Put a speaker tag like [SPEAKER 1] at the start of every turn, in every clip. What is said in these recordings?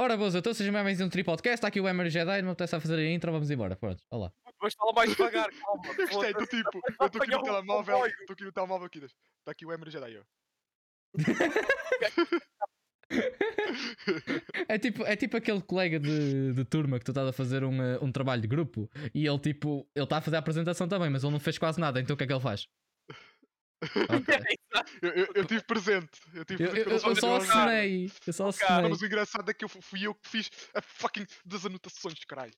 [SPEAKER 1] Ora, boas, então sejam mais um tripodcast. Está aqui o Emer Jedi, não me apetece a fazer a intro, vamos embora. Pronto, olá.
[SPEAKER 2] Mas fala mais devagar, calma.
[SPEAKER 3] Eu gostei do tipo, eu estou aqui
[SPEAKER 2] apanhar
[SPEAKER 3] no
[SPEAKER 2] um
[SPEAKER 3] telemóvel,
[SPEAKER 2] comboio.
[SPEAKER 3] estou aqui no telemóvel aqui, está aqui o Emery Jedi, ó.
[SPEAKER 1] É tipo, é tipo aquele colega de, de turma que tu estás a fazer um, eh, um trabalho de grupo e ele tipo, ele está a fazer a apresentação também, mas ele não fez quase nada, então o que é que ele faz? Ok.
[SPEAKER 3] Eu, eu, eu tive presente, eu
[SPEAKER 2] Tipo,
[SPEAKER 3] tive
[SPEAKER 1] Eu, eu-
[SPEAKER 3] presente.
[SPEAKER 1] eu-
[SPEAKER 3] pelo
[SPEAKER 1] eu
[SPEAKER 3] menos
[SPEAKER 1] só
[SPEAKER 3] eu jogar.
[SPEAKER 1] assinei, eu só assinei.
[SPEAKER 3] Mas o engraçado é que eu fu- fui eu que fiz a fucking das anotações, caralho.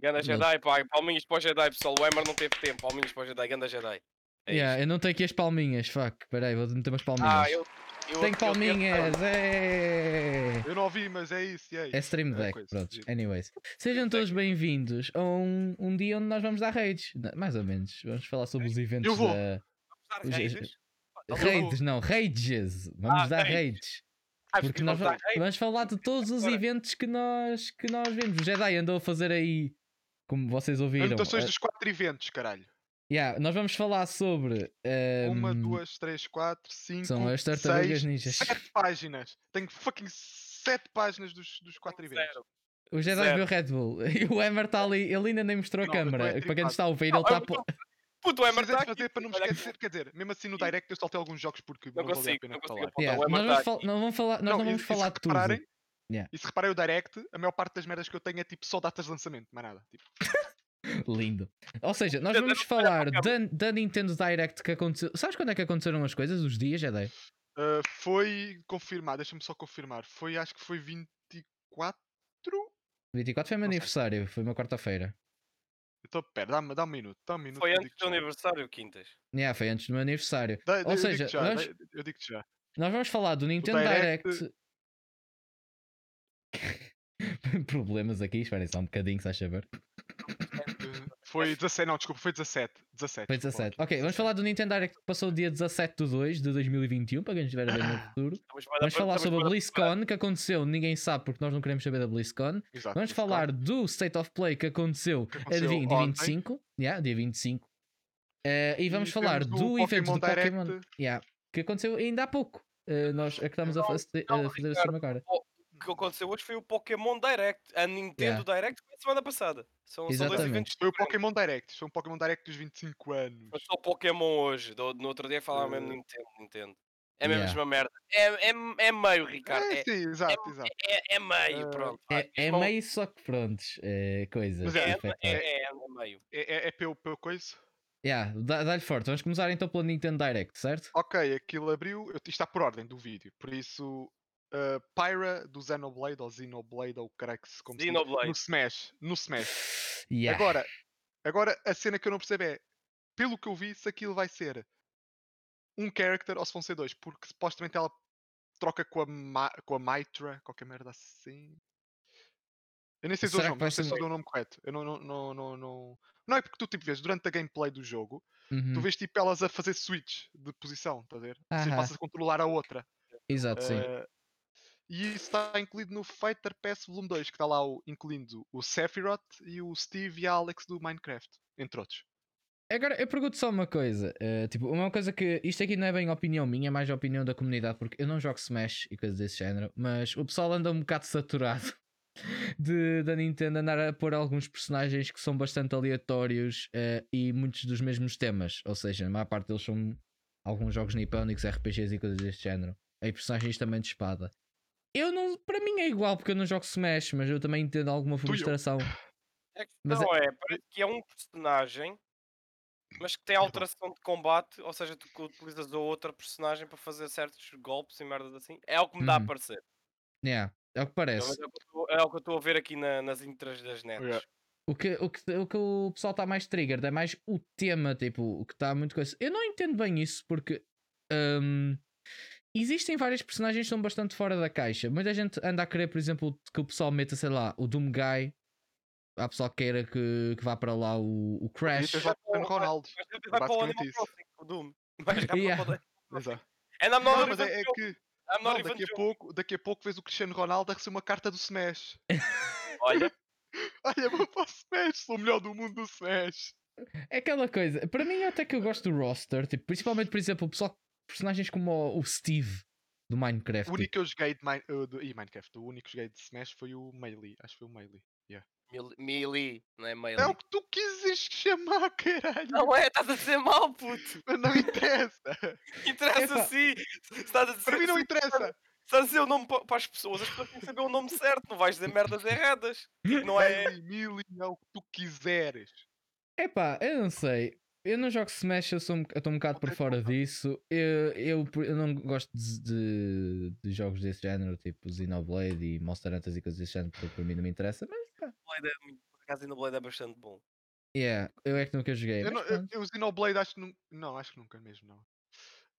[SPEAKER 2] Ganda Jedi, pá. Palminhas para o Jedi, pessoal. O Emer não teve tempo. Palminhas para o Jedi. Ganda Jedi. É
[SPEAKER 1] Yeah, eu não tenho aqui as palminhas, fuck. Peraí, vou meter umas
[SPEAKER 2] isto.
[SPEAKER 1] palminhas.
[SPEAKER 2] Ah, eu... eu
[SPEAKER 1] Tenho
[SPEAKER 2] Eu,
[SPEAKER 1] palminhas, é!
[SPEAKER 3] Eu não ouvi, mas é isso, é
[SPEAKER 1] É
[SPEAKER 3] isso.
[SPEAKER 1] stream
[SPEAKER 3] É
[SPEAKER 1] deck,
[SPEAKER 3] coisa, tipo,
[SPEAKER 1] pronto.
[SPEAKER 3] sim.
[SPEAKER 1] Anyways, sejam todos bem-vindos a um, um dia onde nós vamos dar raids. Não, Mais ou menos, vamos falar sobre os eventos
[SPEAKER 3] É vou.
[SPEAKER 1] da.
[SPEAKER 2] eu,
[SPEAKER 1] Os-
[SPEAKER 2] eu, eu,
[SPEAKER 1] Raids, não, raids. Vamos
[SPEAKER 2] Ah,
[SPEAKER 1] dar
[SPEAKER 2] raids.
[SPEAKER 1] raids. Porque nós vamos, vamos falar de todos os
[SPEAKER 2] Ora.
[SPEAKER 1] eventos que nós, que nós vimos. O Jedi andou a fazer aí, como vocês ouviram.
[SPEAKER 3] Anotações
[SPEAKER 1] eh,
[SPEAKER 3] dos quatro eventos, caralho.
[SPEAKER 1] yeah, nós vamos falar sobre. ehm,
[SPEAKER 3] Uma, duas, três, quatro, cinco,
[SPEAKER 1] São as tartarugas
[SPEAKER 3] seis,
[SPEAKER 1] ninjas.
[SPEAKER 3] sete páginas. Tenho fucking sete páginas dos, dos quatro eventos.
[SPEAKER 2] Zero.
[SPEAKER 1] O Jedi
[SPEAKER 2] Zero.
[SPEAKER 1] viu Red Bull. E o Emer está ali, ele ainda nem mostrou a
[SPEAKER 3] Não, eu tô
[SPEAKER 1] câmara. Para
[SPEAKER 3] é
[SPEAKER 1] quem
[SPEAKER 3] tripado.
[SPEAKER 1] nos está a ouvir, ele está.
[SPEAKER 2] eu
[SPEAKER 1] po-
[SPEAKER 2] Puto, o
[SPEAKER 3] Se
[SPEAKER 2] Emer
[SPEAKER 3] quiseres
[SPEAKER 2] está
[SPEAKER 3] é fazer para não me
[SPEAKER 2] Olha tá aqui.
[SPEAKER 3] esquecer, quer dizer, mesmo assim no direct eu saltei alguns jogos porque
[SPEAKER 2] Não
[SPEAKER 3] não valia a
[SPEAKER 2] consigo,
[SPEAKER 3] pena
[SPEAKER 2] não
[SPEAKER 3] falar. tá
[SPEAKER 2] consigo.
[SPEAKER 1] Yeah,
[SPEAKER 2] O
[SPEAKER 1] Nós,
[SPEAKER 2] Emer
[SPEAKER 1] vamos
[SPEAKER 2] está
[SPEAKER 1] fal-
[SPEAKER 2] aqui.
[SPEAKER 1] nós vamos falar, nós não
[SPEAKER 3] e-
[SPEAKER 1] vamos
[SPEAKER 3] e se
[SPEAKER 1] falar de tudo.
[SPEAKER 3] repararem-
[SPEAKER 1] Yeah.
[SPEAKER 3] E se reparem o direct, a maior parte das merdas que eu tenho é tipo só datas de lançamento, mais nada. Tipo,
[SPEAKER 1] Lindo. Ou seja, nós
[SPEAKER 2] Eu
[SPEAKER 1] vamos
[SPEAKER 2] não quero
[SPEAKER 1] falar
[SPEAKER 2] apagar.
[SPEAKER 3] é
[SPEAKER 1] da, da Nintendo Direct que aconteceu. Sabes quando é que aconteceram as coisas? Os dias, é Jedi?
[SPEAKER 3] uh, foi confirmado, deixa-me só confirmar. Foi, acho que foi 24.
[SPEAKER 1] 24 foi meu
[SPEAKER 3] Não sei.
[SPEAKER 1] aniversário, foi uma quarta-feira.
[SPEAKER 3] Então, pera, dá-me dá um minuto, dá um minuto.
[SPEAKER 2] Foi
[SPEAKER 3] eu
[SPEAKER 2] antes
[SPEAKER 3] digo-te
[SPEAKER 2] do
[SPEAKER 3] já.
[SPEAKER 2] aniversário, Quintas.
[SPEAKER 1] Yeah, foi antes do meu aniversário.
[SPEAKER 3] Dá-
[SPEAKER 1] Ou
[SPEAKER 3] eu
[SPEAKER 1] seja,
[SPEAKER 3] digo-te já,
[SPEAKER 1] nós-
[SPEAKER 3] dá- eu digo-te já.
[SPEAKER 1] Nós vamos falar do Nintendo Direct.
[SPEAKER 3] Direct-
[SPEAKER 1] Problemas aqui, esperem só um bocadinho, se faz favor.
[SPEAKER 3] Uh, Foi 17, não, desculpa, foi 17. 17.
[SPEAKER 1] Foi
[SPEAKER 3] desculpa,
[SPEAKER 1] 17. Ok, vamos falar do Nintendo Direct que passou dia 17 de 2 de 2021, para quem nos estiver a ver
[SPEAKER 3] Ah,
[SPEAKER 1] no futuro.
[SPEAKER 3] tá
[SPEAKER 2] Estamos bué da-
[SPEAKER 1] Vamos falar
[SPEAKER 2] estamos
[SPEAKER 1] sobre
[SPEAKER 2] bué
[SPEAKER 1] a
[SPEAKER 2] da-
[SPEAKER 1] BlizzCon que aconteceu, ninguém sabe porque nós não queremos saber da BlizzCon.
[SPEAKER 3] Exato,
[SPEAKER 1] Vamos
[SPEAKER 3] isso,
[SPEAKER 1] falar
[SPEAKER 3] claro.
[SPEAKER 1] do State of Play que aconteceu,
[SPEAKER 3] Que
[SPEAKER 1] eh,
[SPEAKER 3] aconteceu
[SPEAKER 1] dia, dia
[SPEAKER 3] ontem.
[SPEAKER 1] 25. Yeah, dia 25. Eh, e vamos falar
[SPEAKER 3] temos
[SPEAKER 1] do
[SPEAKER 3] o
[SPEAKER 1] evento do
[SPEAKER 3] Pokémon
[SPEAKER 1] Pokémon
[SPEAKER 3] Direct.
[SPEAKER 1] yeah, que aconteceu ainda há pouco. Eh, nós é que estamos a, fa-
[SPEAKER 2] não,
[SPEAKER 1] a fazer a stream agora.
[SPEAKER 2] O que aconteceu hoje foi o Pokémon Direct. A Nintendo Direct foi a semana passada. São, são dois
[SPEAKER 1] Exatamente.
[SPEAKER 2] eventos.
[SPEAKER 3] Foi o Pokémon Direct, foi um Pokémon Direct dos 25 anos.
[SPEAKER 2] Mas só Pokémon hoje. Do, no outro dia falava mesmo
[SPEAKER 3] Eh.
[SPEAKER 2] Nintendo, Nintendo. É mesmo
[SPEAKER 1] Yeah.
[SPEAKER 2] a mesma merda. É, é, é meio, Ricardo.
[SPEAKER 3] É,
[SPEAKER 2] É,
[SPEAKER 3] sim, exato, exato.
[SPEAKER 2] é, é meio,
[SPEAKER 3] Eh,
[SPEAKER 2] pronto. vai.
[SPEAKER 1] É, é
[SPEAKER 2] Bom,
[SPEAKER 1] meio só que prontos, eh, coisas.
[SPEAKER 3] Mas
[SPEAKER 2] um É,
[SPEAKER 3] é,
[SPEAKER 1] efetivamente.
[SPEAKER 2] é, é, é meio.
[SPEAKER 3] É, é, é pelo, pelo coisa?
[SPEAKER 1] Yeah, dá- Dá-lhe forte. Vamos começar então pela Nintendo Direct, certo?
[SPEAKER 3] Ok, aquilo abriu. eu- Isto está por ordem do vídeo, por isso. uh, Pyra do Xenoblade ou Xenoblade ou o caralho que se como se diz,
[SPEAKER 2] Xenoblade.
[SPEAKER 3] No Smash. No Smash.
[SPEAKER 1] Yeah.
[SPEAKER 3] Agora, agora, a cena que eu não percebo é: pelo que eu vi, se aquilo vai ser um character ou se vão ser dois, porque supostamente ela troca com a, Ma- com a Mitra, qualquer merda assim. Eu nem sei se eu
[SPEAKER 1] Será
[SPEAKER 3] nome,
[SPEAKER 1] que vai
[SPEAKER 3] não sei
[SPEAKER 1] ser
[SPEAKER 3] se eu dou o nome correto. Eu não, não, não, não, não. Não é porque tu tipo vês durante a gameplay do jogo,
[SPEAKER 1] Uhum,
[SPEAKER 3] tu vês tipo elas a fazer switch de posição, estás a ver? Assim
[SPEAKER 1] Aham.
[SPEAKER 3] passas a controlar a outra.
[SPEAKER 1] Exato, sim.
[SPEAKER 3] Eh, e isso está incluído no Fighter Pass Volume 2, que está lá o, incluindo o Sephiroth e o Steve e a Alex do Minecraft, entre outros.
[SPEAKER 1] Agora, eu pergunto só uma coisa. eh, tipo, uma coisa que. Isto aqui não é bem opinião minha, é mais a opinião da comunidade, porque eu não jogo Smash e coisas desse género, mas o pessoal anda um bocado saturado de, da Nintendo andar a pôr alguns personagens que são bastante aleatórios eh, e muitos dos mesmos temas. Ou seja, a maior parte deles são alguns jogos nipónicos, RPGs e coisas deste género. E personagens também de espada. Eu não. Para mim é igual, porque eu não jogo Smash, mas eu também entendo alguma
[SPEAKER 3] e eu.
[SPEAKER 1] frustração.
[SPEAKER 2] A
[SPEAKER 1] Mas
[SPEAKER 2] questão é, parece que é um personagem, mas que tem
[SPEAKER 3] Uhum.
[SPEAKER 2] alteração de combate, ou seja, tu que utilizas a outra personagem para fazer certos golpes e merdas assim. É o que me dá
[SPEAKER 1] Uhum.
[SPEAKER 2] a parecer.
[SPEAKER 1] Yeah, é o que
[SPEAKER 2] Pelo
[SPEAKER 1] parece.
[SPEAKER 2] menos É o que eu estou- é o que eu estou a ver aqui na- nas intras das netas.
[SPEAKER 3] Yeah.
[SPEAKER 1] O que o, que, o que o pessoal está mais triggered é mais o tema, tipo, o que está muito coisa. Eu não entendo bem isso, porque hum, existem vários personagens que são bastante fora da caixa. Muita gente anda a querer, por exemplo, que o pessoal meta, sei lá, o Doom Guy. Há pessoal que queira que, que vá para lá o, o
[SPEAKER 3] E
[SPEAKER 1] Crash.
[SPEAKER 3] tens lá o Ronaldo.
[SPEAKER 2] Mas vai para o
[SPEAKER 3] basicamente
[SPEAKER 2] Animal
[SPEAKER 3] isso.
[SPEAKER 2] Crossing, o Doom. Vai já
[SPEAKER 1] Yeah.
[SPEAKER 2] para o
[SPEAKER 3] Exato.
[SPEAKER 2] And I'm not
[SPEAKER 3] Não, mas
[SPEAKER 2] even
[SPEAKER 3] é, é
[SPEAKER 2] joking.
[SPEAKER 3] que
[SPEAKER 2] I'm
[SPEAKER 3] não,
[SPEAKER 2] not
[SPEAKER 3] daqui,
[SPEAKER 2] even
[SPEAKER 3] a
[SPEAKER 2] joking.
[SPEAKER 3] pouco, daqui a pouco vês o Cristiano Ronaldo a receber uma carta do Smash.
[SPEAKER 2] Olha,
[SPEAKER 3] Olha, vou para o Smash, sou o melhor do mundo do Smash.
[SPEAKER 1] É aquela coisa. Para mim, até que eu gosto do roster, tipo, principalmente, por exemplo, o pessoal, personagens como o, o Steve. do Minecraft.
[SPEAKER 3] O único que eu joguei de, Mine, uh, do, ih, Minecraft, o único que joguei de Smash foi o Melee. Acho que foi o Melee.
[SPEAKER 2] Mil- Melee, não é melee.
[SPEAKER 3] É o que tu quises chamar, caralho!
[SPEAKER 2] Não é, estás a dizer mal, puto.
[SPEAKER 3] Mas não interessa!
[SPEAKER 2] Interessa
[SPEAKER 1] Epá.
[SPEAKER 2] sim. Se Estás a dizer,
[SPEAKER 3] Para mim não
[SPEAKER 2] se
[SPEAKER 3] interessa!
[SPEAKER 2] estás a dizer o nome pa- para as pessoas, as pessoas têm que saber o nome certo, não vais dizer merdas erradas. Tipo, Não é.
[SPEAKER 3] Melee, melee, é o que tu quiseres!
[SPEAKER 1] Epá, eu não sei. Eu não jogo Smash, eu sou um- eu estou um bocado por fora disso. Eu, eu, eu não gosto de, de- de jogos desse género, tipo Xenoblade e Monster Hunters e coisas desse género, porque para mim não me interessa, mas pá.
[SPEAKER 2] Blade é muito- Por acaso ainda Blade é bastante bom.
[SPEAKER 1] Yeah, eu é que nunca joguei.
[SPEAKER 3] Eu,
[SPEAKER 1] mas
[SPEAKER 3] não, eu,
[SPEAKER 1] pronto.
[SPEAKER 3] eu Xenoblade acho que nunca. Não, acho que nunca mesmo, não.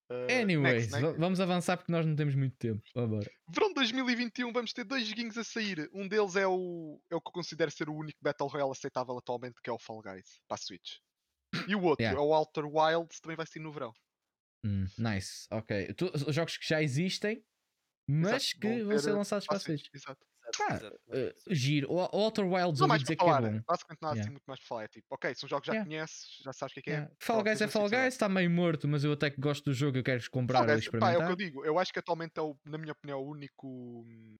[SPEAKER 3] Uh,
[SPEAKER 1] Anyways,
[SPEAKER 3] next, next.
[SPEAKER 1] va- vamos avançar porque nós não temos muito tempo. Vambora.
[SPEAKER 3] Verão 2021 vamos ter dois joguinhos a sair. Um deles é o, é o que eu considero ser o único Battle Royale aceitável atualmente, que é o Fall Guys, para a Switch. E o outro
[SPEAKER 1] Yeah.
[SPEAKER 3] é o Outer Wilds, também vai sair no verão.
[SPEAKER 1] Hum, nice, ok. Tu- os jogos que já existem, mas
[SPEAKER 3] Exato,
[SPEAKER 1] que
[SPEAKER 3] vão
[SPEAKER 1] vão
[SPEAKER 3] ter,
[SPEAKER 1] ser
[SPEAKER 3] uh,
[SPEAKER 1] lançados para a Switch.
[SPEAKER 3] Exato.
[SPEAKER 2] Exato,
[SPEAKER 1] Ah,
[SPEAKER 2] exato.
[SPEAKER 3] eh,
[SPEAKER 1] Uh, giro. O, o Outer Wilds ouvi
[SPEAKER 3] Não há mais
[SPEAKER 1] dizer
[SPEAKER 3] para
[SPEAKER 1] que é
[SPEAKER 3] falar.
[SPEAKER 1] bom.
[SPEAKER 3] Basicamente não há assim
[SPEAKER 1] Yeah.
[SPEAKER 3] muito mais para falar. É tipo, ok, são jogos que já
[SPEAKER 1] Yeah.
[SPEAKER 3] conheces, já sabes o que é que é.
[SPEAKER 1] Yeah. Fall
[SPEAKER 3] pronto,
[SPEAKER 1] Guys é
[SPEAKER 3] tens na
[SPEAKER 1] Fall
[SPEAKER 3] Switch agora.
[SPEAKER 1] Guys, está meio morto, mas eu até que gosto do jogo, eu quero
[SPEAKER 3] Fall
[SPEAKER 1] comprar ou
[SPEAKER 3] Guys, pá, é o
[SPEAKER 1] experimentar.
[SPEAKER 3] que eu digo. Eu acho que atualmente é, o, na minha opinião, o único. hum,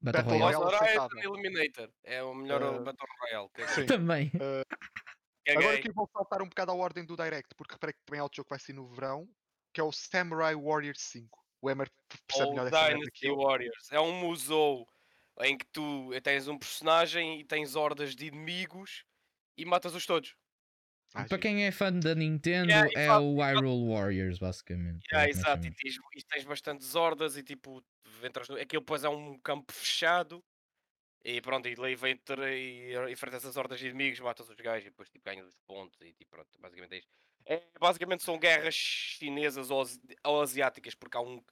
[SPEAKER 1] Battle
[SPEAKER 3] Battle
[SPEAKER 1] Royale
[SPEAKER 3] Royale.
[SPEAKER 2] Lost Horizon
[SPEAKER 3] aceitável.
[SPEAKER 2] é Eliminator é o melhor
[SPEAKER 3] Ah.
[SPEAKER 2] Battle Royale. Que é
[SPEAKER 3] Sim.
[SPEAKER 1] também.
[SPEAKER 2] que é
[SPEAKER 3] Agora
[SPEAKER 2] gay.
[SPEAKER 3] aqui vou saltar um bocado à ordem do Direct, porque reparei que também há outro jogo que vai sair no verão, que é o Samurai Warriors 5. O Emer percebe
[SPEAKER 2] Ou
[SPEAKER 3] melhor dessa merda que
[SPEAKER 2] Oh, Dynasty
[SPEAKER 3] eu.
[SPEAKER 2] Warriors. É um museu em que tu tens um personagem e tens hordas de inimigos e matas-os todos.
[SPEAKER 3] Ah,
[SPEAKER 1] Para
[SPEAKER 3] giro.
[SPEAKER 1] quem é fã da Nintendo,
[SPEAKER 2] Yeah,
[SPEAKER 1] é
[SPEAKER 2] exato,
[SPEAKER 1] o Hyrule Warriors, basicamente. é como
[SPEAKER 2] Yeah,
[SPEAKER 1] é que
[SPEAKER 2] exato, e
[SPEAKER 1] chama.
[SPEAKER 2] tens, e tens bastantes hordas e tipo, entras no, aquilo depois é um campo fechado e pronto, e lá vem ter e enfrentas essas hordas de inimigos, matas os gajos e depois tipo, ganhas os pontos e tipo, pronto, basicamente é isto. É, basicamente são guerras chinesas ou, asi- ou asiáticas, porque há um.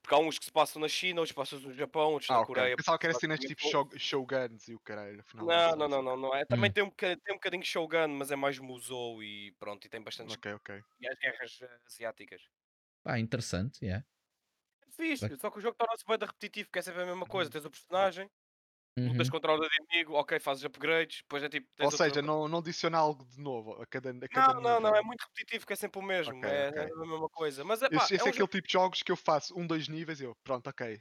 [SPEAKER 2] Porque há uns que se passam na China, outros passam no Japão, outros
[SPEAKER 3] Ah,
[SPEAKER 2] na
[SPEAKER 3] ok.
[SPEAKER 2] é Coreia.
[SPEAKER 3] Pensava que era cenas
[SPEAKER 2] basicamente
[SPEAKER 3] tipo
[SPEAKER 2] são-
[SPEAKER 3] show, Showguns e o caralho. Afinal,
[SPEAKER 2] Não,
[SPEAKER 3] são
[SPEAKER 2] não, não,
[SPEAKER 3] isso.
[SPEAKER 2] não, não é. Também
[SPEAKER 1] Hum.
[SPEAKER 2] tem, um bocadinho, tem um bocadinho de Shogun, mas é mais musou e pronto, e tem bastantes
[SPEAKER 3] Ok, ok.
[SPEAKER 2] guerras eh, asiáticas.
[SPEAKER 1] Pá, Ah, interessante, yeah.
[SPEAKER 2] Fixe, só que o jogo torna-se bem repetitivo, que é sempre a mesma coisa. Tens o personagem, um,
[SPEAKER 1] Uhum.
[SPEAKER 2] lutas contra o inimigo, ok, fazes upgrades, depois é tipo. tens
[SPEAKER 3] Ou
[SPEAKER 2] outra-
[SPEAKER 3] seja, não, não adiciona algo de novo a cada. A cada
[SPEAKER 2] Não, não, não, é
[SPEAKER 3] nível.
[SPEAKER 2] muito repetitivo, que é sempre o mesmo,
[SPEAKER 3] Ok,
[SPEAKER 2] é,
[SPEAKER 3] ok.
[SPEAKER 2] é a mesma coisa. Mas é pá,
[SPEAKER 3] Esse,
[SPEAKER 2] é,
[SPEAKER 3] esse
[SPEAKER 2] um
[SPEAKER 3] é aquele
[SPEAKER 2] jogo,
[SPEAKER 3] tipo de jogos que eu faço um, dois níveis e eu, pronto, ok.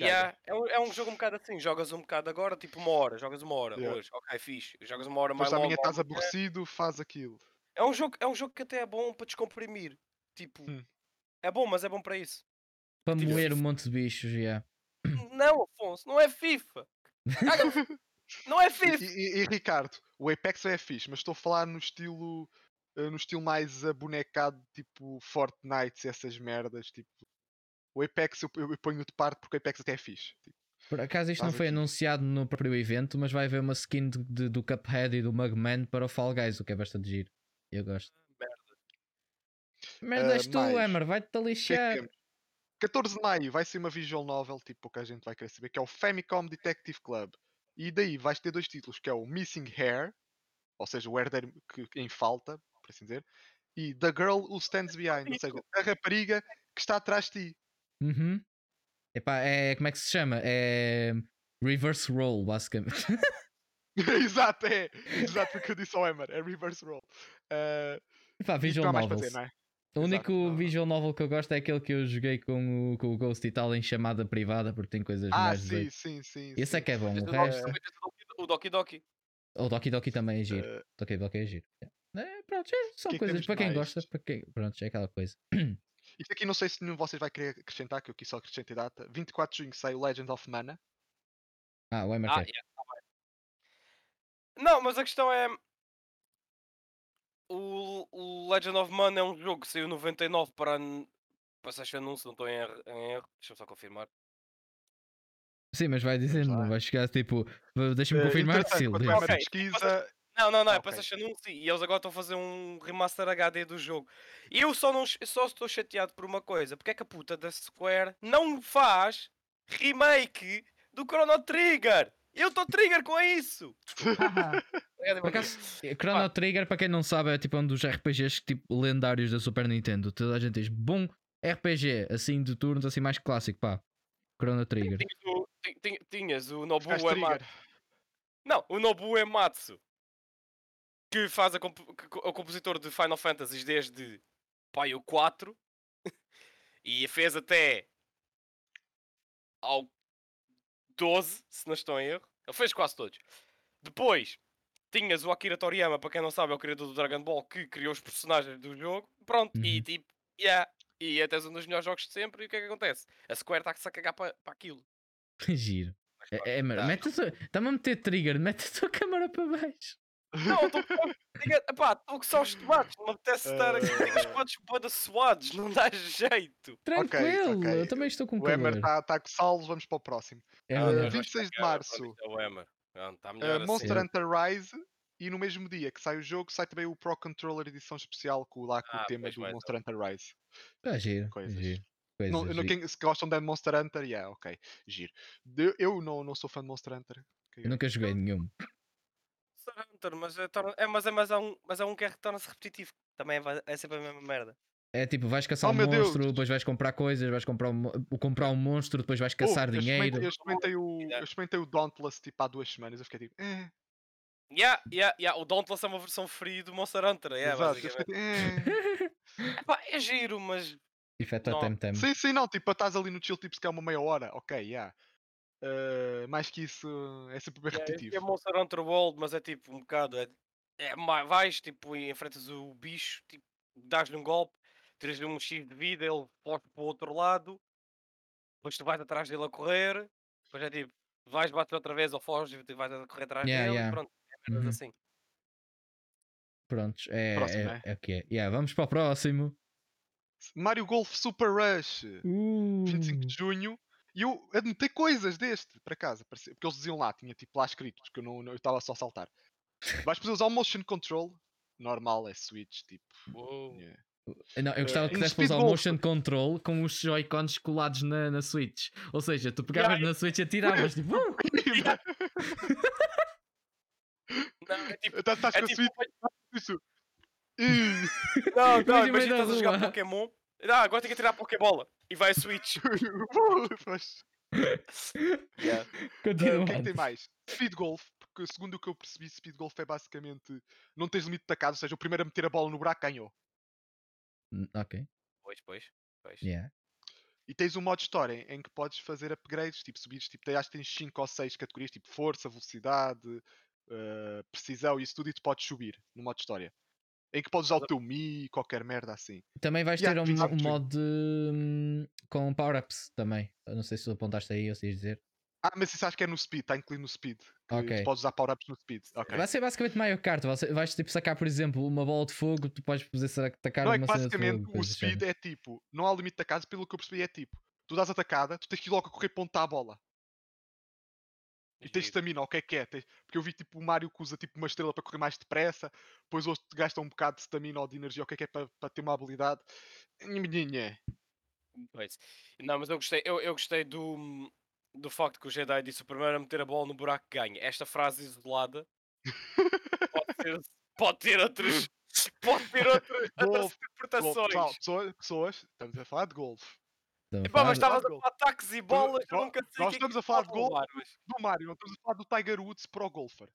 [SPEAKER 2] yeah, é, um, é um jogo um bocado assim, jogas um bocado agora, tipo uma hora, jogas uma hora
[SPEAKER 3] Yeah.
[SPEAKER 2] hoje, ok, fixe, jogas uma hora mais
[SPEAKER 3] Depois da
[SPEAKER 2] longa.
[SPEAKER 3] minha estás
[SPEAKER 2] uma-
[SPEAKER 3] aborrecido, faz aquilo.
[SPEAKER 2] É um, jogo, é um jogo que até é bom para descomprimir, tipo,
[SPEAKER 3] Hum.
[SPEAKER 2] é bom, mas é bom para isso.
[SPEAKER 1] Para
[SPEAKER 2] Tipo,
[SPEAKER 1] moer um
[SPEAKER 2] FIFA.
[SPEAKER 1] monte de bichos, yeah.
[SPEAKER 2] Não, Afonso, não é FIFA! Caga- não é
[SPEAKER 3] E,
[SPEAKER 2] FIFA!
[SPEAKER 3] e- e, Ricardo, o Apex é fixe, mas estou a falar no estilo. eh, No estilo mais abonecado, tipo Fortnite, essas merdas. Tipo, o Apex eu, eu- eu ponho de parte porque o Apex até é fixe. Tipo,
[SPEAKER 1] Por acaso isto não
[SPEAKER 3] Estás
[SPEAKER 1] foi
[SPEAKER 3] aqui.
[SPEAKER 1] anunciado no próprio evento, mas vai haver uma skin de- de- do Cuphead e do Mugman para o Fall Guys, o que é bastante giro. Eu gosto.
[SPEAKER 2] Ah,
[SPEAKER 1] Merda.
[SPEAKER 3] Ah,
[SPEAKER 1] Merdas tu,
[SPEAKER 3] mais.
[SPEAKER 1] Emmer, vai-te a
[SPEAKER 3] o que é que
[SPEAKER 1] lixar.
[SPEAKER 3] temos? 14 de maio vai ser uma visual novel, tipo, pouca gente vai querer saber, que é o Famicom Detective Club. E daí vais ter dois títulos, que é o Missing Hair, ou seja, o herdeiro que, que em falta, por assim dizer, e The Girl Who Stands Behind, ou seja, a rapariga que está atrás de ti.
[SPEAKER 1] Uhum. Epá, é. Como é que se chama? É. Reverse Roll, basicamente.
[SPEAKER 3] Exato, é. Exato o que eu disse ao Emmer, é Reverse Roll. Ah,
[SPEAKER 1] Epá,
[SPEAKER 3] e
[SPEAKER 1] visual
[SPEAKER 3] não há mais para
[SPEAKER 1] novels.
[SPEAKER 3] dizer, não é?
[SPEAKER 1] O único
[SPEAKER 3] Exato, não, não.
[SPEAKER 1] visual novel que eu gosto é aquele que eu joguei com o, com o Ghost e tal em chamada privada porque tem coisas
[SPEAKER 3] Ah,
[SPEAKER 1] mais.
[SPEAKER 3] sim,
[SPEAKER 1] doidas.
[SPEAKER 3] sim, sim.
[SPEAKER 1] Esse é
[SPEAKER 3] sim.
[SPEAKER 1] que é bom.
[SPEAKER 2] Tens
[SPEAKER 1] O
[SPEAKER 2] o Doki-
[SPEAKER 1] resto.
[SPEAKER 2] também tens o Doki- O Doki Doki.
[SPEAKER 1] O Doki Doki também é giro.
[SPEAKER 3] Ah,
[SPEAKER 1] Doki Doki é giro. É, pronto, é, são
[SPEAKER 3] que é que
[SPEAKER 1] coisas
[SPEAKER 3] temos
[SPEAKER 1] para quem
[SPEAKER 3] mais?
[SPEAKER 1] gosta, para quem... pronto, é aquela coisa.
[SPEAKER 3] isto aqui não sei se nenhum de vocês vai querer acrescentar, que eu aqui só acrescentei data. 24 de junho sai o Legend of Mana.
[SPEAKER 1] Ah, o Emmer
[SPEAKER 2] Ah,
[SPEAKER 1] quer.
[SPEAKER 2] yeah, tá bem. Não, mas a questão é. O, o Legend of Mana é um jogo que saiu em 99 para. an- Para este anúncio, não estou em erro. Em erro. Deixa-me só confirmar.
[SPEAKER 1] Sim, mas vai dizendo,
[SPEAKER 3] lá.
[SPEAKER 1] não vai chegar tipo, "Va- deixa-me
[SPEAKER 3] Eh,
[SPEAKER 1] confirmar,
[SPEAKER 3] entretanto,
[SPEAKER 1] Silvio.
[SPEAKER 3] enquanto o Emmer
[SPEAKER 2] Ok,
[SPEAKER 3] pesquisa,
[SPEAKER 2] Não, não, não, é
[SPEAKER 3] Ah,
[SPEAKER 2] para
[SPEAKER 3] ok.
[SPEAKER 2] este anúncio e eles agora estão a fazer um remaster HD do jogo. E eu só, não, ch- só estou chateado por uma coisa: porque é que a puta da Square não faz remake do Chrono Trigger? Eu estou trigger com isso! Obrigado,
[SPEAKER 1] Por
[SPEAKER 2] Emanuel.
[SPEAKER 1] acaso, É, Chrono
[SPEAKER 2] Pá.
[SPEAKER 1] Trigger, para quem não sabe, é tipo um dos RPGs tipo, lendários da Super Nintendo. Toda a gente diz bom RPG, assim de turnos, assim mais clássico, pá. Chrono Trigger.
[SPEAKER 2] Tinhas o- ti- ti- Tinhas o Nobu
[SPEAKER 3] Ficaste
[SPEAKER 2] Ematsu.
[SPEAKER 3] trigger.
[SPEAKER 2] Não, o Nobu Ematsu. Que faz a comp- que co- o compositor de Final Fantasy desde pai, o 4. E fez até ao 12, se não estou em erro. Ele fez quase todos. Depois, tinhas o Akira Toriyama, para quem não sabe, é o criador do Dragon Ball, que criou os personagens do jogo. Pronto, e
[SPEAKER 1] Uhum.
[SPEAKER 2] tipo, yeah. E até um dos melhores jogos de sempre. E o que é que acontece? A Square está-se a cagar para aquilo.
[SPEAKER 1] Giro.
[SPEAKER 2] Mas pronto,
[SPEAKER 1] É, é,
[SPEAKER 2] tá.
[SPEAKER 1] mete a tua- Está-me a meter trigger, mete a tua câmara para baixo.
[SPEAKER 2] Não, estou Epá, estou com só os tomates. Não me apetece estar aqui. Tenho os
[SPEAKER 3] Eh.
[SPEAKER 2] quantos bodas suados. Não dá jeito.
[SPEAKER 1] Tranquilo,
[SPEAKER 3] ok.
[SPEAKER 1] eu também estou com
[SPEAKER 3] O
[SPEAKER 1] calor.
[SPEAKER 3] Emer está tá com salvos, vamos para o próximo.
[SPEAKER 1] É
[SPEAKER 2] Ah,
[SPEAKER 1] verdade.
[SPEAKER 2] mas vai
[SPEAKER 3] 26 de
[SPEAKER 2] ficar,
[SPEAKER 3] março.
[SPEAKER 2] pronto, isto é o Hammer. Pronto, está
[SPEAKER 3] Uh,
[SPEAKER 2] melhor assim.
[SPEAKER 3] Monster
[SPEAKER 1] Sim.
[SPEAKER 3] Hunter Rise e no mesmo dia que sai o jogo sai também o Pro Controller edição especial com, lá com
[SPEAKER 2] Ah,
[SPEAKER 3] o tema
[SPEAKER 2] pois
[SPEAKER 3] do
[SPEAKER 2] vai,
[SPEAKER 3] Monster Hunter Rise.
[SPEAKER 1] Ah, giro,
[SPEAKER 3] coisas.
[SPEAKER 1] giro.
[SPEAKER 3] Não-
[SPEAKER 1] coisas,
[SPEAKER 3] não-
[SPEAKER 1] giro.
[SPEAKER 3] quem- se gostam de Monster Hunter, yeah, ok, giro. De- eu não, não sou fã de Monster Hunter.
[SPEAKER 1] Eu nunca joguei nenhum.
[SPEAKER 2] Monster Hunter, mas é, torna- é, mas é, mas é um, mas é um que é- torna-se repetitivo. Também é, va- é sempre a mesma merda.
[SPEAKER 1] É tipo, vais caçar
[SPEAKER 3] Oh,
[SPEAKER 1] um
[SPEAKER 3] meu Deus.
[SPEAKER 1] monstro, depois vais comprar coisas, vais comprar um, mo- o- comprar um monstro, depois vais
[SPEAKER 3] Houve,
[SPEAKER 1] caçar
[SPEAKER 3] eu experimentei-
[SPEAKER 1] dinheiro.
[SPEAKER 3] Eu experimentei, o,
[SPEAKER 2] é.
[SPEAKER 3] eu experimentei o Dauntless tipo há duas semanas. Eu fiquei tipo, eh,
[SPEAKER 2] Yeah, yeah, yeah. O Dauntless é uma versão free do Monster Hunter. É,
[SPEAKER 3] exato. Eu
[SPEAKER 2] basicamente.
[SPEAKER 3] fiquei, tipo,
[SPEAKER 2] Epá, é giro, mas.
[SPEAKER 1] Efeito
[SPEAKER 2] Não.
[SPEAKER 1] ao tempo.
[SPEAKER 3] eh. sim, sim, não. Tipo, estás ali no chill, tipo, se calhar uma meia hora, ok, yeah. Eh, mais que isso, é sempre bem
[SPEAKER 2] Yeah, esse
[SPEAKER 3] repetitivo.
[SPEAKER 2] é Monster Hunter World, mas é tipo um bocado. É, é ma- vais tipo e enfrentas o bicho, tipo, dás-lhe um golpe, tiras-lhe um X de vida, ele foge para o outro lado, depois tu vais atrás dele a correr, depois é tipo, vais bater outra vez ou foges e vais a correr atrás
[SPEAKER 1] Yeah,
[SPEAKER 2] dele,
[SPEAKER 1] yeah.
[SPEAKER 2] pronto, é merdas
[SPEAKER 1] Uhum.
[SPEAKER 2] assim.
[SPEAKER 1] Prontos, é,
[SPEAKER 3] Próximo,
[SPEAKER 1] é,
[SPEAKER 3] né?
[SPEAKER 1] é o que é. Yeah, vamos para o próximo.
[SPEAKER 3] Mario Golf Super Rush. 25
[SPEAKER 1] Hum.
[SPEAKER 3] de junho. E eu anotei coisas deste para casa, parece- porque eles diziam lá, tinha tipo lá escrito, porque eu não não- eu estava só a saltar. Vais poder usar o motion control, normal, é Switch, tipo. yeah.
[SPEAKER 1] Uh, Não, eu gostava que
[SPEAKER 3] um
[SPEAKER 1] desse para
[SPEAKER 3] speed
[SPEAKER 1] usar o
[SPEAKER 3] golf.
[SPEAKER 1] motion control com os Joy-Cons colados na, na Switch. Ou seja, tu pegavas na Switch e atiravas tipo. "Uh!"
[SPEAKER 2] Não, é tipo.
[SPEAKER 3] Tá- Estás
[SPEAKER 2] É
[SPEAKER 3] com a
[SPEAKER 2] tipo
[SPEAKER 3] Switch, isso. Ih,
[SPEAKER 2] não, não,
[SPEAKER 1] Imagina
[SPEAKER 2] imagina que
[SPEAKER 1] meio da
[SPEAKER 2] estás a jogar
[SPEAKER 1] rua.
[SPEAKER 2] Pokémon. Ah, agora tenho que tirar a Pokébola e vai a Switch.
[SPEAKER 3] Mas,
[SPEAKER 2] Yeah.
[SPEAKER 3] ah,
[SPEAKER 1] Continua.
[SPEAKER 3] O que é que tem mais? Speed Golf, porque segundo o que eu percebi, Speed Golf é basicamente não tens limite de tacado, ou seja, o primeiro a meter a bola no buraco ganhou.
[SPEAKER 1] Hum, Ok.
[SPEAKER 2] Pois, pois, pois.
[SPEAKER 1] Yeah.
[SPEAKER 3] E tens um modo história em- em que podes fazer upgrades, tipo subidos, tipo, tem- acho que tens 5 ou 6 categorias, tipo força, velocidade, eh, precisão e isso tudo, e tu podes subir no modo história. Em que podes usar o teu Mi, qualquer merda assim.
[SPEAKER 1] Também vais
[SPEAKER 3] Yeah,
[SPEAKER 1] ter um,
[SPEAKER 3] fiz
[SPEAKER 1] um
[SPEAKER 3] rápido.
[SPEAKER 1] modo de, hum, com power-ups também. Eu não sei se tu apontaste aí ou se ias dizer.
[SPEAKER 3] Ah, mas isso acho que é no Speed, está incluído no Speed. Que
[SPEAKER 1] Ok.
[SPEAKER 3] Tu podes usar power-ups no Speed. ok.
[SPEAKER 1] Vai ser basicamente Mario Kart. Vai ser- Vais tipo sacar, por exemplo, uma bola de fogo, tu podes poder sa- atacar
[SPEAKER 3] Não é que
[SPEAKER 1] uma cena de
[SPEAKER 3] basicamente
[SPEAKER 1] fogo.
[SPEAKER 3] o
[SPEAKER 1] coisas do
[SPEAKER 3] Speed
[SPEAKER 1] género.
[SPEAKER 3] é tipo, não há limite de acaso, pelo que eu percebi é tipo, tu dás atacada, tu tens que ir logo a correr para onde está a bola. E tens estamina, o que é que é? Tens- Porque eu vi tipo o Mario que usa tipo uma estrela para correr mais depressa, depois outro gasta um bocado de estamina ou de energia, o que é que é para, para ter uma habilidade. Menina,
[SPEAKER 2] Pois. um Não, mas eu gostei, eu, eu gostei do, do facto que o Jedi disse o primeiro a meter a bola no buraco que ganha. Esta frase isolada pode ter, pode ter outras. Pode ter outras, outras
[SPEAKER 3] Golfe, golfe,
[SPEAKER 2] interpretações.
[SPEAKER 3] pessoal, pessoas, pessoas, estamos a falar de golfe.
[SPEAKER 1] Então,
[SPEAKER 2] Epá, mas
[SPEAKER 1] fala-
[SPEAKER 2] estavas a
[SPEAKER 3] golfe.
[SPEAKER 2] falar de ataques e bolas, eu
[SPEAKER 3] nós-
[SPEAKER 2] nunca sei. o
[SPEAKER 3] nós
[SPEAKER 2] que é que
[SPEAKER 3] estamos
[SPEAKER 2] isso
[SPEAKER 3] a falar de
[SPEAKER 2] pode levar, mas-
[SPEAKER 3] Do Mario, não estamos a falar do Tiger Woods para o golfer.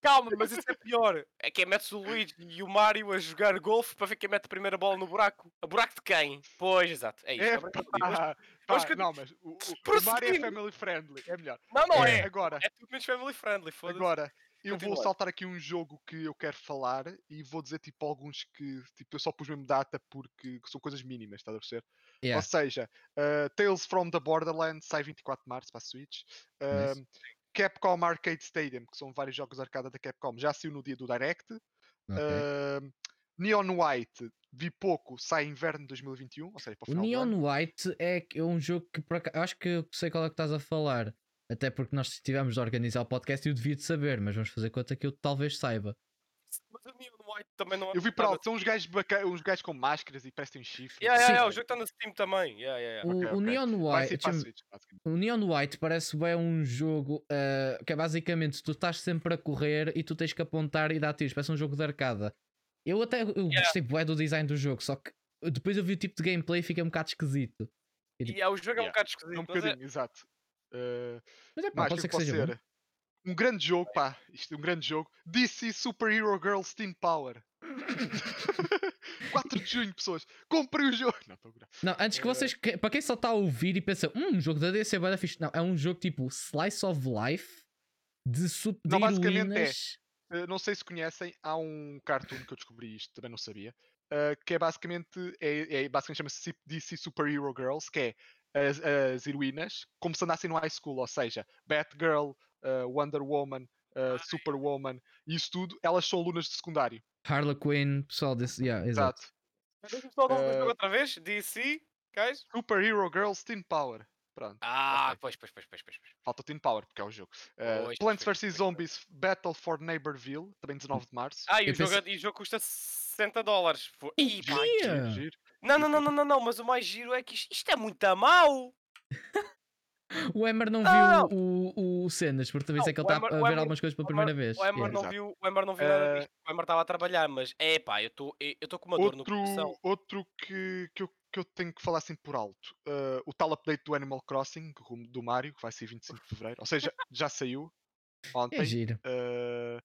[SPEAKER 2] Calma, mas isso é pior. É que é metes o Luigi e o Mario a jogar golfe para ver quem mete a primeira bola no buraco. A buraco de quem? Pois, exato. É isto.
[SPEAKER 3] É,
[SPEAKER 2] é
[SPEAKER 3] pá,
[SPEAKER 2] verdade. Mas-
[SPEAKER 3] pá,
[SPEAKER 2] mas que-
[SPEAKER 3] não, mas o, o- o Mario é
[SPEAKER 2] Prosseguindo.
[SPEAKER 3] family friendly, é melhor.
[SPEAKER 2] Não, não é.
[SPEAKER 3] Agora,
[SPEAKER 2] É tudo menos family friendly, foda-se.
[SPEAKER 3] Agora, eu vou
[SPEAKER 2] Continua.
[SPEAKER 3] saltar aqui um jogo que eu quero falar e vou dizer tipo alguns que tipo, eu só pus mesmo data porque que são coisas mínimas, estás a perceber? Ou
[SPEAKER 1] yeah,
[SPEAKER 3] seja, uh, Tales from the Borderlands sai 24 de março para a Switch.
[SPEAKER 1] Nice.
[SPEAKER 3] Um, Capcom Arcade Stadium, que são vários jogos arcada da Capcom, já saiu no dia do Direct.
[SPEAKER 1] ok.
[SPEAKER 3] Um, Neon White, vi pouco, sai inverno de 2021, ou seja, para o
[SPEAKER 1] O
[SPEAKER 3] final do ano.
[SPEAKER 1] Neon White é que- é um jogo que por aca- eu acho que eu sei qual é que estás a falar. Até porque nós estivemos a organizar o podcast e eu devia de saber, mas vamos fazer conta que eu talvez saiba.
[SPEAKER 2] Mas o Neon White também não é
[SPEAKER 3] Eu vi
[SPEAKER 2] muito
[SPEAKER 3] para
[SPEAKER 2] nada
[SPEAKER 3] alto, são uns gajos, baca... uns gajos com máscaras e parecem um chifre.
[SPEAKER 2] Yeah, yeah,
[SPEAKER 1] Sim. Hum.
[SPEAKER 2] yeah, o jogo tá está no Steam também. Yeah, yeah, yeah.
[SPEAKER 1] o,
[SPEAKER 3] Ah, ok,
[SPEAKER 1] o
[SPEAKER 3] ok.
[SPEAKER 1] Neon
[SPEAKER 3] Vai sair
[SPEAKER 1] White, é tipo
[SPEAKER 3] para a
[SPEAKER 1] deixa-me-
[SPEAKER 3] Switch, basicamente.
[SPEAKER 1] o Neon White parece bem um jogo ah, que é basicamente tu estás sempre a correr e tu tens que apontar e dar tiros. Parece um jogo de arcada. Eu até eu gostei bué do design do jogo, só que depois eu vi o tipo de gameplay e fica um bocado esquisito.
[SPEAKER 2] E yeah, o jogo é um
[SPEAKER 3] Yeah.
[SPEAKER 2] bocado
[SPEAKER 3] É
[SPEAKER 2] esquisito.
[SPEAKER 3] um
[SPEAKER 2] mas é-
[SPEAKER 3] bocadinho, exato. Uh,
[SPEAKER 1] Mas é pá, então,
[SPEAKER 3] Mas
[SPEAKER 1] pode
[SPEAKER 3] que
[SPEAKER 1] ser que seja bom.
[SPEAKER 3] Um grande jogo, pá. Isto é um grande jogo. DC Super Hero Girl Steam Power. 4 de junho, pessoas. Comprem o jogo. Não, estou a gravar.
[SPEAKER 1] Não, antes que vocês. que- Para quem só está a ouvir e pensa, hum, um jogo da DC é bué da fixe. Não, é um jogo tipo Slice of Life de, sup- de
[SPEAKER 3] Não, basicamente é.
[SPEAKER 1] heroínas.
[SPEAKER 3] Eh, Não sei se conhecem, há um cartoon que eu descobri isto, também não sabia, eh, que é basicamente, é, é basicamente chama-se Sup- DC Super Hero Girls, que é as, as heroínas, como se andassem no high school, ou seja, Batgirl, eh, Wonder Woman, eh, Superwoman, isso tudo, elas são alunas de secundário.
[SPEAKER 1] Harley Quinn, pessoal desse. Yeah, exato.
[SPEAKER 3] Exato.
[SPEAKER 2] Deixa-me só dar um
[SPEAKER 3] Eh,
[SPEAKER 2] jogo outra vez. DC, guys.
[SPEAKER 3] Super Hero Girls Teen Power. Pronto,
[SPEAKER 2] Ah, pois, pois, pois, pois, pois. pois.
[SPEAKER 3] falta o Teen Power, porque é o jogo. Eh,
[SPEAKER 2] Pois,
[SPEAKER 3] Plants
[SPEAKER 2] pois, pois,
[SPEAKER 3] vs.
[SPEAKER 2] pois.
[SPEAKER 3] Zombies Battle for Neighborville, também 19 de março.
[SPEAKER 2] Ah, e
[SPEAKER 1] Eu
[SPEAKER 2] o, jogo,
[SPEAKER 1] pensei-
[SPEAKER 2] e o jogo custa 60 dólares. Fo- Ih, pá,
[SPEAKER 1] quê?
[SPEAKER 2] isto-
[SPEAKER 1] Yeah.
[SPEAKER 3] Giro.
[SPEAKER 2] Não, não, não, não, não, não, mas o mais giro é que isto, isto é muito a mau.
[SPEAKER 1] O Emmer não viu
[SPEAKER 2] Não.
[SPEAKER 1] o, o Cenas, por talvez
[SPEAKER 2] Não,
[SPEAKER 1] é que ele
[SPEAKER 2] o
[SPEAKER 1] está a
[SPEAKER 2] Emmer-
[SPEAKER 1] ver
[SPEAKER 2] o Emmer-
[SPEAKER 1] algumas coisas pela
[SPEAKER 2] o
[SPEAKER 1] primeira vez.
[SPEAKER 2] O Emmer
[SPEAKER 1] yeah.
[SPEAKER 2] não
[SPEAKER 3] Exato.
[SPEAKER 2] viu, o Emmer não viu nada
[SPEAKER 3] Eh,
[SPEAKER 2] disto. O Emmer estava a trabalhar, mas é pá, eu tô- eu estou com uma dor no
[SPEAKER 3] outro,
[SPEAKER 2] coração.
[SPEAKER 3] outro que, que, eu, que eu tenho que falar assim por alto. eh, o tal update do Animal Crossing do- do Mario, que vai ser 25 de Fevereiro. Ou seja, já saiu ontem.
[SPEAKER 1] É giro.
[SPEAKER 3] eh,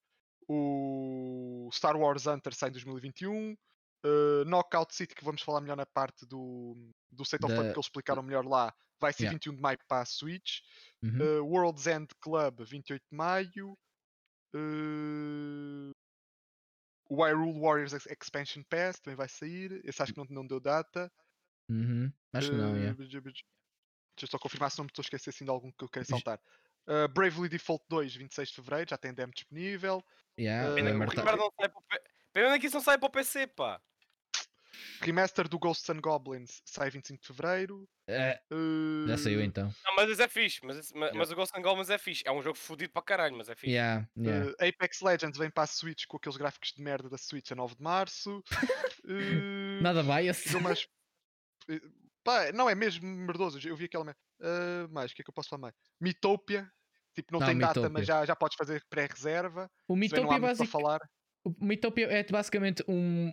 [SPEAKER 3] o Star Wars Hunter sai em 2021. eh, Knockout City, que vamos falar melhor na parte do, do State of Fun,
[SPEAKER 1] Da-
[SPEAKER 3] que eles explicaram melhor lá, vai ser
[SPEAKER 1] Yeah.
[SPEAKER 3] 21 de maio para a Switch.
[SPEAKER 1] Uhum.
[SPEAKER 3] Eh, World's End Club, 28 de maio. Eh, o Hyrule Warriors Ex- Expansion Pass também vai sair. Esse acho que não, não deu data.
[SPEAKER 1] Uhum. Acho que não,
[SPEAKER 3] Eh,
[SPEAKER 1] yeah.
[SPEAKER 3] bj- bj- Deixa eu só confirmar se não me estou a esquecer assim de algum que eu quero saltar. Eh, Bravely Default 2, 26 de fevereiro, já tem demo disponível.
[SPEAKER 1] Yeah,
[SPEAKER 3] eh,
[SPEAKER 1] o
[SPEAKER 2] Pena que
[SPEAKER 1] Emmer
[SPEAKER 2] o
[SPEAKER 1] tá-
[SPEAKER 2] Emmer não sai para o P- Pena que isso não sai para o PC, pá.
[SPEAKER 3] Remaster do Ghosts and Goblins sai 25 de fevereiro.
[SPEAKER 1] É, Já saiu
[SPEAKER 3] Eh,
[SPEAKER 1] então.
[SPEAKER 2] Não, mas isso é fixe, mas, esse- ma-
[SPEAKER 3] Yeah.
[SPEAKER 2] mas o Ghost and Goblins é fixe. É um jogo fodido para caralho, mas é fixe.
[SPEAKER 1] Yeah, yeah.
[SPEAKER 3] Eh, Apex Legends vem para a Switch com aqueles gráficos de merda da Switch a 9 de março. Eh,
[SPEAKER 1] Nada bias.
[SPEAKER 3] Aquilo mais. eh, Pá, não é mesmo merdoso. Eu vi aquela. mer- Ah, mais, o que é que eu posso falar mais? Mitopia. Tipo, não
[SPEAKER 1] Não,
[SPEAKER 3] tem data,
[SPEAKER 1] Miitopia.
[SPEAKER 3] mas já, já podes fazer pré-reserva.
[SPEAKER 1] O
[SPEAKER 3] Se bem não há
[SPEAKER 1] Mitopia
[SPEAKER 3] muito para
[SPEAKER 1] basic...
[SPEAKER 3] falar.
[SPEAKER 1] o Mitopia é basicamente um,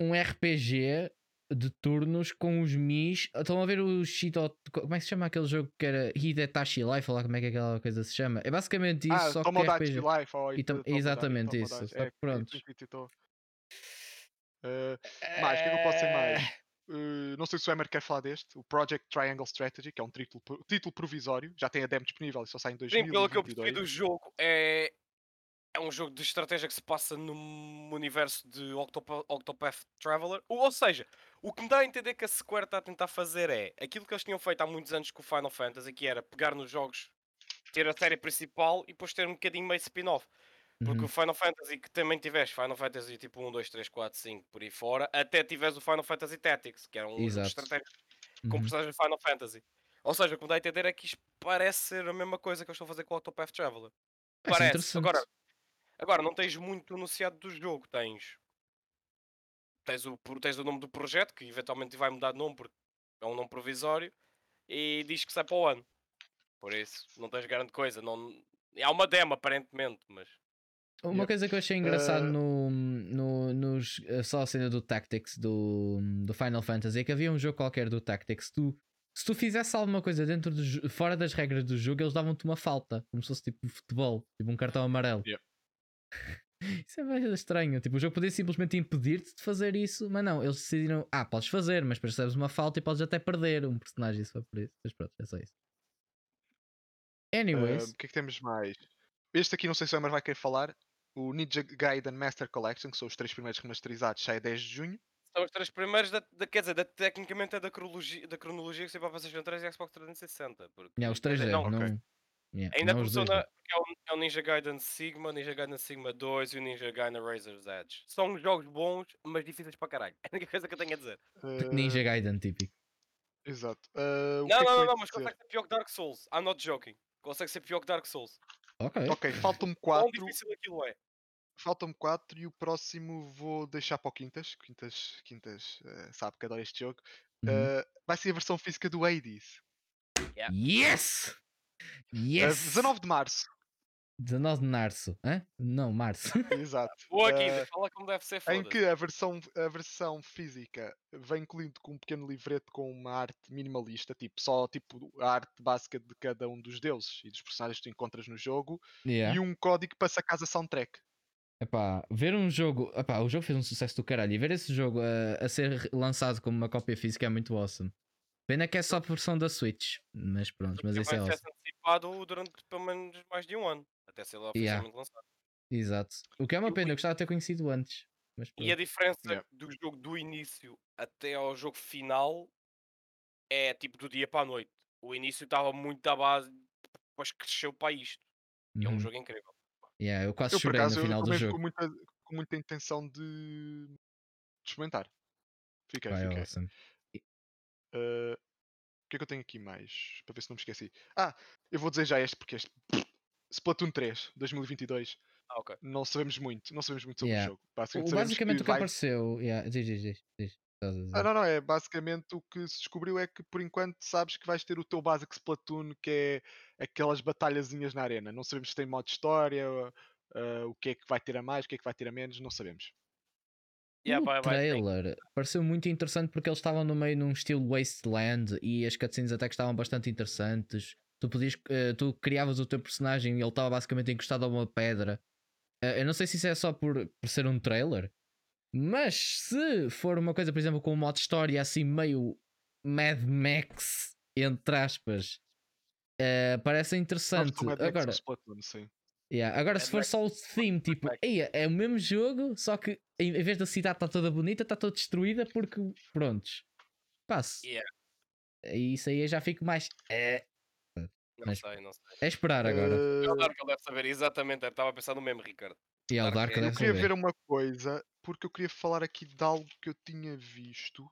[SPEAKER 1] um RPG de turnos com os Mis. Estão a ver o Shito. Como é que se chama aquele jogo que era Hidetashi Life? Ou lá como é que aquela coisa se chama? É basicamente isso,
[SPEAKER 3] Ah,
[SPEAKER 1] só que é
[SPEAKER 3] Tomodachi
[SPEAKER 1] RPG.
[SPEAKER 3] Life. Oh,
[SPEAKER 1] E tam- exatamente isso, só-
[SPEAKER 3] é,
[SPEAKER 1] pronto.
[SPEAKER 3] mais, o que é que eu posso dizer mais?
[SPEAKER 1] Eh,
[SPEAKER 3] Eh, não sei se o Emer quer falar deste. O Project Triangle Strategy, que é um título, pro- título provisório. Já tem a demo disponível e só sai em
[SPEAKER 2] Sim,
[SPEAKER 3] 2022.
[SPEAKER 2] pelo que eu percebi do jogo, é... é um jogo de estratégia que se passa num universo de Octopa- Octopath Traveler. Ou, ou seja, o que me dá a entender que a Square está a tentar fazer é aquilo que eles tinham feito há muitos anos com o Final Fantasy, que era pegar nos jogos, ter a série principal e depois ter um bocadinho meio spin-off. Porque
[SPEAKER 1] uhum.
[SPEAKER 2] o Final Fantasy que também tiveste, Final Fantasy tipo 1, 2, 3, 4, 5, por aí fora, até tiveste o Final Fantasy Tactics, que era um jogo de
[SPEAKER 1] Exato.
[SPEAKER 2] estratégia com
[SPEAKER 1] uhum.
[SPEAKER 2] personagens de Final Fantasy. Ou seja, o que me dá a entender é que isto parece ser a mesma coisa que eu estou a fazer com o Autopath Traveler.
[SPEAKER 1] Vai ser
[SPEAKER 2] Parece. Agora,
[SPEAKER 1] É, interessante.
[SPEAKER 2] agora, não tens muito anunciado do jogo. Tens. Tens o, pro- tens o nome do projeto, que eventualmente vai mudar de nome porque é um nome provisório, e diz que sai para o ano. Por isso, não tens grande coisa. Não... Há uma demo, aparentemente, mas.
[SPEAKER 1] Uma
[SPEAKER 3] Yep.
[SPEAKER 1] coisa que eu achei engraçado
[SPEAKER 3] Eh,
[SPEAKER 1] no, no, nos, eh, só a cena do Tactics do, do Final Fantasy é que havia um jogo qualquer do Tactics. Tu, se tu fizesse alguma coisa dentro do, jo- fora das regras do jogo, eles davam-te uma falta, como se fosse tipo futebol, tipo um cartão amarelo.
[SPEAKER 3] Yep.
[SPEAKER 1] Isso é bem estranho. Tipo, o jogo podia simplesmente impedir-te de fazer isso, mas não, eles decidiram, ah, podes fazer, mas percebes uma falta e podes até perder um personagem. Isso foi por isso. Mas pronto, é só isso.
[SPEAKER 3] Ah,
[SPEAKER 1] Anyways,
[SPEAKER 3] O que é que temos mais? Este aqui não sei se o Emer vai querer falar. O Ninja Gaiden Master Collection, que são os três primeiros remasterizados, sai a 10 de junho.
[SPEAKER 2] São os três primeiros, da, da- quer dizer, da, tecnicamente é da cronologia, da cronologia que saiu para a PlayStation 3 e Xbox 360. Porque,
[SPEAKER 1] yeah, os
[SPEAKER 2] quer
[SPEAKER 1] três
[SPEAKER 2] dizer,
[SPEAKER 1] é,
[SPEAKER 2] Eh, não,
[SPEAKER 1] não.
[SPEAKER 3] ok.
[SPEAKER 1] yeah,
[SPEAKER 2] Ainda
[SPEAKER 1] não os
[SPEAKER 2] começou
[SPEAKER 1] dois, né?
[SPEAKER 2] na, porque é, o, é o Ninja Gaiden Sigma, o Ninja Gaiden Sigma 2 e o Ninja Gaiden Razor's Edge. São jogos bons, mas difíceis para caralho. É a única coisa que eu tenho a dizer.
[SPEAKER 1] não. Ninja
[SPEAKER 3] Ah,
[SPEAKER 1] Gaiden, típico.
[SPEAKER 3] Exato. Ah, o que é
[SPEAKER 2] Não,
[SPEAKER 3] que eu
[SPEAKER 2] não, não,
[SPEAKER 3] ia
[SPEAKER 2] não, mas
[SPEAKER 3] dizer?
[SPEAKER 2] consegue ser pior que Dark Souls. I'm not joking. Consegue ser pior que Dark Souls.
[SPEAKER 1] Ok.
[SPEAKER 3] Ok, faltam-me
[SPEAKER 2] Quão
[SPEAKER 3] 4.
[SPEAKER 2] difícil aquilo é.
[SPEAKER 3] Faltam-me 4 e o próximo vou deixar para o Quintas. Quintas, Quintas ah, sabe que adora este jogo.
[SPEAKER 1] Uhum.
[SPEAKER 3] Ah, vai ser a versão física do Hades.
[SPEAKER 1] Yes!
[SPEAKER 3] Ah,
[SPEAKER 1] Yes!
[SPEAKER 3] 19 de março.
[SPEAKER 1] 19 de março. Hã? Não, março.
[SPEAKER 3] Exato.
[SPEAKER 2] Boa,
[SPEAKER 3] Ah,
[SPEAKER 2] Guida, fala como deve ser,
[SPEAKER 3] em
[SPEAKER 2] foda
[SPEAKER 3] que a versão, a versão física vem incluindo com um pequeno livreto com uma arte minimalista, tipo só tipo a arte básica de cada um dos deuses e dos personagens que tu encontras no jogo,
[SPEAKER 1] Yeah.
[SPEAKER 3] e um código para sacar a soundtrack.
[SPEAKER 1] Epá, ver um jogo. Epá, o jogo fez um sucesso do caralho. E ver esse jogo eh, a, a ser lançado como uma cópia física é muito awesome. Pena que é só a versão da Switch. Mas pronto, mas
[SPEAKER 2] Porque
[SPEAKER 1] isso é
[SPEAKER 2] vai ser
[SPEAKER 1] awesome.
[SPEAKER 2] antecipado durante pelo menos mais de um ano, até ser lá
[SPEAKER 1] Yeah.
[SPEAKER 2] oficialmente lançado.
[SPEAKER 1] Exato. O que é uma
[SPEAKER 2] Eu-
[SPEAKER 1] pena, eu gostava de ter conhecido antes. Mas
[SPEAKER 3] é
[SPEAKER 2] E a
[SPEAKER 1] pronto.
[SPEAKER 2] diferença
[SPEAKER 3] Yeah.
[SPEAKER 2] do jogo do início até ao jogo final é tipo do dia para a noite. O início estava muito à base, depois cresceu para isto. E É um
[SPEAKER 1] Uhum.
[SPEAKER 2] jogo incrível.
[SPEAKER 1] Yeah, eu quase
[SPEAKER 3] Eu, por
[SPEAKER 1] chorei
[SPEAKER 3] acaso,
[SPEAKER 1] no
[SPEAKER 3] eu
[SPEAKER 1] final do
[SPEAKER 3] comecei com
[SPEAKER 1] jogo.
[SPEAKER 3] muita, com muita intenção de, de experimentar. Fiquei,
[SPEAKER 1] Pá, é
[SPEAKER 3] fiquei.
[SPEAKER 1] awesome.
[SPEAKER 3] Ah, o que é que eu tenho aqui mais? Para ver se não me esqueci. Ah, eu vou dizer já este, porque este. Splatoon 3, 2022.
[SPEAKER 2] Ah, ok.
[SPEAKER 3] Não sabemos muito. Não sabemos muito sobre
[SPEAKER 1] Yeah.
[SPEAKER 3] o jogo. Basicamente,
[SPEAKER 1] O-
[SPEAKER 3] sabemos
[SPEAKER 1] basicamente o que
[SPEAKER 3] vai-
[SPEAKER 1] apareceu. né? Yeah, diz, diz, diz. diz. Estás a dizer.
[SPEAKER 3] Ah, não, não, é basicamente o que se descobriu é que por enquanto sabes que vais ter o teu básico Splatoon, que é aquelas batalhazinhas na arena. Não sabemos se tem modo história, ah, o que é que vai ter a mais, o que é que vai ter a menos, não sabemos.
[SPEAKER 2] Yeah,
[SPEAKER 1] o
[SPEAKER 2] vai- vai- tem-
[SPEAKER 1] Um trailer pareceu muito interessante porque eles estavam no meio num estilo wasteland e as cutscenes até que estavam bastante interessantes. Tu podias, eh, tu criavas o teu personagem e ele estava basicamente encostado a uma pedra. Eh, eu não sei se isso é só por, por ser um trailer, mas se for uma coisa, por exemplo, com um modo história assim meio Mad Max, entre aspas, eh, parece
[SPEAKER 3] Sabes
[SPEAKER 1] interessante.
[SPEAKER 3] como é que é que se
[SPEAKER 1] Agora,
[SPEAKER 3] Splatoon, sim.
[SPEAKER 1] Yeah, Agora, se
[SPEAKER 2] Mad
[SPEAKER 1] for
[SPEAKER 2] Max.
[SPEAKER 1] só o theme, tipo,
[SPEAKER 2] Max.
[SPEAKER 1] "Eia, é o mesmo jogo, só que em em vez da cidade está toda bonita, está toda destruída porque, prontos, passo.
[SPEAKER 2] Yeah.
[SPEAKER 1] E isso aí eu já fico mais. É,
[SPEAKER 2] Não
[SPEAKER 1] Mas-
[SPEAKER 2] sei, não sei.
[SPEAKER 1] é esperar agora.
[SPEAKER 2] É o
[SPEAKER 3] Ah,
[SPEAKER 2] Dark ele deve saber, exatamente. eu Estava a pensar no mesmo, Ricardo.
[SPEAKER 1] e é o
[SPEAKER 2] claro
[SPEAKER 1] Dark
[SPEAKER 2] que é.
[SPEAKER 1] deve
[SPEAKER 3] eu queria
[SPEAKER 1] saber.
[SPEAKER 3] ver uma coisa, porque eu queria falar aqui de algo que eu tinha visto,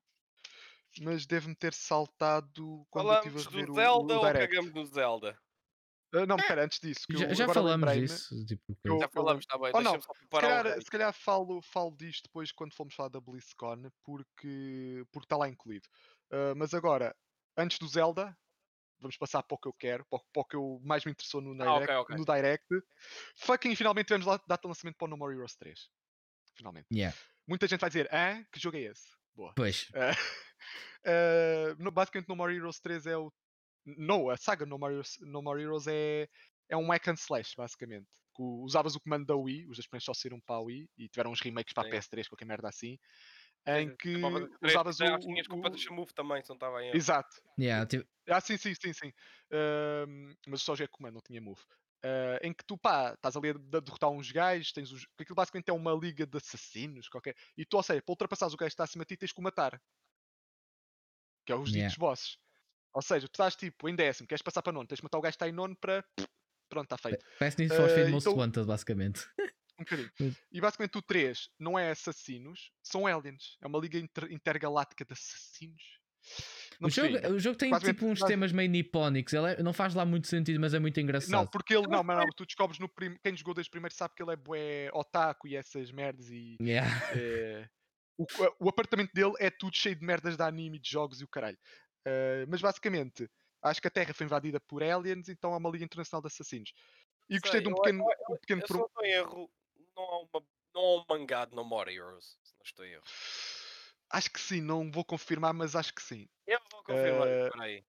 [SPEAKER 3] mas deve-me ter saltado quando eu
[SPEAKER 2] Falamos
[SPEAKER 3] estive a ver
[SPEAKER 2] do
[SPEAKER 3] o,
[SPEAKER 2] Zelda
[SPEAKER 3] o
[SPEAKER 2] ou
[SPEAKER 3] Direct.
[SPEAKER 2] cagamos no Zelda?
[SPEAKER 3] Ah, não,
[SPEAKER 2] É.
[SPEAKER 3] pera, antes disso, que
[SPEAKER 1] Já,
[SPEAKER 3] eu
[SPEAKER 1] já
[SPEAKER 3] agora
[SPEAKER 1] falamos
[SPEAKER 3] lembrei-me-
[SPEAKER 1] disso. Tipo, que-
[SPEAKER 3] eu-
[SPEAKER 2] Já falámos, está tá bem.
[SPEAKER 3] Oh, não,
[SPEAKER 2] Deixa-me só
[SPEAKER 3] Se
[SPEAKER 2] preparar
[SPEAKER 3] calhar,
[SPEAKER 2] um
[SPEAKER 3] se calhar falo, falo disto depois quando formos falar da BlizzCon, porque porque está lá incluído. Ah, mas agora, antes do Zelda, vamos passar para o que eu quero, para o, para o que eu mais me interessou no
[SPEAKER 2] Ah, ok,
[SPEAKER 3] Direct.
[SPEAKER 2] ok.
[SPEAKER 3] No direct. Fucking, finalmente tivemos lá data de lançamento para o No More Heroes 3. Finalmente.
[SPEAKER 1] Yeah.
[SPEAKER 3] Muita gente vai dizer, ah, que jogo é esse? Boa.
[SPEAKER 1] Pois,
[SPEAKER 3] Ah, ah, no- basicamente, No More Heroes 3 é o. No, a saga No More Heroes, no More Heroes é, é um hack and slash, basicamente. Que o- usavas o comando da Wii, os dois primeiros só saíram para a Wii e tiveram uns remakes para a
[SPEAKER 2] Sim.
[SPEAKER 3] PS3, qualquer merda assim.
[SPEAKER 2] Sim,
[SPEAKER 3] Em
[SPEAKER 2] sim,
[SPEAKER 3] que
[SPEAKER 2] acabava de-
[SPEAKER 3] usavas o.
[SPEAKER 2] Já tinhas culpa do
[SPEAKER 3] o-
[SPEAKER 2] Chamuf também, se não tá estava em erro.
[SPEAKER 3] Exato.
[SPEAKER 1] yeah, tipo,
[SPEAKER 3] Ah, sim, sim, sim, sim. Ahm, mas só já é comando, não tinha move. Ah, em que tu, pá, estás ali a de- a derrotar uns gajos, tens os... que aquilo basicamente é uma liga de assassinos, qualquer. E tu, ou seja, para ultrapassares o gajo que está acima de ti, tens que o matar. Que é os
[SPEAKER 1] Yeah.
[SPEAKER 3] ditos bosses. Ou seja, tu estás tipo em décimo, queres passar para nono, tens de matar o gajo que está em nono para. Pronto, está feito.
[SPEAKER 1] parece Need for
[SPEAKER 3] Eh,
[SPEAKER 1] Speed Most
[SPEAKER 3] então-
[SPEAKER 1] Wanted, basicamente.
[SPEAKER 3] Um bocadinho.
[SPEAKER 1] Pois.
[SPEAKER 3] E basicamente o 3 não é assassinos, são aliens. É uma liga inter- intergaláctica de assassinos. Não
[SPEAKER 1] O jogo,
[SPEAKER 3] percebi.
[SPEAKER 1] o jogo tem
[SPEAKER 3] Basicamente-
[SPEAKER 1] tipo uns
[SPEAKER 3] basi-
[SPEAKER 1] temas meio nipónicos, ele é- não faz lá muito sentido, mas é muito engraçado.
[SPEAKER 3] Não, porque ele.
[SPEAKER 2] Eu não
[SPEAKER 3] Não, mas não, tu descobres no primeiro. Quem jogou desde o primeiro sabe que ele é bué otaku e essas merdas e.
[SPEAKER 1] Yeah.
[SPEAKER 3] eh, o, co- o apartamento dele é tudo cheio de merdas de anime, de jogos e o caralho. Eh, mas basicamente, acho que a Terra foi invadida por aliens, então há uma Liga Internacional de Assassinos. E
[SPEAKER 2] Sei,
[SPEAKER 3] gostei de um
[SPEAKER 2] eu-
[SPEAKER 3] pequeno.
[SPEAKER 2] eu-
[SPEAKER 3] um pequeno
[SPEAKER 2] Eu, se
[SPEAKER 3] pro-
[SPEAKER 2] não estou em erro, não há, uma, não há um mangá de No More Heroes, se não estou em erro.
[SPEAKER 3] Acho que sim, não vou confirmar, mas acho que sim.
[SPEAKER 2] Eu vou confirmar,
[SPEAKER 3] Eh,
[SPEAKER 2] espera aí.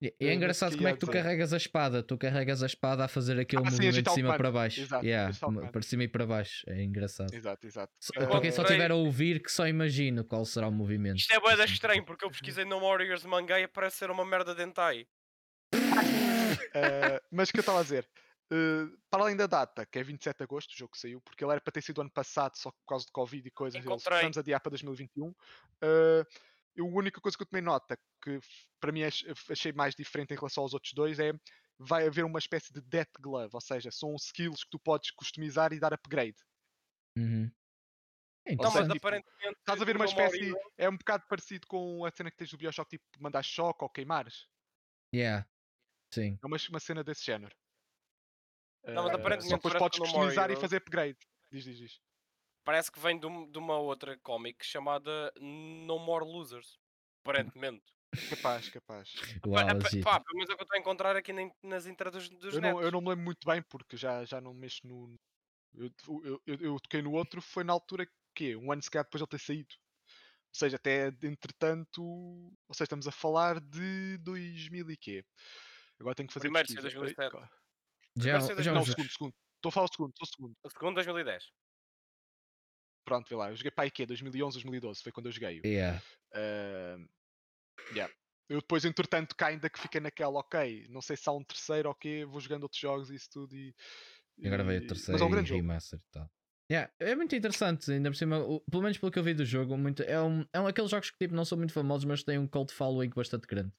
[SPEAKER 1] E
[SPEAKER 3] Eu
[SPEAKER 1] é
[SPEAKER 3] não
[SPEAKER 1] engraçado
[SPEAKER 3] sei
[SPEAKER 1] como é
[SPEAKER 3] a
[SPEAKER 1] que tu
[SPEAKER 3] dizer.
[SPEAKER 1] carregas a espada. Tu carregas a espada a fazer aquele
[SPEAKER 3] Ah, sim,
[SPEAKER 1] movimento de
[SPEAKER 3] agitar o
[SPEAKER 1] cima
[SPEAKER 3] comando.
[SPEAKER 1] para baixo.
[SPEAKER 3] Exato,
[SPEAKER 1] Yeah,
[SPEAKER 3] agitar o
[SPEAKER 1] ma-
[SPEAKER 3] comando.
[SPEAKER 1] para cima e para baixo. É engraçado.
[SPEAKER 3] Exato, exato.
[SPEAKER 1] So-
[SPEAKER 3] Eh,
[SPEAKER 1] Para quem só
[SPEAKER 2] Encontrei-
[SPEAKER 1] estiver a ouvir, que só imagino qual será o movimento.
[SPEAKER 2] Isto é boeda
[SPEAKER 1] Assim.
[SPEAKER 2] estranho, porque eu pesquisei No More Heroes mangá e parece ser uma merda de hentai.
[SPEAKER 3] Eh, mas o que eu estava a dizer? eh, para além da data, que é 27 de agosto, o jogo que saiu, porque ele era para ter sido ano passado, só que por causa de Covid e coisas, eles
[SPEAKER 2] Encontrei.
[SPEAKER 3] vamos adiar para 2021. Eh, eu- a única coisa que eu tomei nota, que f- para mim ach- achei mais diferente em relação aos outros dois, é vai haver uma espécie de Death Glove, ou seja, são skills que tu podes customizar e dar upgrade.
[SPEAKER 1] Uhum. É
[SPEAKER 2] Não, mas
[SPEAKER 1] interessante.
[SPEAKER 3] tipo,
[SPEAKER 2] aparentemente.
[SPEAKER 3] Estás a ver
[SPEAKER 2] o
[SPEAKER 3] uma
[SPEAKER 2] No More
[SPEAKER 3] espécie,
[SPEAKER 2] Heroes-
[SPEAKER 3] é um bocado parecido com a cena que tens do Bioshock, tipo mandar choque ou queimares.
[SPEAKER 1] Yeah. Sim.
[SPEAKER 3] É uma, uma cena desse género.
[SPEAKER 2] mas
[SPEAKER 3] Eh,
[SPEAKER 2] aparentemente
[SPEAKER 3] só depois
[SPEAKER 2] parece
[SPEAKER 3] podes
[SPEAKER 2] que o No More
[SPEAKER 3] customizar e
[SPEAKER 2] Heroes-
[SPEAKER 3] fazer upgrade. Diz, diz, diz.
[SPEAKER 2] Parece que vem de, um- de uma outra comic chamada No More Losers. Aparentemente.
[SPEAKER 3] É Capaz, capaz.
[SPEAKER 1] Uau,
[SPEAKER 2] Apa-
[SPEAKER 1] legit.
[SPEAKER 2] pá, pelo menos é o que eu estou a encontrar aqui na in- nas intras dos, dos
[SPEAKER 3] Eu não, eu
[SPEAKER 2] netos.
[SPEAKER 3] não me lembro muito bem porque já, já não mexo no. Eu, eu, eu, eu toquei no outro, foi na altura que Um ano se calhar depois de ele ter saído. Ou seja, até de- entretanto. Ou seja, estamos a falar de 2000 e quê? Agora tenho que fazer
[SPEAKER 2] Primeiro, se é
[SPEAKER 3] pesquisa.
[SPEAKER 2] 2007.
[SPEAKER 3] Peraí,
[SPEAKER 1] Já,
[SPEAKER 2] sei das-
[SPEAKER 1] já é um
[SPEAKER 3] Não,
[SPEAKER 1] os-
[SPEAKER 3] segundo, segundo. Estou a falar o segundo, estou o segundo.
[SPEAKER 2] Segundo 2010.
[SPEAKER 3] Pronto, vê lá. Eu joguei para aí quê? 2011, 2012. Foi quando eu joguei.
[SPEAKER 1] Yeah.
[SPEAKER 3] Ah, yeah. Eu depois, entretanto, cá ainda que fiquei naquela, ok, não sei se há um terceiro ou quê, vou jogando outros jogos e isso tudo e.
[SPEAKER 1] E agora veio
[SPEAKER 3] e-
[SPEAKER 1] o terceiro
[SPEAKER 3] Mas é um grande
[SPEAKER 1] e
[SPEAKER 3] jogo.
[SPEAKER 1] remaster e tal. Yeah, é muito interessante, ainda por cima, o- pelo menos pelo que eu vi do jogo, muito, é, um, é um aqueles jogos que tipo, não são muito famosos, mas têm um cult following bastante grande.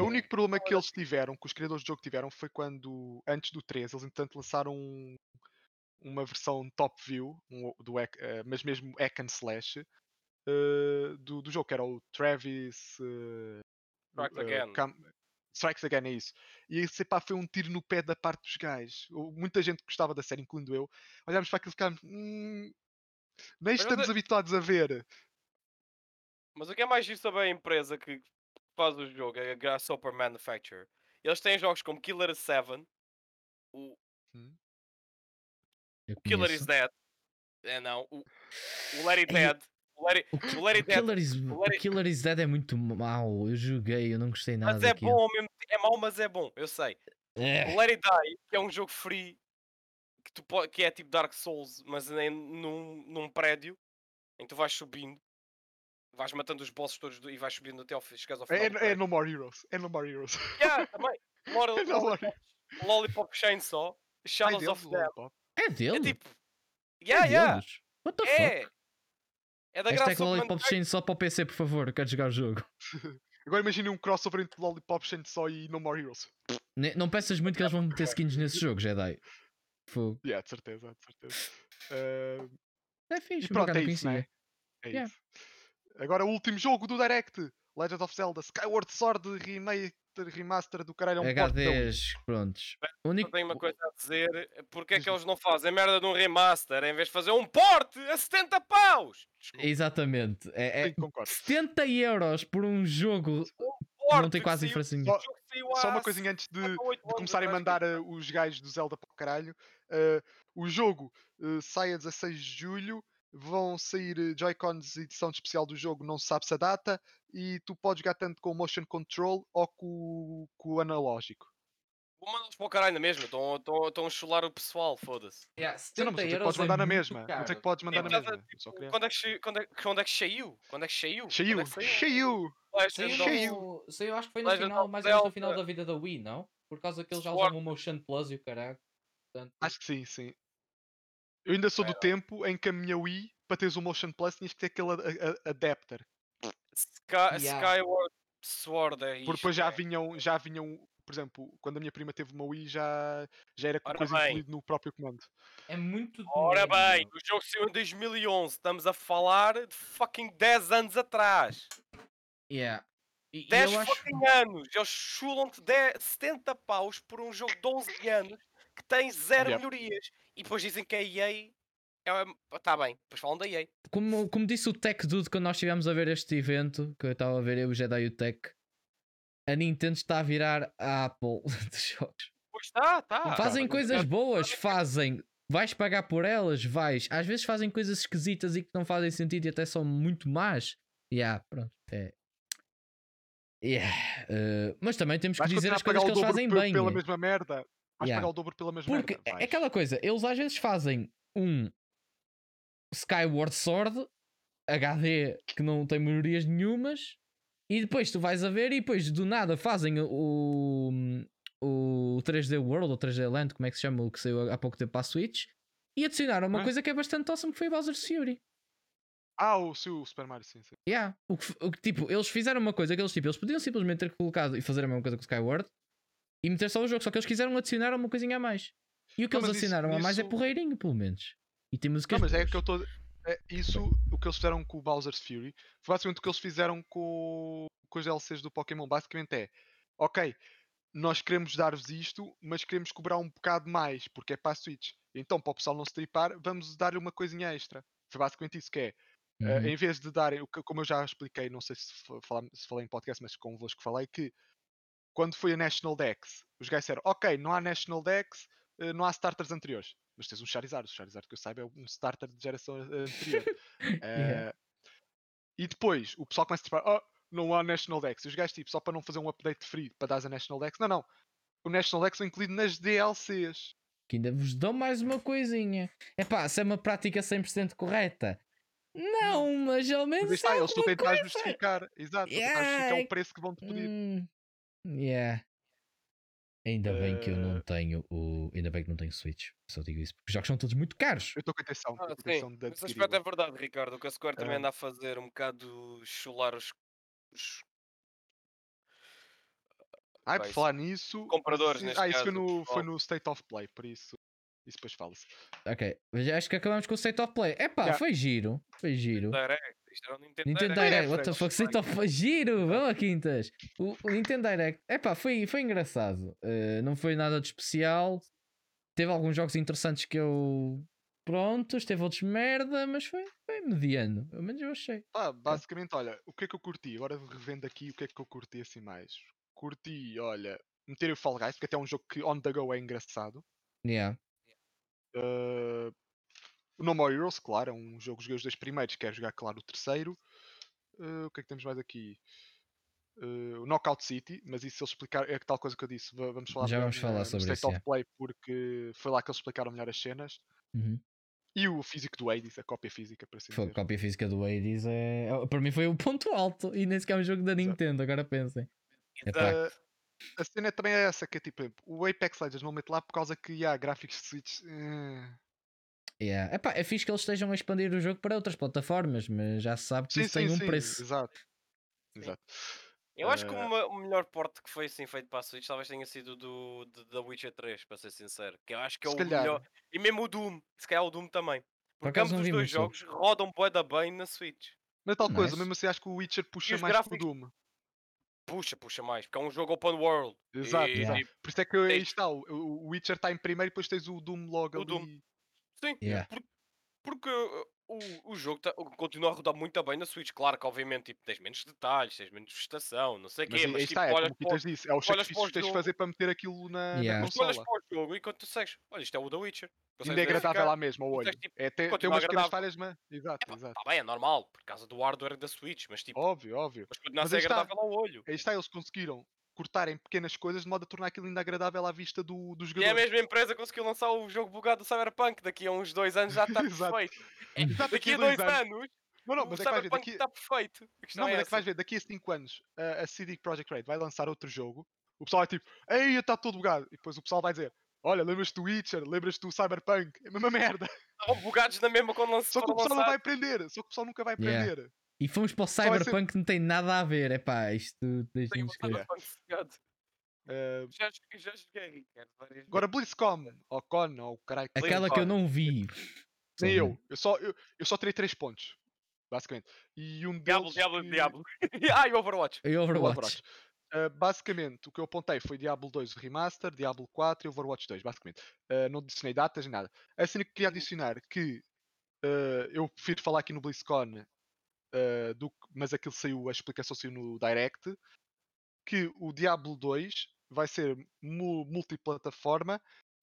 [SPEAKER 3] O único problema que eles tiveram, que os criadores do jogo tiveram, foi quando, antes do 3, eles entretanto lançaram um- uma versão top view, um o- do, hack- eh, mas mesmo hack and slash, eh, do, do jogo, que era o Travis. eh,
[SPEAKER 2] Strikes
[SPEAKER 3] eh,
[SPEAKER 2] Again.
[SPEAKER 3] Cam- Strikes Again, é isso. E esse pá, foi um tiro no pé da parte dos gajos. Houve Muita gente que gostava da série, incluindo eu. Olhámos para aquilo e ficámos. "Hum, nem
[SPEAKER 2] Mas
[SPEAKER 3] estamos
[SPEAKER 2] é-
[SPEAKER 3] habituados a ver.
[SPEAKER 2] Mas o que é mais giro sobre a empresa que faz o jogo, é a Grasshopper Manufacture, eles têm jogos como Killer 7, o
[SPEAKER 1] Eu
[SPEAKER 2] Killer
[SPEAKER 1] conheço.
[SPEAKER 2] is Dead, é não, o, o Larry
[SPEAKER 1] Ei,
[SPEAKER 2] Dead, o Larry,
[SPEAKER 1] O, ki-
[SPEAKER 2] o Larry
[SPEAKER 1] o
[SPEAKER 2] Dead,
[SPEAKER 1] Killer is,
[SPEAKER 2] o
[SPEAKER 1] o
[SPEAKER 2] Larry-
[SPEAKER 1] Killer is Dead é muito mau. Eu joguei, eu não gostei nada.
[SPEAKER 2] mas é
[SPEAKER 1] daquilo.
[SPEAKER 2] bom ao mesmo tempo, é mau mas é bom, eu sei.
[SPEAKER 1] É.
[SPEAKER 2] O Larry Die, que é um jogo free, que, tu po- que é tipo Dark Souls, mas nem num, num prédio, em que tu vais subindo, vais matando os bosses todos do- e vais subindo até ao, fi- chegares ao final.
[SPEAKER 3] É,
[SPEAKER 2] do
[SPEAKER 3] é
[SPEAKER 2] prédio.
[SPEAKER 3] No More Heroes. É No More Heroes.
[SPEAKER 2] Yeah, também. Moral-
[SPEAKER 3] É No More Heroes.
[SPEAKER 2] Lollipop Chainsaw,
[SPEAKER 3] Ai,
[SPEAKER 2] Shadows
[SPEAKER 3] Deus,
[SPEAKER 2] of Death.
[SPEAKER 3] Lollipop.
[SPEAKER 1] É dele?
[SPEAKER 2] É tipo.
[SPEAKER 1] É
[SPEAKER 2] Yeah, yeah.
[SPEAKER 1] deles? What the fuck?
[SPEAKER 2] É. É da
[SPEAKER 1] Hashtag
[SPEAKER 2] graça humana.
[SPEAKER 1] Lollipop Chain só para o PC, por favor. eu Quero jogar o jogo.
[SPEAKER 3] Agora imaginem um crossover entre Lollipop Chainsaw e No More Heroes.
[SPEAKER 1] Ne- Não peças muito que eles vão meter skins nesse jogo, Jedi. Fogo.
[SPEAKER 3] Yeah, de certeza, de certeza. Ah,
[SPEAKER 1] É
[SPEAKER 3] e
[SPEAKER 1] fixe, por
[SPEAKER 3] pronto,
[SPEAKER 1] acaso
[SPEAKER 3] é
[SPEAKER 1] não
[SPEAKER 3] isso, né?
[SPEAKER 1] conhecia.
[SPEAKER 3] É
[SPEAKER 1] Yeah.
[SPEAKER 3] isso. Agora o último jogo do Direct. Legend of Zelda Skyward Sword Remake Remaster do caralho é um porte da Wii.
[SPEAKER 1] HDs, prontos. O
[SPEAKER 2] Eu
[SPEAKER 1] único...
[SPEAKER 2] tenho uma coisa a dizer. Porque é que
[SPEAKER 3] Diz-me.
[SPEAKER 2] eles não fazem merda de um remaster em vez de fazer um porte a 70 paus? Desculpa,
[SPEAKER 1] Exatamente. É,
[SPEAKER 3] Sim,
[SPEAKER 1] é
[SPEAKER 3] concordo.
[SPEAKER 1] 70 euros por um jogo
[SPEAKER 2] porte
[SPEAKER 1] não tem quase
[SPEAKER 2] que saiu-
[SPEAKER 1] diferença nenhuma.
[SPEAKER 3] Só-
[SPEAKER 2] o jogo que saiu
[SPEAKER 3] Só
[SPEAKER 2] há
[SPEAKER 3] uma coisinha antes de,
[SPEAKER 2] 58 anos
[SPEAKER 3] de começarem a
[SPEAKER 2] atrás,
[SPEAKER 3] mandar ah, os gajos do Zelda para o caralho. Ah, o jogo ah, sai a 16 de julho. Vão sair ah, Joy-Cons edição especial do jogo, não se sabe se a data. E tu podes jogar tanto com o Motion Control ou com, o- com o analógico.
[SPEAKER 2] Vou mandá-los para o caralho ainda mesmo. Estão- Estão estão a chular o pessoal, foda-se.
[SPEAKER 3] Sim, não, mas tu
[SPEAKER 2] é
[SPEAKER 3] podes mandar na mesma. Não sei que podes mandar na
[SPEAKER 2] mas é
[SPEAKER 3] mesma. Só queria-
[SPEAKER 2] Quando é que saiu? Quando é quando é que saiu? Quando é que saiu?
[SPEAKER 3] Saiu,
[SPEAKER 2] Quando é que
[SPEAKER 3] saiu!
[SPEAKER 2] Legend
[SPEAKER 1] Saiu,
[SPEAKER 2] of-
[SPEAKER 3] Cheio.
[SPEAKER 1] no- saiu, acho que foi no
[SPEAKER 2] Legend
[SPEAKER 1] final,
[SPEAKER 2] of
[SPEAKER 1] mais ou menos no
[SPEAKER 2] Zelda.
[SPEAKER 1] final da vida da Wii, não? Por causa que eles já
[SPEAKER 2] Sword.
[SPEAKER 1] usavam o Motion Plus e o caralho. Portanto,
[SPEAKER 3] Acho que sim, sim. Eu ainda sou do tempo em que a minha Wii, para teres o Motion Plus, tinhas que ter aquele a- a- adapter.
[SPEAKER 2] Sky-
[SPEAKER 1] Yeah.
[SPEAKER 2] Skyward Sword é
[SPEAKER 3] Porque depois
[SPEAKER 2] isto,
[SPEAKER 3] já
[SPEAKER 2] é.
[SPEAKER 3] vinham, já vinham, por exemplo, quando a minha prima teve uma Wii, já, já era com
[SPEAKER 2] Ora
[SPEAKER 3] coisa
[SPEAKER 2] bem.
[SPEAKER 3] incluída no próprio comando.
[SPEAKER 1] é muito
[SPEAKER 2] Ora
[SPEAKER 1] dinheiro,
[SPEAKER 2] bem,
[SPEAKER 1] meu.
[SPEAKER 2] o jogo saiu em 2011. Estamos a falar de fucking 10 anos atrás.
[SPEAKER 1] Yeah. E, e
[SPEAKER 2] 10
[SPEAKER 1] eu acho...
[SPEAKER 2] fucking anos. Eles chulam-te 10 70 paus por um jogo de 11 anos que tem zero
[SPEAKER 3] Yep.
[SPEAKER 2] melhorias. E depois dizem que a EA. Está bem, depois falam da EA.
[SPEAKER 1] Como, como disse o Tech Dude quando nós estivemos a ver este evento, que eu estava a ver, eu, o Jedi e o Tech, a Nintendo está a virar a Apple dos jogos.
[SPEAKER 2] Pois
[SPEAKER 1] tá,
[SPEAKER 2] está, está.
[SPEAKER 1] fazem
[SPEAKER 3] cara,
[SPEAKER 1] coisas boas, fazem. Vais pagar por elas, vais. Às vezes fazem coisas esquisitas e que não fazem sentido e até são muito más. Yeah, pronto. É. Yeah. eh, mas também temos que
[SPEAKER 3] Vais
[SPEAKER 1] dizer
[SPEAKER 3] continuar
[SPEAKER 1] as
[SPEAKER 3] a pagar
[SPEAKER 1] coisas que
[SPEAKER 3] o
[SPEAKER 1] eles fazem
[SPEAKER 3] dobro pe-
[SPEAKER 1] bem.
[SPEAKER 3] pela
[SPEAKER 1] é.
[SPEAKER 3] mesma merda. Vais
[SPEAKER 1] Yeah.
[SPEAKER 3] pagar o dobro pela mesma
[SPEAKER 1] Porque
[SPEAKER 3] merda.
[SPEAKER 1] é
[SPEAKER 3] vais.
[SPEAKER 1] aquela coisa, eles às vezes fazem um Skyward Sword HD que não tem melhorias nenhumas e depois tu vais a ver e depois do nada fazem o, o 3D World ou 3D Land, como é que se chama, o que saiu há pouco tempo para a Switch e adicionaram uma
[SPEAKER 3] Ah.
[SPEAKER 1] coisa que é bastante awesome que foi o Bowser's Fury.
[SPEAKER 3] Ah, o seu Super Mario, sim, sim.
[SPEAKER 1] Yeah. O que, f- o que, tipo, eles fizeram uma coisa que eles, tipo, eles podiam simplesmente ter colocado e fazer a mesma coisa com o Skyward e meter só o jogo, só que eles quiseram adicionar uma coisinha a mais. E o que
[SPEAKER 3] Não,
[SPEAKER 1] eles
[SPEAKER 3] mas isso-
[SPEAKER 1] adicionaram a mais é
[SPEAKER 3] isso-
[SPEAKER 1] porreirinho, pelo menos. E tem músicas.
[SPEAKER 3] Não, mas é
[SPEAKER 1] boas.
[SPEAKER 3] que eu estou. isso, o que eles fizeram com o Bowser's Fury, foi basicamente o que eles fizeram com, com os DLCs do Pokémon. Basicamente é: ok, nós queremos dar-vos isto, mas queremos cobrar um bocado mais, porque é para a Switch. Então, para o pessoal não se tripar, vamos dar-lhe uma coisinha extra. Foi basicamente isso que é. Eh,
[SPEAKER 1] Uhum.
[SPEAKER 3] em vez de darem, o que- como eu já expliquei, não sei se, fa- falam- se falei em podcast, mas convosco falei, que quando foi a National Dex, os gajos disseram, ok, não há National Dex, eh, não há starters anteriores. Mas tens um Charizard, o Charizard que eu saiba é um starter de geração an- anterior.
[SPEAKER 1] Yeah.
[SPEAKER 3] Eh, E depois, o pessoal começa a tipo, oh, não há National Dex. E os gajos, tipo, só para não fazer um update free para dar a National Dex, não, não. O National Dex é incluído nas DLCs.
[SPEAKER 1] que ainda vos dão mais uma coisinha. É pá, se é uma prática 100% correta. Não, mas ao menos.
[SPEAKER 3] Hum. Mas está,
[SPEAKER 1] é
[SPEAKER 3] eles estão a
[SPEAKER 1] alguma
[SPEAKER 3] tentar
[SPEAKER 1] coisa.
[SPEAKER 3] justificar. Exato, estão a tentar
[SPEAKER 1] Yeah,
[SPEAKER 3] justificar
[SPEAKER 1] é-
[SPEAKER 3] o preço que vão te pedir.
[SPEAKER 1] Hum, yeah. Ainda bem que eu não
[SPEAKER 2] Eh.
[SPEAKER 1] tenho o. Ainda bem que não tenho Switch. Só digo isso. Porque os jogos são todos muito caros.
[SPEAKER 3] Eu estou com atenção.
[SPEAKER 2] Ah,
[SPEAKER 3] estou com
[SPEAKER 2] sim,
[SPEAKER 3] atenção de
[SPEAKER 2] nesse
[SPEAKER 3] adquirir. né?
[SPEAKER 2] aspecto é verdade, Ricardo. O que a Square também
[SPEAKER 3] Ah.
[SPEAKER 2] anda a fazer um bocado chular os, os
[SPEAKER 3] Ai,
[SPEAKER 2] Pá,
[SPEAKER 3] por
[SPEAKER 2] isso-
[SPEAKER 3] falar nisso.
[SPEAKER 2] compradores,
[SPEAKER 3] preciso-
[SPEAKER 2] neste
[SPEAKER 3] Ah, isso foi
[SPEAKER 2] caso,
[SPEAKER 3] no,
[SPEAKER 2] pessoal.
[SPEAKER 3] foi no State of Play, por isso. Isso depois fala-se.
[SPEAKER 1] Ok. Mas acho que acabamos com o State of Play. É pá,
[SPEAKER 3] Yeah.
[SPEAKER 1] foi giro. Foi giro.
[SPEAKER 2] Direct. Isto era um Nintendo,
[SPEAKER 1] Nintendo
[SPEAKER 2] Direct.
[SPEAKER 1] Direct, what the
[SPEAKER 3] Direct,
[SPEAKER 1] fuck, State of Play, giro, vamos a quintas. O, o Nintendo Direct, epá, foi, foi engraçado. Uh, não foi nada de especial. Teve alguns jogos interessantes que eu. Prontos, teve outros merda, mas foi, foi mediano. Pelo menos eu achei.
[SPEAKER 2] É.
[SPEAKER 3] Pá, basicamente, olha, o que é que eu curti? Agora revendo aqui o que é que eu curti assim mais. Curti, olha, meter o Fall Guys, porque até é um jogo que on the go é engraçado.
[SPEAKER 1] Yeah.
[SPEAKER 3] Uh, o No More Heroes, claro, é um jogo que joguei os dois primeiros, quero jogar, claro, o terceiro. Uh, o que é que temos mais aqui? Uh, o Knockout City, mas isso eles explicaram, é que tal coisa que eu disse, va- vamos falar
[SPEAKER 1] Já
[SPEAKER 3] melhor
[SPEAKER 1] vamos falar
[SPEAKER 3] na- no
[SPEAKER 1] sobre
[SPEAKER 3] State
[SPEAKER 1] isso,
[SPEAKER 3] of
[SPEAKER 1] é.
[SPEAKER 3] Play, porque foi lá que eles explicaram melhor as cenas.
[SPEAKER 1] Uhum.
[SPEAKER 3] E o físico do Hades, a cópia física, para assim
[SPEAKER 1] Foi, a
[SPEAKER 3] dizer.
[SPEAKER 1] cópia física do Hades é. é- Para mim foi o ponto alto. E nem sequer é um jogo da
[SPEAKER 3] Exato.
[SPEAKER 1] Nintendo, agora pensem. Epá,
[SPEAKER 2] Exato.
[SPEAKER 3] Uh, a cena também é essa, que é tipo, o Apex Legends não mete lá por causa que há gráficos de Switch. eh,
[SPEAKER 1] yeah. Epá, é fixe que eles estejam a expandir o jogo para outras plataformas, mas já se sabe que
[SPEAKER 3] Sim,
[SPEAKER 1] isso
[SPEAKER 3] sim,
[SPEAKER 1] tem um
[SPEAKER 3] sim,
[SPEAKER 1] preço.
[SPEAKER 3] Exato.
[SPEAKER 2] Sim.
[SPEAKER 3] Exato.
[SPEAKER 2] Eu acho que
[SPEAKER 3] Eh,
[SPEAKER 2] uma- o melhor porte que foi assim feito para a Switch talvez tenha sido do de- da Witcher 3, para ser sincero. Que eu acho que é
[SPEAKER 3] Se
[SPEAKER 2] o
[SPEAKER 3] calhar.
[SPEAKER 2] melhor. E mesmo o Doom, se calhar o Doom também. Porque
[SPEAKER 1] acaso
[SPEAKER 2] ambos
[SPEAKER 1] não
[SPEAKER 2] os
[SPEAKER 1] vi
[SPEAKER 2] dois
[SPEAKER 1] muito sobre.
[SPEAKER 2] jogos rodam bué da bem na Switch.
[SPEAKER 3] Mas tal coisa,
[SPEAKER 1] Nice.
[SPEAKER 3] mesmo assim acho que o Witcher puxa
[SPEAKER 2] os
[SPEAKER 3] mais que o
[SPEAKER 2] gráficos-
[SPEAKER 3] Doom.
[SPEAKER 2] Puxa, puxa mais, porque é um jogo open world.
[SPEAKER 3] Exato,
[SPEAKER 2] E,
[SPEAKER 3] exato.
[SPEAKER 2] tipo,
[SPEAKER 3] Por isso é que aí
[SPEAKER 2] tens-
[SPEAKER 3] está, o- o o Witcher está em primeiro e depois tens o Doom logo
[SPEAKER 2] O
[SPEAKER 3] ali.
[SPEAKER 2] Doom. Sim,
[SPEAKER 1] Yeah.
[SPEAKER 2] por- porque uh, o, o jogo tá- o- continua a rodar muito bem na Switch. Claro que, obviamente, tipo, tens menos detalhes, tens menos estação, não sei o
[SPEAKER 3] Mas
[SPEAKER 2] quê,
[SPEAKER 3] aí
[SPEAKER 2] mas tipo,
[SPEAKER 3] está, é como
[SPEAKER 2] olhas
[SPEAKER 3] o que
[SPEAKER 2] para o-
[SPEAKER 3] tens disse, é os
[SPEAKER 2] olhas para o
[SPEAKER 3] sacrifícios que tens de fazer para meter aquilo na, na
[SPEAKER 1] Yeah.
[SPEAKER 2] mas tu olhas
[SPEAKER 3] consola.
[SPEAKER 2] para o jogo e quando tu segues, olha, isto é o da Witcher.
[SPEAKER 3] Ainda é agradável lá mesmo ao olho.
[SPEAKER 2] consegues, tipo,
[SPEAKER 3] É, tem, tem
[SPEAKER 2] continua
[SPEAKER 3] umas pequenas
[SPEAKER 2] agradável.
[SPEAKER 3] falhas, mas. Exato, exato.
[SPEAKER 2] Está bem, é normal, por causa do hardware da Switch, mas tipo,
[SPEAKER 3] Óbvio, óbvio.
[SPEAKER 2] mas continua a
[SPEAKER 3] Oh, mas
[SPEAKER 2] ser
[SPEAKER 3] aí está.
[SPEAKER 2] agradável ao olho.
[SPEAKER 3] Aí está, eles conseguiram cortar em pequenas coisas de modo a tornar aquilo ainda agradável à vista do, do
[SPEAKER 2] E é a
[SPEAKER 3] jogador.
[SPEAKER 2] mesma empresa que conseguiu lançar o jogo bugado do Cyberpunk, daqui a uns dois anos já está
[SPEAKER 3] Exato.
[SPEAKER 2] perfeito. É,
[SPEAKER 3] Exato,
[SPEAKER 2] daqui a dois anos,
[SPEAKER 3] Não, não,
[SPEAKER 2] o
[SPEAKER 3] mas é que vais ver,
[SPEAKER 2] Cyberpunk
[SPEAKER 3] daqui,
[SPEAKER 2] está perfeito. A questão
[SPEAKER 3] não, mas
[SPEAKER 2] é
[SPEAKER 3] é que vais
[SPEAKER 2] essa.
[SPEAKER 3] ver, daqui a 5 anos a, a CD Projekt Red vai lançar outro jogo. O pessoal é tipo, ei, está todo bugado. E depois o pessoal vai dizer, olha, lembras-te do Witcher, lembras-te do Cyberpunk, é a mesma merda.
[SPEAKER 2] Estavam bugados na mesma quando lanç-
[SPEAKER 3] Só que o
[SPEAKER 2] foram
[SPEAKER 3] pessoal não
[SPEAKER 2] lançados.
[SPEAKER 3] vai aprender, só que o pessoal nunca vai
[SPEAKER 1] Yeah.
[SPEAKER 3] aprender.
[SPEAKER 1] E fomos para o
[SPEAKER 3] vai ser-
[SPEAKER 1] Cyberpunk, que não tem nada a ver. É pá, isto
[SPEAKER 2] Tem o
[SPEAKER 1] deixa-nos
[SPEAKER 3] é.
[SPEAKER 1] coisas.
[SPEAKER 2] Cyberpunk bugado.
[SPEAKER 3] Eh,
[SPEAKER 2] Já, joguei- já joguei, Ricardo. várias
[SPEAKER 3] agora
[SPEAKER 2] vezes.
[SPEAKER 3] BlizzCon, ou Con, ou o caralho que
[SPEAKER 1] Aquela que eu
[SPEAKER 2] Blizzard.
[SPEAKER 1] não Uhum. vi.
[SPEAKER 3] Nem
[SPEAKER 1] Só
[SPEAKER 3] eu, eu só, eu, eu só tirei 3 pontos, basicamente. E um
[SPEAKER 2] Diablo,
[SPEAKER 3] deles
[SPEAKER 2] Diablo,
[SPEAKER 3] que-
[SPEAKER 2] Diablo. Ai, Overwatch.
[SPEAKER 1] E
[SPEAKER 3] o
[SPEAKER 1] Overwatch.
[SPEAKER 3] Overwatch. Ah, basicamente, o que eu apontei foi Diablo 2 Remaster, Diablo 4 e Overwatch 2, basicamente. Ah, não adicionei datas nem nada. A cena que
[SPEAKER 2] Uhum.
[SPEAKER 3] queria adicionar que ah, eu prefiro falar aqui no BlizzCon, ah, do que- mas aquilo saiu, a explicação saiu no Direct, que o Diablo 2 vai ser mu- multiplataforma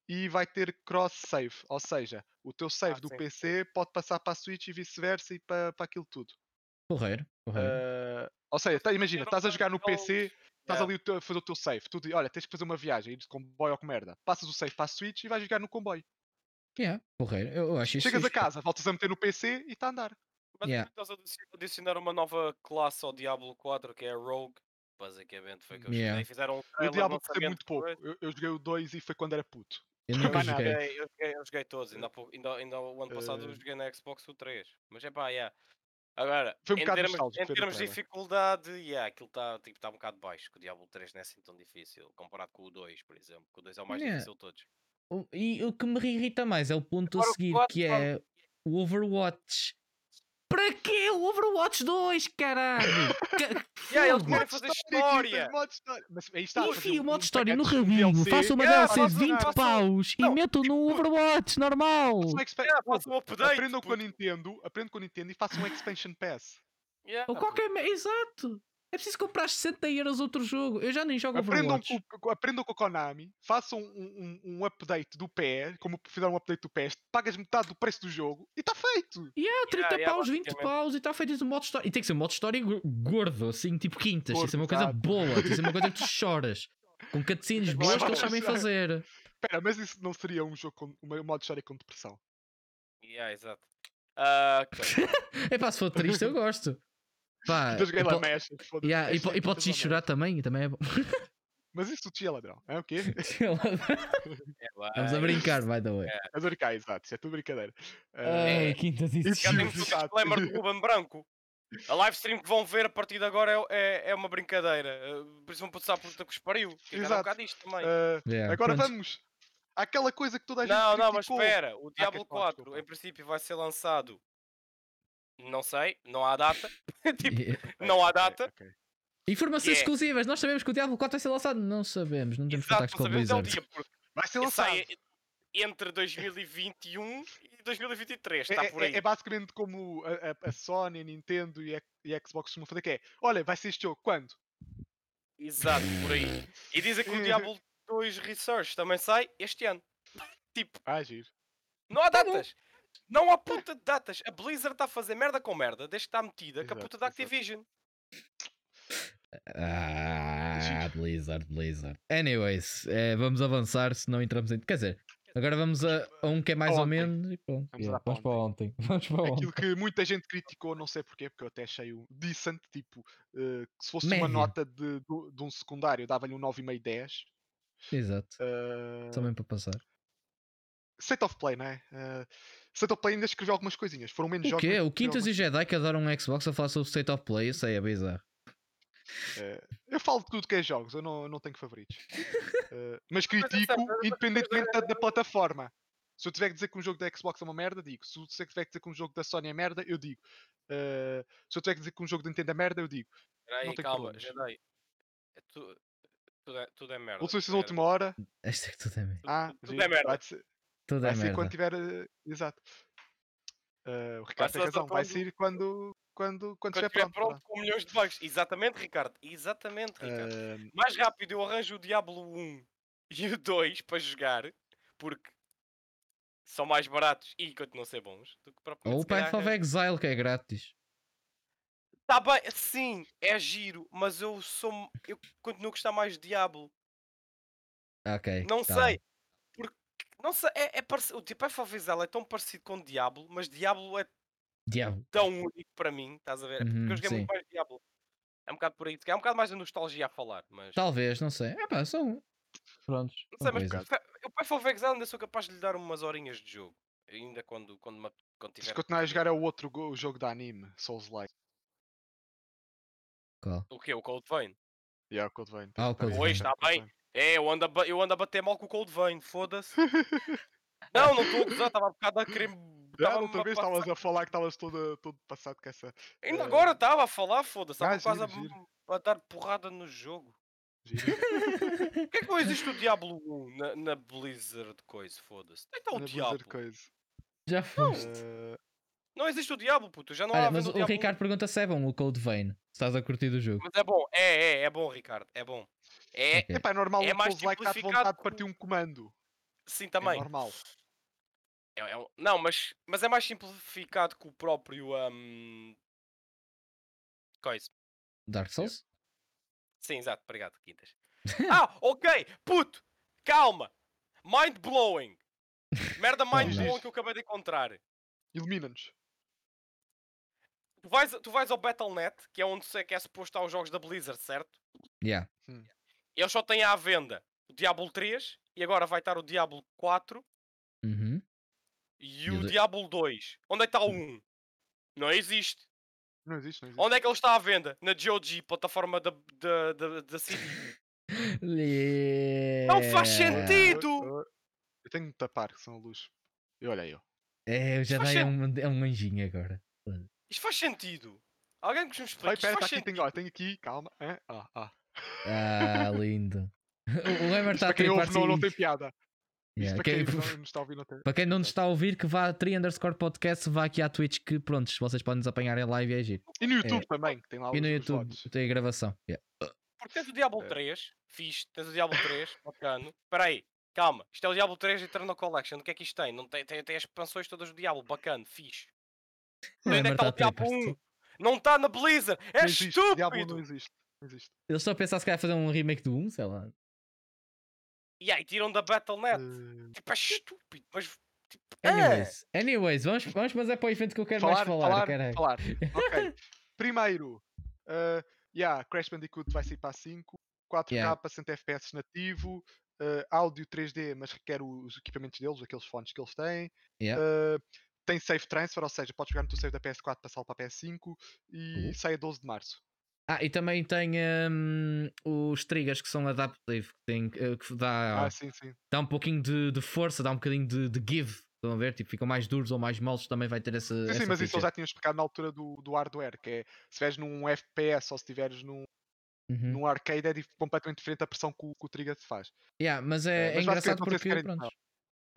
[SPEAKER 3] e vai ter cross-save, ou seja, o teu save
[SPEAKER 2] Ah,
[SPEAKER 3] do
[SPEAKER 2] sim, sim.
[SPEAKER 3] PC pode passar para a Switch e vice-versa e para, para aquilo tudo.
[SPEAKER 1] Correr. correr.
[SPEAKER 3] Ah, ou seja, tá- imagina,
[SPEAKER 2] Uhum. não
[SPEAKER 3] estás
[SPEAKER 2] sei
[SPEAKER 3] a
[SPEAKER 2] é
[SPEAKER 3] jogar no
[SPEAKER 2] qual-
[SPEAKER 3] PC, estás
[SPEAKER 2] Yeah.
[SPEAKER 3] ali o teu- a fazer o teu save, tu, di- olha, tens que fazer uma viagem, ir de comboio ou com merda, passas o save para a Switch e vais jogar no comboio.
[SPEAKER 1] Yeah, correr. Eu, eu acho isso.
[SPEAKER 3] Chegas a
[SPEAKER 1] fixe.
[SPEAKER 3] casa, voltas a meter no PC e está a andar.
[SPEAKER 2] Mas
[SPEAKER 1] Yeah.
[SPEAKER 2] eles adici- adicionaram uma nova classe ao Diablo 4, que é a Rogue. Basicamente foi o que eles
[SPEAKER 1] Yeah.
[SPEAKER 2] fizeram. fizeram. um trailer,
[SPEAKER 3] Eu diabo tem
[SPEAKER 2] lançamento
[SPEAKER 3] muito pouco.
[SPEAKER 2] depois.
[SPEAKER 3] Eu, eu joguei o 2 e foi quando era puto.
[SPEAKER 1] Eu
[SPEAKER 3] Não
[SPEAKER 1] nunca
[SPEAKER 3] vai
[SPEAKER 2] Eu
[SPEAKER 3] nada. é.
[SPEAKER 1] joguei.
[SPEAKER 2] joguei, eu joguei- eu joguei todos, ainda, há pouco- ainda, ainda o ano passado
[SPEAKER 3] Eh.
[SPEAKER 2] eu joguei na Xbox o 3. Mas é pá, yeah. Agora,
[SPEAKER 3] Foi um
[SPEAKER 2] em
[SPEAKER 3] bocado
[SPEAKER 2] termos,
[SPEAKER 3] nostálgico
[SPEAKER 2] em
[SPEAKER 3] ver o
[SPEAKER 2] termos de
[SPEAKER 3] trailer.
[SPEAKER 2] dificuldade, yeah, aquilo está tipo, tá um bocado baixo. Que o Diablo 3 não é assim tão difícil, comparado com o 2, por exemplo. Que o 2 é o mais
[SPEAKER 1] Yeah.
[SPEAKER 2] difícil de todos.
[SPEAKER 1] O- E o que me irrita mais é o ponto a
[SPEAKER 2] Agora o
[SPEAKER 1] seguir,
[SPEAKER 2] Overwatch,
[SPEAKER 1] que é o Overwatch. Para quê? O Overwatch 2 caralho! Ca-
[SPEAKER 2] Yeah, eles
[SPEAKER 1] Fogo.
[SPEAKER 2] querem fazer
[SPEAKER 3] História,
[SPEAKER 2] história!
[SPEAKER 3] tens modo história. Mas aí está. fazer
[SPEAKER 1] Enfim, o
[SPEAKER 3] um-
[SPEAKER 1] modo
[SPEAKER 3] um
[SPEAKER 1] história no
[SPEAKER 3] package, um
[SPEAKER 1] rabinho,
[SPEAKER 3] DLC.
[SPEAKER 1] faça uma
[SPEAKER 2] Yeah,
[SPEAKER 1] DLC de
[SPEAKER 2] façam-
[SPEAKER 1] 20
[SPEAKER 2] façam-
[SPEAKER 1] paus e
[SPEAKER 2] não,
[SPEAKER 1] metam no Overwatch normal!
[SPEAKER 3] Façam um expan-
[SPEAKER 2] Yeah, façam um update,
[SPEAKER 3] Aprendam com a
[SPEAKER 2] puto.
[SPEAKER 3] Nintendo, aprendam com a Nintendo e façam um expansion pass.
[SPEAKER 2] Yeah, ah,
[SPEAKER 1] Ou
[SPEAKER 2] puto.
[SPEAKER 1] qualquer. me- Exato! É preciso comprar 60 euros outro jogo. Eu já nem
[SPEAKER 2] um
[SPEAKER 1] jogo
[SPEAKER 3] Aprendam
[SPEAKER 1] Overwatch.
[SPEAKER 3] com, com- aprendam com a Konami, façam um, um- um update do PE, como fizeram um update do PES, pagas metade do preço do jogo e está feito!
[SPEAKER 1] Yeah, 30
[SPEAKER 2] yeah,
[SPEAKER 1] é, paus, 20
[SPEAKER 2] basicamente.
[SPEAKER 1] paus e está feito isso, um modo história. E tem que ser um modo história go- gordo, assim, tipo quintas. tem que ser
[SPEAKER 3] Gordo,
[SPEAKER 1] uma coisa
[SPEAKER 3] exato.
[SPEAKER 1] boa, tem que ser uma coisa que tu choras. Com cutscenes
[SPEAKER 2] Não é
[SPEAKER 1] boas que eles
[SPEAKER 2] modo
[SPEAKER 1] sabem
[SPEAKER 3] história.
[SPEAKER 1] fazer.
[SPEAKER 3] Espera, mas isso não seria um jogo com um modo história com depressão?
[SPEAKER 2] Yeah, exato. Ah, ok.
[SPEAKER 1] Epá, se for triste, eu gosto. Pá,
[SPEAKER 3] Dois
[SPEAKER 1] Ah, e
[SPEAKER 3] gay
[SPEAKER 1] po-
[SPEAKER 3] lamechas, foda-se.
[SPEAKER 1] yeah, e,
[SPEAKER 3] Esse
[SPEAKER 1] po-
[SPEAKER 3] é
[SPEAKER 1] e podes ir
[SPEAKER 3] dois
[SPEAKER 1] chorar também, e também é bom.
[SPEAKER 3] lamechas. Mas isso tinha ladrão, é o quê?
[SPEAKER 2] É lá.
[SPEAKER 1] Estamos a brincar, by the way.
[SPEAKER 3] É brincar, exato, isso é tudo brincadeira. Ah,
[SPEAKER 1] Ai,
[SPEAKER 2] É.
[SPEAKER 1] quinta de
[SPEAKER 3] Isso
[SPEAKER 2] Já
[SPEAKER 1] Sítio.
[SPEAKER 2] temos é o disclaimer do Ruben Branco. A livestream que vão ver a partir de agora é, é, é uma brincadeira. Eh, Por isso vão passar por puta que os pariu. Que já dá um
[SPEAKER 3] Exato.
[SPEAKER 2] bocado disto também.
[SPEAKER 3] ah,
[SPEAKER 1] Yeah,
[SPEAKER 3] Agora
[SPEAKER 1] É, pronto.
[SPEAKER 3] vamos àquela coisa que toda a gente
[SPEAKER 2] não, não, mas
[SPEAKER 3] criticou.
[SPEAKER 2] espera. O Diablo
[SPEAKER 3] quer falar,
[SPEAKER 2] 4,
[SPEAKER 3] desculpa.
[SPEAKER 2] em princípio, vai ser lançado. Não sei, não há data. tipo,
[SPEAKER 1] Yeah.
[SPEAKER 2] não há
[SPEAKER 3] Ok,
[SPEAKER 2] data.
[SPEAKER 3] É, ok.
[SPEAKER 1] Informações
[SPEAKER 2] Yeah.
[SPEAKER 1] exclusivas. Nós sabemos que o Diablo 4 vai ser lançado. Não sabemos, não temos
[SPEAKER 2] Exato,
[SPEAKER 1] contactos
[SPEAKER 2] não
[SPEAKER 1] com a
[SPEAKER 2] sabemos é o
[SPEAKER 1] Blizzard.
[SPEAKER 2] dia, porque
[SPEAKER 3] Vai ser lançado.
[SPEAKER 2] sai entre 2021 e 2023.
[SPEAKER 3] É-
[SPEAKER 2] Está
[SPEAKER 3] é-
[SPEAKER 2] por
[SPEAKER 3] é-
[SPEAKER 2] aí.
[SPEAKER 3] É, basicamente como a, a- a Sony, a Nintendo e a, e a Xbox costumam fazer, que é, olha, vai ser este jogo, quando?
[SPEAKER 2] Exato, por aí. E dizem que o Diablo 2 Research também sai este ano. Tipo,
[SPEAKER 3] Ah, giro.
[SPEAKER 2] não há
[SPEAKER 1] Tá
[SPEAKER 3] um
[SPEAKER 1] bom.
[SPEAKER 2] datas. Não há puta de datas. A Blizzard está a fazer merda com merda, desde que está metida com a
[SPEAKER 3] Exato,
[SPEAKER 2] puta da
[SPEAKER 3] exato.
[SPEAKER 2] Activision.
[SPEAKER 1] Ah, Blizzard, Blizzard. Anyways, eh, vamos avançar, se não entramos em. Quer dizer, agora vamos a, a um que é mais ou
[SPEAKER 3] Ontem.
[SPEAKER 1] menos e pronto.
[SPEAKER 3] Vamos lá para
[SPEAKER 1] vamos para ontem. Vamos para ontem.
[SPEAKER 3] Aquilo que muita gente criticou, não sei porquê, porque eu até achei um decent, tipo, eh, que se fosse
[SPEAKER 1] Médio.
[SPEAKER 3] uma nota de, do- de um secundário, dava-lhe um 9,5, 10.
[SPEAKER 1] Exato.
[SPEAKER 3] Eh,
[SPEAKER 1] Também para passar.
[SPEAKER 3] State of Play, não é? Eh, State of Play ainda escreveu algumas coisinhas, foram menos
[SPEAKER 1] O
[SPEAKER 3] jogos.
[SPEAKER 1] quê? O Quintas e Jedi que adoram um Xbox a falar sobre State of Play? Isso aí é bizarro.
[SPEAKER 3] Eu falo de tudo que é jogos, eu não, eu não tenho favoritos. Eh, mas
[SPEAKER 2] atenção,
[SPEAKER 3] critico
[SPEAKER 2] mas depois-
[SPEAKER 3] independentemente da, da plataforma. Se eu tiver que dizer que um jogo da Xbox é uma merda, digo. Se eu tiver que dizer que um jogo da Sony é merda, eu digo. Eh, se eu tiver que dizer que um jogo da Nintendo é merda, eu digo.
[SPEAKER 2] Peraí,
[SPEAKER 3] Não tem
[SPEAKER 2] calma,
[SPEAKER 3] problemas.
[SPEAKER 2] Jedi. É tu- Tudo é, tudo é merda.
[SPEAKER 3] Ou se isso
[SPEAKER 2] tudo
[SPEAKER 3] na
[SPEAKER 2] é
[SPEAKER 3] última hora.
[SPEAKER 1] Esta é que tudo é merda.
[SPEAKER 2] Tudo-
[SPEAKER 3] Ah,
[SPEAKER 2] tudo
[SPEAKER 3] giro,
[SPEAKER 2] é merda.
[SPEAKER 3] Vai ser,
[SPEAKER 1] Tudo é
[SPEAKER 3] vai ser quando
[SPEAKER 1] merda.
[SPEAKER 3] tiver. eh, exato. Eh, o Ricardo
[SPEAKER 2] ser
[SPEAKER 3] tem razão, vai
[SPEAKER 2] quando-
[SPEAKER 3] sair quando, quando, quando,
[SPEAKER 2] um Quando
[SPEAKER 3] estiver
[SPEAKER 2] estiver
[SPEAKER 3] é pronto.
[SPEAKER 2] pronto com milhões de bugs. Exatamente, Ricardo. Exatamente,
[SPEAKER 3] pá.
[SPEAKER 2] Ricardo.
[SPEAKER 3] Eh,
[SPEAKER 2] Mais rápido eu arranjo o Diablo 1 e o 2 para jogar, porque são mais baratos e continuam a ser bons do que propriamente.
[SPEAKER 1] Ou o Path of Exile que é grátis.
[SPEAKER 2] Tá bem, sim, é giro, mas eu sou. Eu continuo a gostar mais de Diablo.
[SPEAKER 3] é
[SPEAKER 1] Ok.
[SPEAKER 2] Não
[SPEAKER 1] tá
[SPEAKER 2] sei.
[SPEAKER 1] bem.
[SPEAKER 2] Porque. Não sei, é, é parecido. O tipo Path of Exile é tão parecido com Diablo, mas Diablo é
[SPEAKER 1] Diabo.
[SPEAKER 2] tão único para mim, estás a ver? É porque
[SPEAKER 1] Uhum,
[SPEAKER 2] eu joguei
[SPEAKER 1] sim.
[SPEAKER 2] muito mais Diablo. É um bocado por aí. se calhar É um bocado mais a nostalgia a falar, mas.
[SPEAKER 1] Talvez, não sei. É pá, são. Prontos.
[SPEAKER 2] Não sei, mas
[SPEAKER 1] Blizzard.
[SPEAKER 2] fa- eu para Fall of Exile ainda sou capaz de lhe dar umas horinhas de jogo. Ainda quando, quando, me ap- quando
[SPEAKER 3] Se
[SPEAKER 2] tiver.
[SPEAKER 3] continuar a jogar é o outro go- o jogo da anime, Souls Like.
[SPEAKER 1] Qual?
[SPEAKER 2] O que? O Cold Vein?
[SPEAKER 3] Yeah, o Code Vein,
[SPEAKER 1] Ah, o
[SPEAKER 3] tá
[SPEAKER 1] Code
[SPEAKER 3] bem, tá
[SPEAKER 1] Vein.
[SPEAKER 2] Está
[SPEAKER 3] tá
[SPEAKER 2] bem. É, eu ando a, ba- eu ando a bater mal com o Cold Vein, foda-se. não, não estou a gozar, estava um bocado a querer.
[SPEAKER 3] Já,
[SPEAKER 2] tava-me
[SPEAKER 3] outra
[SPEAKER 2] a
[SPEAKER 3] vez
[SPEAKER 2] passar-
[SPEAKER 3] estavas Ah, a falar que estavas todo, todo passado com essa.
[SPEAKER 2] Ainda
[SPEAKER 3] eh,
[SPEAKER 2] agora estava a falar, foda-se.
[SPEAKER 3] ah,
[SPEAKER 2] Estava quase
[SPEAKER 3] giro,
[SPEAKER 2] a, a dar porrada no jogo.
[SPEAKER 3] gira.
[SPEAKER 2] Porquê é que não existe o Diablo 1 na, na Blizzard coisa, foda-se? Onde é que está o
[SPEAKER 3] Na
[SPEAKER 2] Diablo?
[SPEAKER 3] Blizzard coisa.
[SPEAKER 1] Já foste.
[SPEAKER 3] Eh,
[SPEAKER 2] Não existe o Diablo, puto, já não há
[SPEAKER 1] Olha,
[SPEAKER 2] a
[SPEAKER 1] mas
[SPEAKER 2] venda
[SPEAKER 1] o
[SPEAKER 2] do Diablo um.
[SPEAKER 1] Ricardo pergunta se é bom o Cold Vein. Se estás a curtir do jogo.
[SPEAKER 2] Mas é bom, é, é, é bom, Ricardo, é bom. É,
[SPEAKER 1] Ok.
[SPEAKER 3] epá, é normal
[SPEAKER 2] É
[SPEAKER 3] um
[SPEAKER 2] mais
[SPEAKER 3] Souls like dar
[SPEAKER 2] simplificado
[SPEAKER 3] vontade de
[SPEAKER 2] que
[SPEAKER 3] partir um comando.
[SPEAKER 2] sim,
[SPEAKER 3] É
[SPEAKER 2] também.
[SPEAKER 3] normal.
[SPEAKER 2] É- é um- não, mas, mas é mais simplificado que o próprio. hum, Coisa.
[SPEAKER 1] Dark Souls?
[SPEAKER 2] Sim, exato, obrigado, Quintas. ah, ok, puto, calma. Mind blowing. Merda mind blowing
[SPEAKER 3] diz.
[SPEAKER 2] que eu acabei de encontrar.
[SPEAKER 3] Ilumina-nos.
[SPEAKER 2] Tu vais, tu vais ao Battle.net, que é onde se- que é suposto aos jogos da Blizzard, certo?
[SPEAKER 1] Yeah.
[SPEAKER 2] Eles só têm à venda o Diablo 3 e agora vai estar o Diablo 4
[SPEAKER 1] Uhum.
[SPEAKER 2] e,
[SPEAKER 1] E o
[SPEAKER 2] o
[SPEAKER 1] de- Hum.
[SPEAKER 2] Diablo 2. Onde é que está o 1? Não existe.
[SPEAKER 3] Não existe, não existe.
[SPEAKER 2] Onde é que ele está à venda? Na GOG, plataforma da, da, da, da CD.
[SPEAKER 1] É.
[SPEAKER 2] Não faz
[SPEAKER 1] Yeah.
[SPEAKER 2] sentido!
[SPEAKER 3] Eu, eu- eu tenho de me tapar, que são a luz. E olha eu.
[SPEAKER 1] É, o Jedi
[SPEAKER 2] faz
[SPEAKER 1] é um, é um anjinho agora.
[SPEAKER 2] Isto faz sentido. Alguém que me explique.
[SPEAKER 3] Ai,
[SPEAKER 2] Isto
[SPEAKER 3] espera,
[SPEAKER 2] faz
[SPEAKER 3] está tá aqui, tenho,
[SPEAKER 2] sentido.
[SPEAKER 3] ó, tenho aqui, calma. hã? Ah, ah.
[SPEAKER 1] Ah, lindo. O Gamer
[SPEAKER 3] Isto
[SPEAKER 1] está a
[SPEAKER 3] para quem ouve
[SPEAKER 1] tripar
[SPEAKER 3] não, não
[SPEAKER 1] sim.
[SPEAKER 3] tem piada.
[SPEAKER 1] Yeah,
[SPEAKER 3] Isto para
[SPEAKER 1] quem-
[SPEAKER 3] É, quem não, não está a ouvir não tem.
[SPEAKER 1] Para quem não nos
[SPEAKER 3] Exato.
[SPEAKER 1] está a ouvir, que vá a 3 underscore podcast, vá aqui à Twitch que pronto, vocês podem nos apanhar em live e agir.
[SPEAKER 3] E no YouTube também, que tem lá
[SPEAKER 1] E
[SPEAKER 3] os-
[SPEAKER 1] no
[SPEAKER 3] os
[SPEAKER 1] YouTube
[SPEAKER 3] votos.
[SPEAKER 1] tem a gravação. Yeah.
[SPEAKER 2] Porque tens o Diablo
[SPEAKER 3] É.
[SPEAKER 2] 3, fixe, tens o Diablo 3, bacana. Espera aí, calma. Isto é o Diablo 3 Eternal Collection. O que é que isto tem? Não tem, tem, tem as expansões todas do Diablo, bacana, fixe.
[SPEAKER 1] O
[SPEAKER 2] Onde é que
[SPEAKER 1] Gamer
[SPEAKER 2] está
[SPEAKER 1] está
[SPEAKER 2] o
[SPEAKER 1] a tripar.
[SPEAKER 2] Diablo 1? Não está na Blizzard! É
[SPEAKER 3] Não existe, Diablo
[SPEAKER 2] estúpido!
[SPEAKER 3] não existe. Não existe.
[SPEAKER 1] um, Eles estão a pensar se calhar fazer um remake do 1, sei lá.
[SPEAKER 2] E aí tiram da Battle.net.
[SPEAKER 3] Eh,
[SPEAKER 2] Tipo, é estúpido, mas tipo, é.
[SPEAKER 1] Anyways, anyways vamos, vamos fazer para o evento que eu quero mais falar. caralho.
[SPEAKER 3] falar. Ok. Primeiro, eh, yeah, Crash Bandicoot vai sair para 5, 4K,
[SPEAKER 1] Yeah.
[SPEAKER 3] 60 FPS nativo, eh, áudio 3D, mas requer o- os equipamentos deles, aqueles fones que eles têm.
[SPEAKER 1] Yeah.
[SPEAKER 3] eh, tem save transfer, ou seja, podes jogar no teu save da PS4 passá-lo para a PS5 e
[SPEAKER 1] Uhum.
[SPEAKER 3] sai a 12 de março.
[SPEAKER 1] Ah, e também tem hum, os triggers que são adaptive, que, tem, eh, que dá,
[SPEAKER 3] Ah, sim, sim.
[SPEAKER 1] dá um pouquinho de, de força, dá um bocadinho de, de give. Estão a ver? Tipo, ficam mais duros ou mais moles, também vai ter essa.
[SPEAKER 3] Sim, sim,
[SPEAKER 1] essa
[SPEAKER 3] mas isso eles
[SPEAKER 1] feature.
[SPEAKER 3] já tinham explicado na altura do, do hardware, que é se estiveres num FPS ou se estiveres num,
[SPEAKER 1] Uhum.
[SPEAKER 3] num arcade é dif- completamente diferente a pressão que o, que o trigger te faz.
[SPEAKER 1] Yeah, mas é,
[SPEAKER 3] Eh,
[SPEAKER 1] é
[SPEAKER 3] mas
[SPEAKER 1] engraçado
[SPEAKER 3] basicamente não sei se
[SPEAKER 1] porque.
[SPEAKER 3] querem
[SPEAKER 1] pronto.
[SPEAKER 3] nada.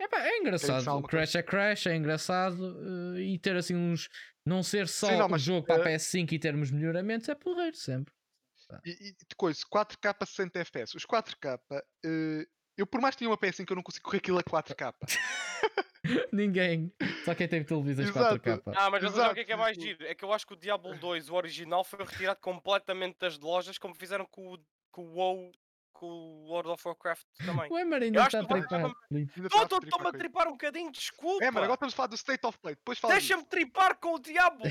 [SPEAKER 1] É, pá, é engraçado. O
[SPEAKER 3] alguma coisa?
[SPEAKER 1] Crash é Crash, é engraçado. eh, e ter assim uns. Não ser só
[SPEAKER 3] não,
[SPEAKER 1] um
[SPEAKER 3] mas,
[SPEAKER 1] jogo para a
[SPEAKER 3] eh,
[SPEAKER 1] PS5 e termos melhoramentos é porreiro sempre.
[SPEAKER 3] E, e de coisa, 4K a 60 FPS. Os 4K, eh, eu por mais que tenha uma PS5 eu não consigo correr aquilo a 4K.
[SPEAKER 1] Ninguém. Só quem teve televisões
[SPEAKER 3] Exato.
[SPEAKER 1] 4K.
[SPEAKER 2] Ah, mas vou dizer o que é
[SPEAKER 3] Exato,
[SPEAKER 2] que é mais
[SPEAKER 3] tipo-
[SPEAKER 2] giro? É que eu acho que o Diablo 2, o original, foi retirado completamente das lojas, como fizeram com o, com o WoW, com o World of Warcraft também.
[SPEAKER 1] O Emmer ainda
[SPEAKER 2] acho
[SPEAKER 1] está a
[SPEAKER 2] que vai-
[SPEAKER 1] tripar.
[SPEAKER 3] Ainda está a referir
[SPEAKER 2] Estou-me a
[SPEAKER 3] para coisa.
[SPEAKER 2] tripar um bocadinho, desculpa!
[SPEAKER 3] tipo, É, mano, agora estamos a falar do State of Play. Depois fala disso.
[SPEAKER 2] Deixa-me tripar com o diabo!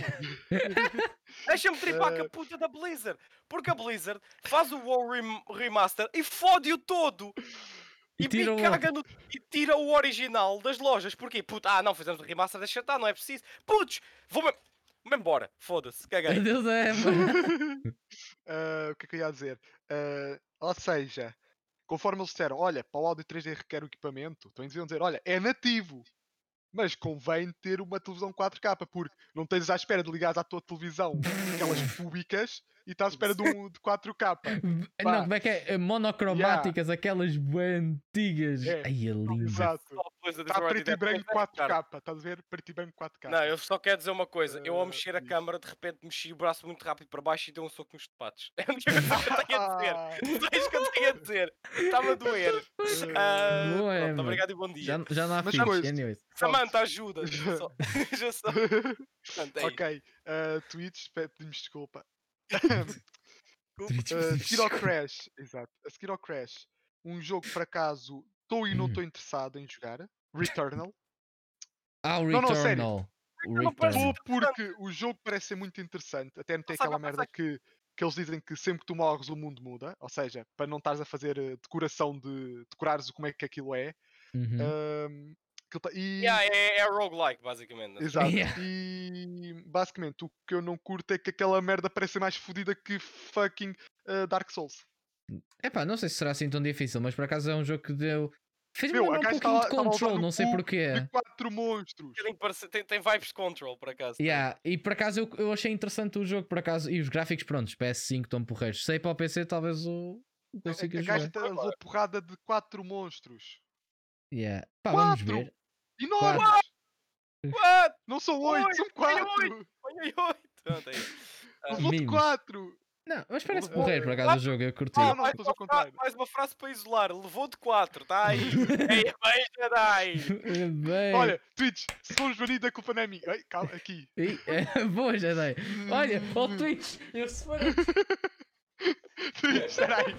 [SPEAKER 2] Deixa-me tripar com
[SPEAKER 3] Eh.
[SPEAKER 2] a puta da Blizzard! Porque a Blizzard faz o WoW rem- Remaster e fode-o todo!
[SPEAKER 1] E
[SPEAKER 2] E,
[SPEAKER 1] tira
[SPEAKER 2] tira
[SPEAKER 1] o-
[SPEAKER 2] caga no- e tira o original das lojas. Porquê? Puta, ah não, fizemos o remaster, deixa estar, não é preciso. Putz, vou-me vou-me embora. Foda-se, caguei.
[SPEAKER 1] Deus é, mano.
[SPEAKER 3] Eh, o que é que eu ia dizer? Eh, ou seja, conforme eles disseram, olha, para o áudio 3D requer o equipamento, também deviam dizer, olha, é nativo, mas convém ter uma televisão 4K, porque não tens à espera de ligares à tua televisão aquelas públicas e estás à espera de, um, de 4K.
[SPEAKER 1] Não,
[SPEAKER 3] Pá.
[SPEAKER 1] como é que é? Eh, Monocromáticas, aquelas bué antigas.
[SPEAKER 3] É.
[SPEAKER 1] Ai, é lindo.
[SPEAKER 3] Exato. Está Tá preto e branco 4K, estás a ver? Preto e branco 4K.
[SPEAKER 2] é, Não, eu só quero dizer uma coisa. Eu ao
[SPEAKER 3] Eh,
[SPEAKER 2] mexer a
[SPEAKER 3] diz.
[SPEAKER 2] câmara, de repente mexi o braço muito rápido para baixo e dei um soco nos tomates. É a única coisa que eu tenho a dizer.
[SPEAKER 3] Ah,
[SPEAKER 2] Não é isso que eu tenho a dizer. Estava a doer.
[SPEAKER 3] eh,
[SPEAKER 2] Ah,
[SPEAKER 1] Boa,
[SPEAKER 2] pronto,
[SPEAKER 1] Emma.
[SPEAKER 2] obrigado e bom dia.
[SPEAKER 1] é, Já, já não há
[SPEAKER 3] Mas
[SPEAKER 1] fixe,
[SPEAKER 3] coisa-
[SPEAKER 1] anyways.
[SPEAKER 2] Samanta, ajuda. Já só- já
[SPEAKER 3] Hum.
[SPEAKER 2] só- Portanto, é isso.
[SPEAKER 3] ok, eh, Twitch, pe- pedimos desculpa.
[SPEAKER 1] Tweets,
[SPEAKER 3] Uh, a seguir ao
[SPEAKER 1] desculpa.
[SPEAKER 3] Crash, exato. A seguir ao Crash, um jogo que por acaso estou e não estou interessado em jogar, Returnal.
[SPEAKER 1] Ah, o
[SPEAKER 3] Não, não, sério.
[SPEAKER 1] Returnal. O
[SPEAKER 2] Não parece-
[SPEAKER 1] Returnal.
[SPEAKER 3] Estou porque o jogo parece ser muito interessante, até meter
[SPEAKER 2] Não sabe
[SPEAKER 3] aquela
[SPEAKER 2] a
[SPEAKER 3] merda que, que eles dizem que sempre que tu morres o mundo muda, ou seja, para não estares a fazer eh, decoração de decorares como é que aquilo é.
[SPEAKER 1] Uhum.
[SPEAKER 3] Ahm, aquilo tá- e,
[SPEAKER 2] Yeah, é, é roguelike, basicamente. não é? sei.
[SPEAKER 3] Exato.
[SPEAKER 1] Yeah.
[SPEAKER 3] E basicamente o que eu não curto é que aquela merda parece ser mais fodida que fucking eh, Dark Souls.
[SPEAKER 1] Epá, não sei se será assim tão difícil, mas por acaso é um jogo que deu. Fez-me
[SPEAKER 3] Meu,
[SPEAKER 1] lembrar
[SPEAKER 3] a
[SPEAKER 1] um
[SPEAKER 3] gaja
[SPEAKER 1] pouquinho
[SPEAKER 3] tava-
[SPEAKER 1] de
[SPEAKER 3] tava a levar
[SPEAKER 1] control,
[SPEAKER 3] no
[SPEAKER 1] não sei
[SPEAKER 3] cu
[SPEAKER 1] porquê.
[SPEAKER 3] De quatro monstros.
[SPEAKER 2] Tem, parece- tem- tem vibes control, por acaso. é? tem.
[SPEAKER 1] Yeah, E por acaso eu, eu achei interessante o jogo, por acaso, e os gráficos, prontos, PS5 estão porreiros. Sei para o PC, talvez o o
[SPEAKER 3] A-
[SPEAKER 1] consiga
[SPEAKER 3] a
[SPEAKER 1] jogar.
[SPEAKER 3] gasta levou porrada de quatro monstros.
[SPEAKER 1] Yeah. Pá, vamos
[SPEAKER 3] Quatro!
[SPEAKER 1] ver.
[SPEAKER 3] Enormes!
[SPEAKER 2] What?
[SPEAKER 3] Não são
[SPEAKER 2] Oi,
[SPEAKER 3] oito, são
[SPEAKER 2] olha,
[SPEAKER 3] quatro!
[SPEAKER 2] Olha aí, oi. Pronto, é isso. Ah,
[SPEAKER 3] Levou de
[SPEAKER 1] Mimos.
[SPEAKER 3] quatro!
[SPEAKER 1] Não, mas parece
[SPEAKER 3] Olá.
[SPEAKER 1] porreiro por acaso o jogo, eu curti.
[SPEAKER 3] Ah, não,
[SPEAKER 2] mais,
[SPEAKER 3] pus
[SPEAKER 2] uma
[SPEAKER 3] ao
[SPEAKER 2] fra-
[SPEAKER 3] contrário.
[SPEAKER 2] mais uma frase para isolar. Levou de 4, tá aí. Ei, beija, dai.
[SPEAKER 1] Bem.
[SPEAKER 3] Olha, Twitch, se fomos banidos a culpa não é minha. Ai, calma, aqui.
[SPEAKER 1] Ih, é, Boa, Jedi. Olha, ó Twitch, eu se for.
[SPEAKER 3] Twitch, espera aí.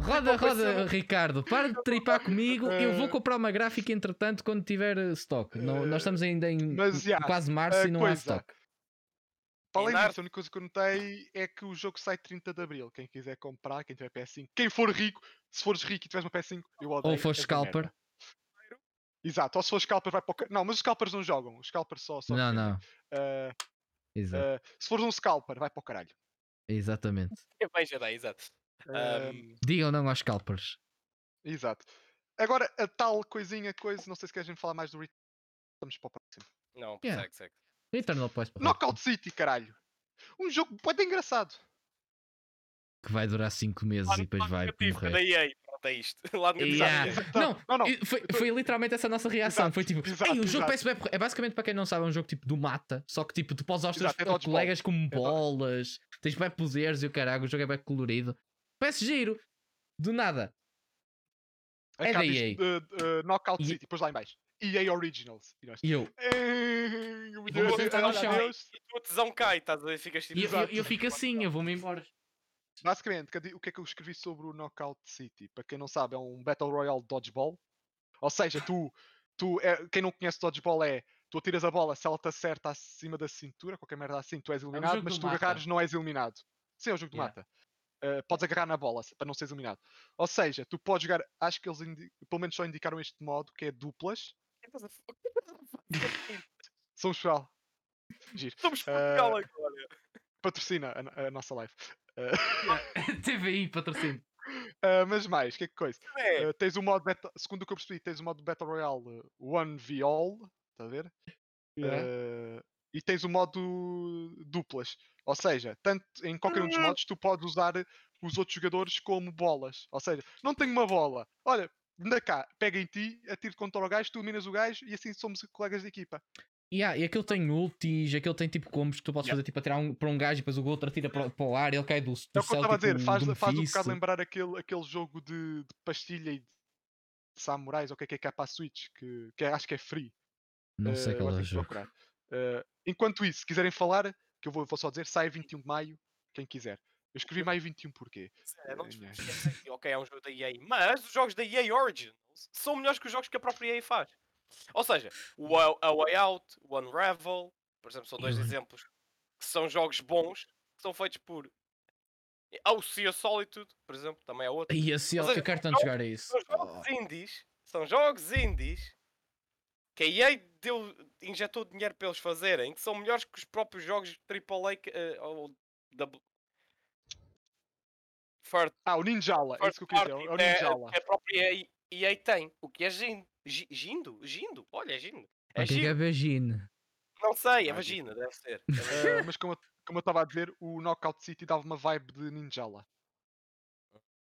[SPEAKER 1] Roda, roda,
[SPEAKER 2] pensando-
[SPEAKER 1] Ricardo, para de tripar comigo. Eu
[SPEAKER 3] Eh,
[SPEAKER 1] vou comprar uma gráfica entretanto quando tiver eh, stock. Não, nós estamos ainda em
[SPEAKER 3] Mas, eh, já,
[SPEAKER 1] quase março
[SPEAKER 3] a
[SPEAKER 1] e não há
[SPEAKER 3] coisa.
[SPEAKER 1] stock.
[SPEAKER 3] Para além
[SPEAKER 2] Inar-
[SPEAKER 3] disso, a única coisa que eu notei é que o jogo sai 30 de Abril. Quem quiser comprar, quem tiver PS5, quem for rico, se fores rico e tiveres uma PS5, eu odeio.
[SPEAKER 1] Ou for
[SPEAKER 3] essa
[SPEAKER 1] scalper.
[SPEAKER 3] merda. Exato, ou se for scalper vai para o... ca- Não, mas os scalpers não jogam. Os scalpers só... só
[SPEAKER 1] Não,
[SPEAKER 3] defendem.
[SPEAKER 1] não.
[SPEAKER 3] Ah,
[SPEAKER 1] Exa-
[SPEAKER 3] ah, se fores um scalper, vai para o caralho. Eh,
[SPEAKER 1] Exatamente.
[SPEAKER 2] Beija, dai, É exato.
[SPEAKER 3] Ah,
[SPEAKER 2] Um,
[SPEAKER 1] Digam não aos scalpers.
[SPEAKER 3] Exato. Agora, a tal coisinha, coisa, não sei se querem falar mais do Return. Vamos para o próximo.
[SPEAKER 2] Não,
[SPEAKER 1] Yeah.
[SPEAKER 2] segue, segue.
[SPEAKER 1] Returnal Plus
[SPEAKER 3] Knockout City, caralho! Um jogo bem engraçado.
[SPEAKER 1] que vai durar 5 meses
[SPEAKER 2] Lá
[SPEAKER 1] e
[SPEAKER 2] no
[SPEAKER 1] depois vai
[SPEAKER 2] negativo,
[SPEAKER 1] morrer.
[SPEAKER 2] da EA, pronto, é isto. Lá no
[SPEAKER 1] Yeah.
[SPEAKER 2] negativo.
[SPEAKER 3] Exato.
[SPEAKER 1] Não,
[SPEAKER 3] não, não.
[SPEAKER 1] E Foi, foi literalmente essa a nossa reação.
[SPEAKER 3] Exato,
[SPEAKER 1] foi tipo,
[SPEAKER 3] exato,
[SPEAKER 1] "Ei, o jogo
[SPEAKER 3] exato.
[SPEAKER 1] parece bem porre-". É basicamente para quem não sabe, é um jogo tipo do mata, só que tipo, tu podes aos teus
[SPEAKER 3] Exato, é dodgeball.
[SPEAKER 1] colegas como
[SPEAKER 3] dodgeball.
[SPEAKER 1] bolas, tens bem poderes e o caralho, o jogo é bem colorido. Parece giro. Do nada. É
[SPEAKER 3] Acaba
[SPEAKER 1] da
[SPEAKER 3] isto,
[SPEAKER 1] EA.
[SPEAKER 3] eh, eh, Knockout
[SPEAKER 1] E-
[SPEAKER 3] City, depois lá em baixo. EA Originals. E nós.
[SPEAKER 1] E eu,
[SPEAKER 3] "Eh, meu
[SPEAKER 1] vou
[SPEAKER 3] Deus,
[SPEAKER 1] sentar no
[SPEAKER 3] olha,
[SPEAKER 1] chão.
[SPEAKER 3] adeus."
[SPEAKER 2] E a tua tesão cai, estás a ver? Ficas tipo.
[SPEAKER 1] e eu, eu,
[SPEAKER 2] exato.
[SPEAKER 1] eu fico assim, eu vou-me embora.
[SPEAKER 3] Basicamente, que eu di- o que é que eu escrevi sobre o Knockout City? Para quem não sabe, é um Battle Royale de Dodgeball. Ou seja, tu, tu é- quem não conhece Dodgeball é tu atiras a bola, se ela te acerta acima da cintura, qualquer merda assim, tu és eliminado,
[SPEAKER 1] É um jogo
[SPEAKER 3] mas
[SPEAKER 1] do
[SPEAKER 3] se tu agarrares,
[SPEAKER 1] mata.
[SPEAKER 3] não és eliminado. Sim, é o jogo do
[SPEAKER 1] Yeah.
[SPEAKER 3] mata. Eh, podes agarrar na bola se- para não seres eliminado. Ou seja, tu podes jogar, acho que eles indi- pelo menos só indicaram este modo, que é duplas. Somos Portugal. Giro.
[SPEAKER 2] Estamos
[SPEAKER 3] Eh,
[SPEAKER 2] Portugal agora.
[SPEAKER 3] Patrocina a, no- a nossa live.
[SPEAKER 1] TVI, patrocínio.
[SPEAKER 3] Ah, mas mais, que é que coisa?
[SPEAKER 2] É,
[SPEAKER 3] Uh, tens o modo beta- segundo o que eu percebi, tens o modo Battle Royale uh, One v All, estás a ver? Uh, e tens o modo duplas. Ou seja, tanto em qualquer um dos modos tu podes usar os outros jogadores como bolas. Ou seja, não tenho uma bola. Olha, anda cá, pega em ti, atiro contra o gajo, tu minas o gajo e assim somos colegas de equipa.
[SPEAKER 1] Yeah, e aquele tem ultis, aquele tem tipo combos que tu podes
[SPEAKER 2] Yeah.
[SPEAKER 1] fazer tipo atirar um, para um gajo e depois o outro atira para, o- para o ar e ele cai do, do
[SPEAKER 3] É
[SPEAKER 1] céu.
[SPEAKER 3] o que eu estava a dizer,
[SPEAKER 1] tipo,
[SPEAKER 3] faz,
[SPEAKER 1] de um
[SPEAKER 3] faz um
[SPEAKER 1] benefício.
[SPEAKER 3] bocado lembrar aquele, aquele jogo de, de pastilha e de samurais, ou o que é que é que há para a Switch, que, que é- acho que é free.
[SPEAKER 1] Não sei
[SPEAKER 3] Eh,
[SPEAKER 1] qual é
[SPEAKER 3] agora
[SPEAKER 1] o
[SPEAKER 3] tenho que
[SPEAKER 1] jogo.
[SPEAKER 3] procurar. Eh, enquanto isso, se quiserem falar, que eu vou, vou só dizer, sai 21 de maio, quem quiser. Eu escrevi maio 21 porquê?
[SPEAKER 2] é, não nos
[SPEAKER 3] yeah.
[SPEAKER 2] esquecer que, ok, é um jogo da EA, mas os jogos da EA Origin são melhores que os jogos que a própria EA faz. Ou seja, o A A Way Out, o Unravel, por exemplo, são dois
[SPEAKER 1] Uhum.
[SPEAKER 2] exemplos que são jogos bons, que são feitos por. Ah, o Sea of Solitude, por exemplo, também é outro.
[SPEAKER 1] E assim,
[SPEAKER 2] Ou
[SPEAKER 1] eu
[SPEAKER 2] seja,
[SPEAKER 1] quero
[SPEAKER 3] é,
[SPEAKER 1] tanto jogar a isso.
[SPEAKER 2] São
[SPEAKER 3] um
[SPEAKER 2] jogos indies. São jogos indies que a EA deu, injetou dinheiro para eles fazerem, que são melhores que os próprios jogos AAA que, eh, ou da First,
[SPEAKER 3] Ah, o Ninjala, é isso que eu queria dizer, é o Ninjala.
[SPEAKER 2] a própria EA, EA tem, o que é gindo, Gi- gindo, gindo, olha, é gindo. É
[SPEAKER 1] O que é que é
[SPEAKER 2] gindo,
[SPEAKER 1] vagina?
[SPEAKER 2] não sei, é
[SPEAKER 3] Ah, gindo.
[SPEAKER 2] vagina, deve ser. É vagina.
[SPEAKER 3] Eh, mas como eu- como eu estava a dizer, o Knockout City dava uma vibe de Ninjala.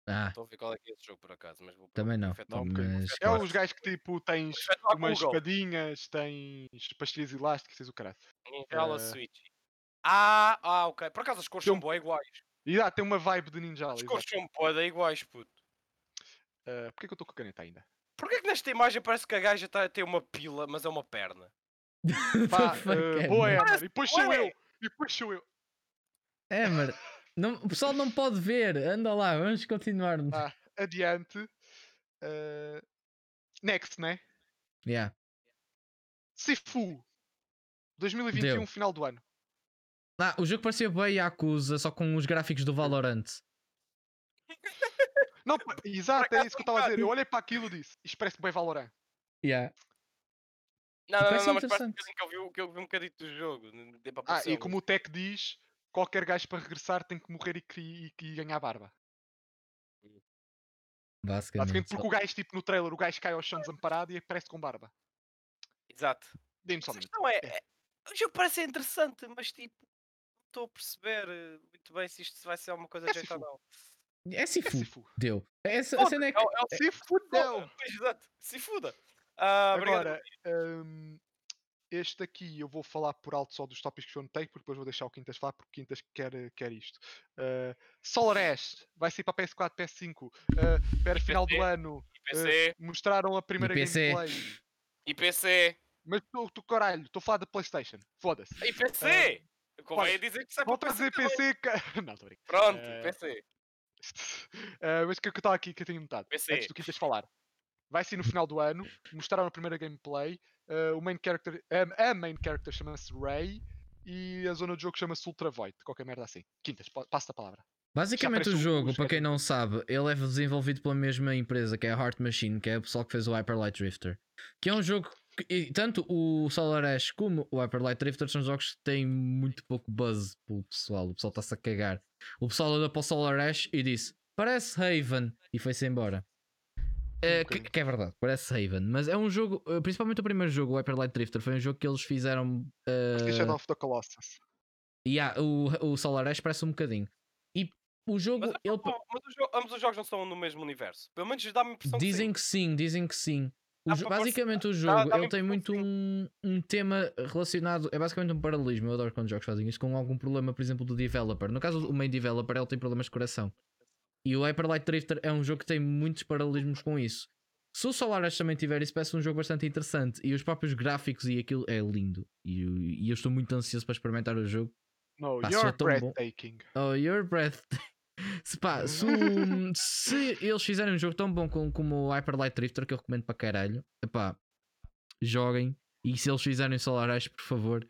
[SPEAKER 1] Ah,
[SPEAKER 2] Estou a ver qual é que é esse jogo por acaso, mas vou
[SPEAKER 1] Também não,
[SPEAKER 2] efetuar
[SPEAKER 3] ok.
[SPEAKER 1] mas
[SPEAKER 3] É
[SPEAKER 1] Claro.
[SPEAKER 3] os gajos que tipo tens
[SPEAKER 2] Efetuar
[SPEAKER 3] umas
[SPEAKER 2] Google.
[SPEAKER 3] espadinhas, tens pastilhas elásticas, tens o caralho.
[SPEAKER 2] Ninjala
[SPEAKER 3] Eh.
[SPEAKER 2] Switch. Ah, ah, ok. Por acaso as cores
[SPEAKER 3] Tem
[SPEAKER 2] são
[SPEAKER 3] um-
[SPEAKER 2] boas iguais.
[SPEAKER 3] E dá, tem uma vibe de Ninjala.
[SPEAKER 2] As
[SPEAKER 3] exato.
[SPEAKER 2] cores são boas iguais, puto.
[SPEAKER 3] Eh, Porquê que eu estou com a caneta ainda?
[SPEAKER 2] Porquê que nesta imagem parece que a gaja tá, tem uma pila, mas é uma perna?
[SPEAKER 3] Pá,
[SPEAKER 1] Fuck,
[SPEAKER 3] eh,
[SPEAKER 1] é,
[SPEAKER 3] boa,
[SPEAKER 1] mano.
[SPEAKER 3] Emer, e depois sou
[SPEAKER 2] Ué!
[SPEAKER 3] eu, e depois sou eu.
[SPEAKER 1] É, mas não- o pessoal não pode ver. Anda lá, vamos continuar.
[SPEAKER 3] Ah. Adiante. Eh, next, né?
[SPEAKER 1] Yeah.
[SPEAKER 3] Sifu. 2021,
[SPEAKER 1] Deu.
[SPEAKER 3] final do ano.
[SPEAKER 1] Ah, o jogo parecia bem Yakuza, só com os gráficos do Valorant.
[SPEAKER 3] Não, pá, exato,
[SPEAKER 2] acaso
[SPEAKER 3] é isso que eu
[SPEAKER 2] um
[SPEAKER 3] estava a dizer.
[SPEAKER 1] bocado.
[SPEAKER 3] Eu olhei para aquilo e disse: Isto parece bem Valorant.
[SPEAKER 1] Yeah.
[SPEAKER 2] Não, não, não,
[SPEAKER 1] Parece
[SPEAKER 2] não, mas parece um
[SPEAKER 1] interessante.
[SPEAKER 2] bocadinho que eu vi, o- que eu vi um bocadinho do jogo. n- deu pra
[SPEAKER 3] Ah,
[SPEAKER 2] perceber.
[SPEAKER 3] e como o Tech diz, qualquer gajo para regressar tem que morrer e, cri- e- e ganhar barba. Basicamente,
[SPEAKER 1] Basicamente.
[SPEAKER 3] porque o gajo, tipo no trailer, o gajo cai ao chão desamparado e aparece com barba.
[SPEAKER 2] Exato.
[SPEAKER 3] Dê-nos só
[SPEAKER 2] A
[SPEAKER 3] um minuto.
[SPEAKER 2] questão é, é- O jogo parece ser interessante, mas tipo. Não estou a perceber eh, muito bem se isto vai ser alguma coisa
[SPEAKER 3] É
[SPEAKER 2] de jeito ou não.
[SPEAKER 1] É
[SPEAKER 3] É
[SPEAKER 1] Sifu.
[SPEAKER 3] Sifu.
[SPEAKER 1] Deu. Essa, a
[SPEAKER 2] Foda,
[SPEAKER 1] cena é que.
[SPEAKER 2] É, o- é o-
[SPEAKER 3] Se fudeu!
[SPEAKER 2] Pois, Então, Exato. Se fuda. Ah, obrigado.
[SPEAKER 3] Agora, hum, este aqui eu vou falar por alto só dos tópicos que eu anotei, porque depois vou deixar o Quintas falar, porque o Quintas quer, eh, quer isto. Uh, Solar Ash vai sair para PS4, PS5, uh, para final do
[SPEAKER 2] PC.
[SPEAKER 3] ano.
[SPEAKER 2] IPC,
[SPEAKER 3] Mostraram a primeira
[SPEAKER 1] PC.
[SPEAKER 3] gameplay.
[SPEAKER 2] IPC,
[SPEAKER 3] Mas tu, tu caralho, estou a falar da PlayStation. Foda-se.
[SPEAKER 2] IPC! Convém
[SPEAKER 3] pois,
[SPEAKER 2] dizer que sai
[SPEAKER 3] Vou
[SPEAKER 2] é para
[SPEAKER 3] trazer
[SPEAKER 2] PC.
[SPEAKER 3] PC. ca- Não, estou a brincar.
[SPEAKER 2] Pronto,
[SPEAKER 3] Eh,
[SPEAKER 2] PC.
[SPEAKER 3] Eh, Mas o que é que eu estava aqui que eu tenho notado?
[SPEAKER 2] PC.
[SPEAKER 3] Antes do
[SPEAKER 1] é.
[SPEAKER 3] Quintas falar. Vai ser no final do ano. Mostraram a primeira gameplay. eh, o main character, a, a main character chama-se Ray. E a zona do jogo chama-se Ultra Void. Qualquer merda assim. Quintas, pa- passa a palavra.
[SPEAKER 1] Basicamente, o
[SPEAKER 3] parece um
[SPEAKER 1] jogo,
[SPEAKER 3] Busca
[SPEAKER 1] para quem
[SPEAKER 3] de-
[SPEAKER 1] não sabe, ele é desenvolvido pela mesma empresa que é a Heart Machine, que é o pessoal que fez o Hyper Light Drifter. Que é um jogo que, e tanto o Solar Ash como o Hyper Light Drifter são jogos que têm muito pouco buzz pelo pessoal. O pessoal está-se a cagar. O pessoal olhou para o Solar Ash e disse: Parece Haven, e foi-se embora. É, que,
[SPEAKER 3] Um bocadinho.
[SPEAKER 1] que é verdade, parece Haven, mas é um jogo, eh, principalmente o primeiro jogo, o Hyper Light Drifter, foi um jogo que eles fizeram
[SPEAKER 3] Uh...
[SPEAKER 1] Ah,
[SPEAKER 3] Shadow of the Colossus.
[SPEAKER 1] e há- o, o Solar Ash parece um bocadinho. E o jogo,
[SPEAKER 2] Mas, é
[SPEAKER 1] ele,
[SPEAKER 2] bom, mas os jo- ambos os jogos não são no mesmo universo. Pelo menos dá-me a impressão
[SPEAKER 1] Dizem
[SPEAKER 2] que Ah,
[SPEAKER 1] que sim, dizem que sim. O
[SPEAKER 2] Dá
[SPEAKER 1] jo-
[SPEAKER 2] para perce-
[SPEAKER 1] basicamente o
[SPEAKER 2] dá-
[SPEAKER 1] jogo
[SPEAKER 2] dá
[SPEAKER 1] ele
[SPEAKER 2] para
[SPEAKER 1] tem muito
[SPEAKER 2] perceber.
[SPEAKER 1] um, um tema relacionado. É basicamente um paralelismo. Eu adoro quando jogos fazem isso com algum problema, por exemplo, do developer. No caso, o main developer ele tem problemas de coração. E o Hyper Light Drifter é um jogo que tem muitos paralelismos com isso. Se o Solar Ash também tiver isso, parece um jogo bastante interessante. E os próprios gráficos e aquilo é lindo. E, eu- e eu estou muito ansioso para experimentar o jogo.
[SPEAKER 3] No,
[SPEAKER 1] Pá, sou
[SPEAKER 3] you're
[SPEAKER 1] tão bom.
[SPEAKER 3] breathtaking.
[SPEAKER 1] Oh, your breath. Se, pá, se, o- se eles fizerem um jogo tão bom com- como o Hyper Light Drifter, que eu recomendo para caralho, epá, joguem. E se eles fizerem o Solar Ash, por favor,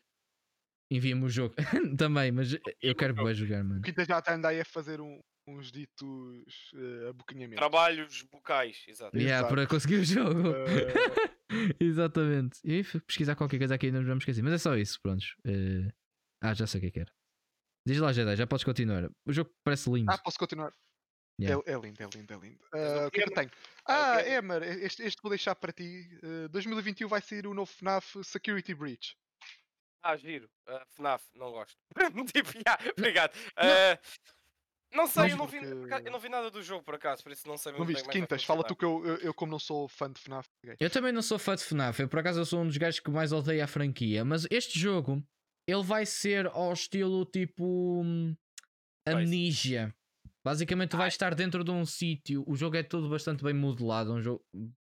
[SPEAKER 1] enviem-me o jogo também. Mas eu quero bem jogar, mano.
[SPEAKER 3] O Quinta já está a andar aí a fazer um- uns ditos eh, abocanhamentos.
[SPEAKER 2] Trabalhos bucais, exato.
[SPEAKER 1] Yeah,
[SPEAKER 3] Exato.
[SPEAKER 1] para conseguir o jogo.
[SPEAKER 3] Eh,
[SPEAKER 1] Exatamente. E f- pesquisar qualquer coisa aqui, não nos vamos esquecer. Mas é só isso, prontos. Eh, Ah, já sei o que é que era. Diz lá, Jedi, já podes continuar. O jogo parece lindo.
[SPEAKER 3] Ah, posso continuar?
[SPEAKER 1] Yeah.
[SPEAKER 3] É, é lindo, é lindo, é lindo.
[SPEAKER 2] Mas
[SPEAKER 3] Ah,
[SPEAKER 2] não
[SPEAKER 3] o que é que eu
[SPEAKER 2] quero.
[SPEAKER 3] tenho?
[SPEAKER 2] Ah,
[SPEAKER 3] Ah,
[SPEAKER 2] ok.
[SPEAKER 3] Emer, este, este vou deixar para ti. Ah, 2021 vai sair o novo FNAF Security Breach.
[SPEAKER 2] Ah, giro. Ah, FNAF, não gosto. tipo, yeah, obrigado. Ah, não sei, eu, não vi, por acaso- eu não vi nada do jogo por acaso, por isso não sei
[SPEAKER 3] Não
[SPEAKER 2] bem como
[SPEAKER 3] viste?
[SPEAKER 2] é que vai
[SPEAKER 3] Quintas, fala tu
[SPEAKER 2] funcionar.
[SPEAKER 3] que eu, eu, eu como não sou fã de FNAF. caguei.
[SPEAKER 1] Eu também não sou fã de FNAF. Eu, por acaso, eu sou um dos gajos que mais odeia a franquia. Mas este jogo, ele vai ser ao estilo tipo. hum,
[SPEAKER 2] Vai ser.
[SPEAKER 1] Amnesia. Basicamente, tu vais estar dentro de um sítio. O jogo é todo bastante bem modelado. é Um jogo,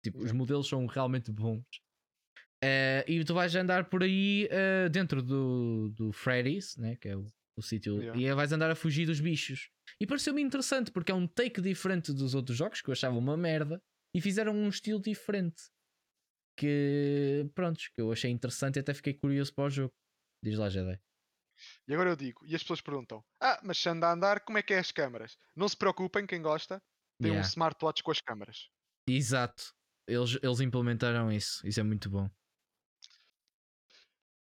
[SPEAKER 1] tipo, os modelos são realmente bons. Eh, e tu vais andar por aí eh, dentro do, do Freddy's, né? que é o, o sítio.
[SPEAKER 3] Yeah.
[SPEAKER 1] E aí vais andar a fugir dos bichos. E pareceu-me interessante porque é um take diferente dos outros jogos que eu achava uma merda e fizeram um estilo diferente. Que prontos, que eu achei interessante e até fiquei curioso para o jogo. Diz lá, Jedi.
[SPEAKER 3] E agora eu digo, e as pessoas perguntam: Ah, mas se anda a andar, como é que é as câmaras? Não se preocupem, quem gosta, tem um
[SPEAKER 1] Yeah.
[SPEAKER 3] smartwatch com as câmaras.
[SPEAKER 1] Exato. Eles, eles implementaram isso. Isso é muito bom.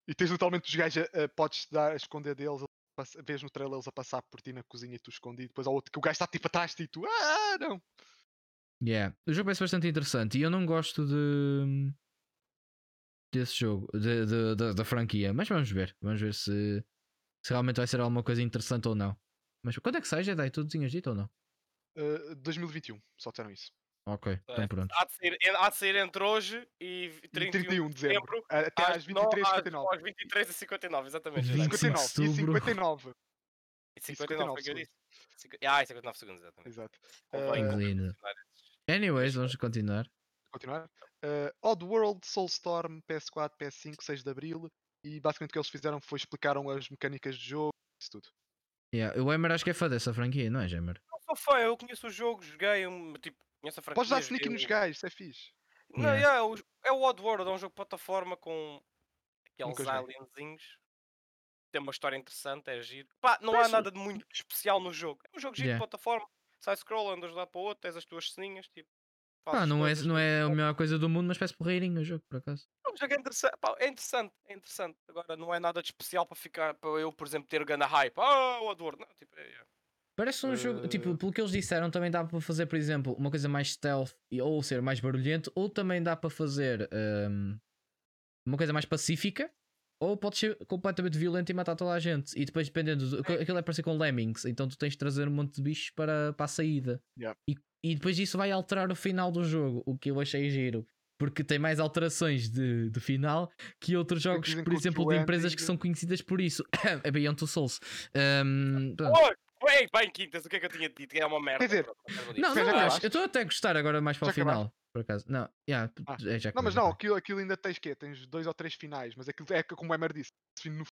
[SPEAKER 3] E tens literalmente os gajos, a, a- podes dar a esconder deles, eles a pass- vês no trailer eles a passar por ti na cozinha e tu escondido, depois ao outro que o gajo está tipo atrás de ti e tu, ah, não.
[SPEAKER 1] Yeah. O jogo parece bastante interessante e eu não gosto de desse jogo, de- de- da- da franquia. Mas vamos ver. Vamos ver se, se realmente vai ser alguma coisa interessante ou não. Mas quando é que sai, Jedi? Tu tinhas dito ou não?
[SPEAKER 3] Ah, 2021, só disseram isso.
[SPEAKER 1] Ok, então pronto.
[SPEAKER 2] Há de, sair, há de sair entre hoje e 31,
[SPEAKER 3] 31 de
[SPEAKER 2] de
[SPEAKER 3] dezembro.
[SPEAKER 2] dezembro.
[SPEAKER 3] Ah, Até às
[SPEAKER 2] no-
[SPEAKER 3] 23h59.
[SPEAKER 2] Às 23 e 59, exatamente.
[SPEAKER 1] Vinte-
[SPEAKER 2] exato.
[SPEAKER 3] 59,
[SPEAKER 1] 25 de
[SPEAKER 3] e 59.
[SPEAKER 2] E 59, foi o que eu
[SPEAKER 3] 59
[SPEAKER 2] disse. Cinqu- Ah, e 59 segundos, exatamente.
[SPEAKER 3] Exato.
[SPEAKER 2] Convém
[SPEAKER 3] Ah,
[SPEAKER 1] Lindo. Anyways, vamos continuar.
[SPEAKER 3] continuar. Uh, Oddworld, Soulstorm, PS4, PS5, 6 de Abril. E basicamente o que eles fizeram foi explicaram as mecânicas de jogo, isso tudo.
[SPEAKER 1] Yeah, o Emer acho que é fã dessa franquia, não é, Emer?
[SPEAKER 2] Não sou fã, eu conheço o jogo, joguei, um- tipo, conheço a franquia.
[SPEAKER 3] Podes dar
[SPEAKER 2] joguei
[SPEAKER 3] sneak nos
[SPEAKER 2] o-
[SPEAKER 3] gajos, isso é fixe.
[SPEAKER 2] Não,
[SPEAKER 1] Yeah.
[SPEAKER 2] yeah, o j- é o Oddworld, é um jogo de plataforma com aqueles
[SPEAKER 3] Nunca joguei.
[SPEAKER 2] alienzinhos. Tem uma história interessante, é giro. Pá, não há
[SPEAKER 1] Parece-
[SPEAKER 2] nada de muito especial no jogo. É um jogo giro
[SPEAKER 1] Yeah.
[SPEAKER 2] de plataforma, side-scroll, andas de um lado para o outro, tens as tuas ceninhas, tipo.
[SPEAKER 1] Ah,
[SPEAKER 2] fazes
[SPEAKER 1] não é,
[SPEAKER 2] coisas,
[SPEAKER 1] não é a
[SPEAKER 2] fazes-
[SPEAKER 1] melhor coisa do mundo, mas parece porreirinho o jogo, por acaso.
[SPEAKER 2] É um jogo interessante, pá, é interessante, é interessante. Agora, não é nada de especial para ficar, para eu, por exemplo, ter gana hype. Ah, o Oddworld, não, tipo, é, é.
[SPEAKER 1] Parece um jogo, tipo,
[SPEAKER 3] Eh.
[SPEAKER 1] pelo que eles disseram, também dá para fazer, por exemplo, uma coisa mais stealth e- ou ser mais barulhento, ou também dá para fazer ehm, uma coisa mais pacífica, ou pode ser completamente violento e matar toda a gente. E depois, dependendo, do, aqu- aquilo é parecido com Lemmings, então tu tens de trazer um monte de bichos para, para a saída.
[SPEAKER 3] Yeah.
[SPEAKER 1] E, e depois isso vai alterar o final do jogo, o que eu achei giro. Porque tem mais alterações de, de final que outros jogos,
[SPEAKER 3] dizem
[SPEAKER 1] por
[SPEAKER 3] que o é
[SPEAKER 1] exemplo,
[SPEAKER 3] true
[SPEAKER 1] de empresas que
[SPEAKER 3] ending-
[SPEAKER 1] são conhecidas por isso. é Beyond Two Souls. Ehm, pronto.
[SPEAKER 2] Oh, ei, bem, Quintas, o que é que eu tinha dito? Que era uma merda.
[SPEAKER 3] dizer,
[SPEAKER 2] pronto, não quero dizer. ah,
[SPEAKER 1] Não, é
[SPEAKER 3] Já
[SPEAKER 1] não,
[SPEAKER 3] acabaste?
[SPEAKER 1] acho. Eu estou até a gostar agora mais para o
[SPEAKER 3] é, Já acabaste?
[SPEAKER 1] final, por acaso. Não, yeah, é,
[SPEAKER 3] Ah,
[SPEAKER 1] já
[SPEAKER 3] Não,
[SPEAKER 1] acabei,
[SPEAKER 3] mas
[SPEAKER 1] já
[SPEAKER 3] não,
[SPEAKER 1] acabei.
[SPEAKER 3] aquilo, aquilo ainda tens quê? Tens dois ou três finais, mas aquilo é que, como o Emer disse. se no-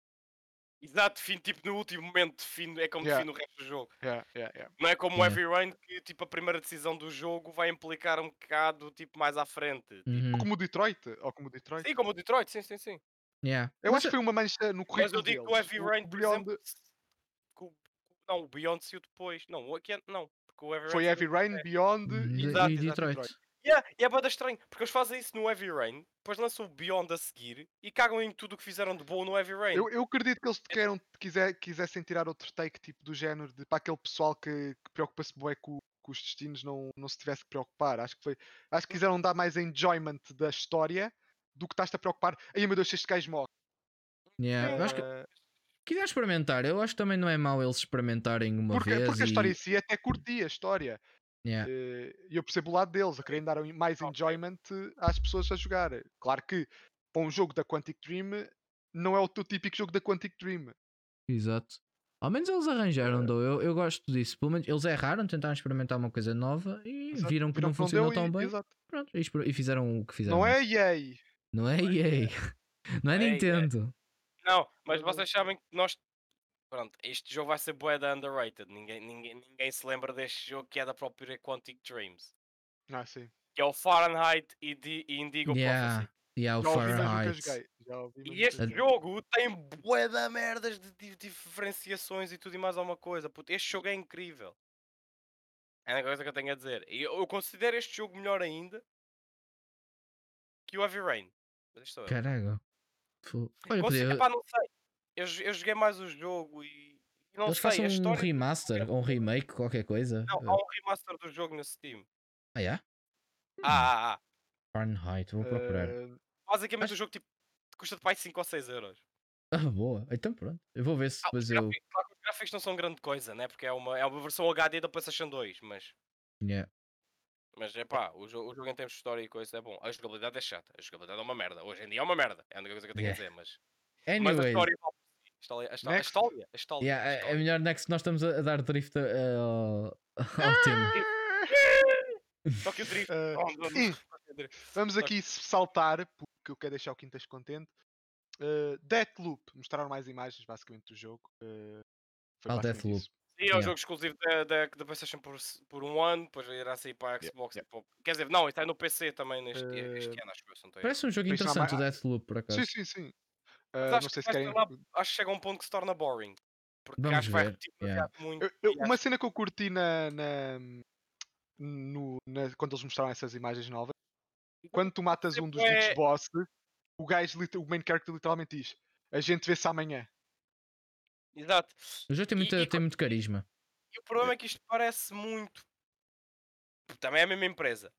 [SPEAKER 2] Exato, fim, tipo, no último momento, fim, é como
[SPEAKER 3] Yeah.
[SPEAKER 2] define o resto do jogo.
[SPEAKER 3] Yeah, yeah, yeah.
[SPEAKER 2] Não é como o
[SPEAKER 1] Yeah.
[SPEAKER 2] Heavy Rain, que tipo, a primeira decisão do jogo vai implicar um bocado tipo, mais à frente. Tipo,
[SPEAKER 1] Uhum,
[SPEAKER 3] Ou como o Detroit, ou como o Detroit.
[SPEAKER 2] Sim, como o Detroit, sim, sim, sim.
[SPEAKER 1] yeah.
[SPEAKER 3] Eu
[SPEAKER 1] Mas
[SPEAKER 3] acho que foi uma mancha no
[SPEAKER 2] Mas
[SPEAKER 3] currículo
[SPEAKER 2] eu digo que o
[SPEAKER 3] deles.
[SPEAKER 2] Heavy Rain, por
[SPEAKER 3] Beyond
[SPEAKER 2] exemplo, se- que o- não, o Beyond saiu depois. Não, o Aqui não, porque o Heavy Rain.
[SPEAKER 3] Foi
[SPEAKER 2] saiu
[SPEAKER 3] Heavy Rain, Beyond
[SPEAKER 1] de-
[SPEAKER 3] e,
[SPEAKER 2] Exato,
[SPEAKER 1] Hum, e
[SPEAKER 3] um exato,
[SPEAKER 1] Detroit.
[SPEAKER 2] Yeah, e é bada estranho, porque eles fazem isso no Heavy Rain, depois lançam o Beyond a seguir e cagam em tudo o que fizeram de bom no Heavy Rain.
[SPEAKER 3] Eu, eu acredito que eles
[SPEAKER 2] É
[SPEAKER 3] queiram, quiser, quisessem tirar outro take tipo do género de para aquele pessoal que, que preocupa-se bué com, com os destinos não, não se tivesse que preocupar. Acho que foi. Acho que
[SPEAKER 2] Uhum.
[SPEAKER 3] quiseram dar mais enjoyment da história do que estás-te a preocupar. Ai meu Deus, se este gajo morre.
[SPEAKER 1] Yeah, Eu
[SPEAKER 3] É.
[SPEAKER 1] acho que
[SPEAKER 2] Ah,
[SPEAKER 1] quiser experimentar, eu acho que também não é mau eles experimentarem uma
[SPEAKER 3] Porque,
[SPEAKER 1] vez.
[SPEAKER 3] porque a história em
[SPEAKER 1] e... É.
[SPEAKER 3] si é até curti a história.
[SPEAKER 1] Yeah.
[SPEAKER 3] Eh, E eu percebo o lado deles, a querem dar um- mais
[SPEAKER 2] Ok.
[SPEAKER 3] enjoyment às pessoas a jogar. Claro que para um jogo da Quantic Dream não é o teu típico jogo da Quantic Dream.
[SPEAKER 1] Exato. Ao menos eles arranjaram,
[SPEAKER 3] É.
[SPEAKER 1] dou. Eu, eu gosto disso. Pelo menos eles erraram, tentaram experimentar uma coisa nova e
[SPEAKER 3] Exato,
[SPEAKER 1] viram que não
[SPEAKER 3] deu
[SPEAKER 1] funcionou tão
[SPEAKER 3] e-
[SPEAKER 1] bem.
[SPEAKER 3] exato.
[SPEAKER 1] Pronto, e, exper- e fizeram o que fizeram.
[SPEAKER 3] Não é yay.
[SPEAKER 1] Não é EA. Não é
[SPEAKER 2] Não é EA.
[SPEAKER 1] Nintendo.
[SPEAKER 2] Não, mas vocês sabem que nós. Pronto, este jogo vai ser bué da underrated. Ninguém, ninguém, ninguém se lembra deste jogo que é da própria Quantic Dreams.
[SPEAKER 3] Ah, sim.
[SPEAKER 2] Que é o Fahrenheit e, Di- e Indigo
[SPEAKER 1] Yeah,
[SPEAKER 2] Prophecy.
[SPEAKER 1] yeah, o
[SPEAKER 3] Já ouvi, mas nunca
[SPEAKER 1] Fahrenheit.
[SPEAKER 3] joguei. Já ouvi, mas
[SPEAKER 2] E
[SPEAKER 3] nunca
[SPEAKER 2] este
[SPEAKER 3] joguei.
[SPEAKER 2] jogo tem bué da merdas de di- diferenciações e tudo e mais alguma coisa. puto. este jogo é incrível. É a única coisa que eu tenho a dizer. E eu eu considero este jogo melhor ainda que o Heavy Rain. Mas isto sou eu.
[SPEAKER 1] Caraca. Fu- Olha,
[SPEAKER 2] Conse-
[SPEAKER 1] podia,
[SPEAKER 2] epá, não sei. Eu, jo- eu joguei mais o jogo e. e Não
[SPEAKER 1] eles
[SPEAKER 2] sei,
[SPEAKER 1] façam
[SPEAKER 2] a
[SPEAKER 1] um eh.
[SPEAKER 2] história.
[SPEAKER 1] remaster ou um remake, qualquer coisa.
[SPEAKER 2] Não, há um remaster do jogo nesse Steam.
[SPEAKER 1] Ah, yeah?
[SPEAKER 2] Ah, ah, ah.
[SPEAKER 1] Fahrenheit, vou procurar.
[SPEAKER 3] Eh,
[SPEAKER 2] Basicamente
[SPEAKER 1] Acho-
[SPEAKER 2] o jogo tipo, custa de pai 5 ou 6 euros.
[SPEAKER 1] Ah, boa. Então pronto. Eu vou ver se
[SPEAKER 2] Ah,
[SPEAKER 1] depois
[SPEAKER 2] os,
[SPEAKER 1] eu.
[SPEAKER 2] gráficos, claro que os gráficos não são grande coisa, né? Porque é uma, é uma versão HD da PlayStation 2, mas.
[SPEAKER 1] Yeah.
[SPEAKER 2] Mas é pá, o, jo- o jogo em termos de história e coisa é bom. A jogabilidade é chata. A jogabilidade é uma merda. Hoje em dia é uma merda. É a única coisa que eu tenho a dizer, mas. Mas a
[SPEAKER 1] Anyways.
[SPEAKER 2] história. vale por si. A história- A história. A
[SPEAKER 3] Next.
[SPEAKER 2] história. A história.
[SPEAKER 1] Yeah,
[SPEAKER 2] a
[SPEAKER 1] é- é,
[SPEAKER 2] história.
[SPEAKER 1] melhor next nós estamos a, a dar drift a- a- ao, ao tema.
[SPEAKER 2] Ah! Só que o drift.
[SPEAKER 3] ah, eh,
[SPEAKER 2] Oh, vamos-
[SPEAKER 3] hum, Vamos
[SPEAKER 2] Só-
[SPEAKER 3] aqui saltar, porque eu quero deixar o Quintas contente. Eh, Deathloop. Mostraram mais imagens, basicamente, do jogo. eh, foi
[SPEAKER 1] Ah, o
[SPEAKER 3] basicamente
[SPEAKER 1] Deathloop.
[SPEAKER 3] isso.
[SPEAKER 2] E é um
[SPEAKER 1] Yeah.
[SPEAKER 2] jogo exclusivo da, da, da PlayStation por, s- por um ano, depois irá sair para a
[SPEAKER 3] Yeah,
[SPEAKER 2] Xbox. e
[SPEAKER 3] yeah.
[SPEAKER 2] para o- Quer dizer, não, está no PC também neste este
[SPEAKER 3] Eh,
[SPEAKER 2] ano, acho que eu, se não estou em erro.
[SPEAKER 1] Parece um jogo
[SPEAKER 3] Por isso há
[SPEAKER 1] interessante, o
[SPEAKER 3] mais-
[SPEAKER 1] Deathloop, por acaso.
[SPEAKER 3] Sim, sim, sim. Eh,
[SPEAKER 2] acho
[SPEAKER 3] não
[SPEAKER 2] que
[SPEAKER 3] sei se
[SPEAKER 2] vai
[SPEAKER 3] querem.
[SPEAKER 2] tornar- Acho que chega a um ponto que se torna boring. Porque
[SPEAKER 1] Vamos
[SPEAKER 2] acho que vai
[SPEAKER 1] ver,
[SPEAKER 2] repetir
[SPEAKER 1] yeah.
[SPEAKER 2] demasiado muito.
[SPEAKER 3] Eu- eu-
[SPEAKER 2] e acho-
[SPEAKER 3] uma cena que eu curti na, na- no- na- quando eles mostraram essas imagens novas, quando tu matas um dos
[SPEAKER 2] Tipo,
[SPEAKER 3] últimos
[SPEAKER 2] é-
[SPEAKER 3] boss, o gajo, lite- o main character literalmente diz: A gente vê-se amanhã.
[SPEAKER 2] Exato.
[SPEAKER 1] O jogo tem,
[SPEAKER 2] E-
[SPEAKER 1] muita-
[SPEAKER 2] e
[SPEAKER 1] tem muito carisma.
[SPEAKER 2] E o problema é que isto parece muito. Também é a mesma empresa.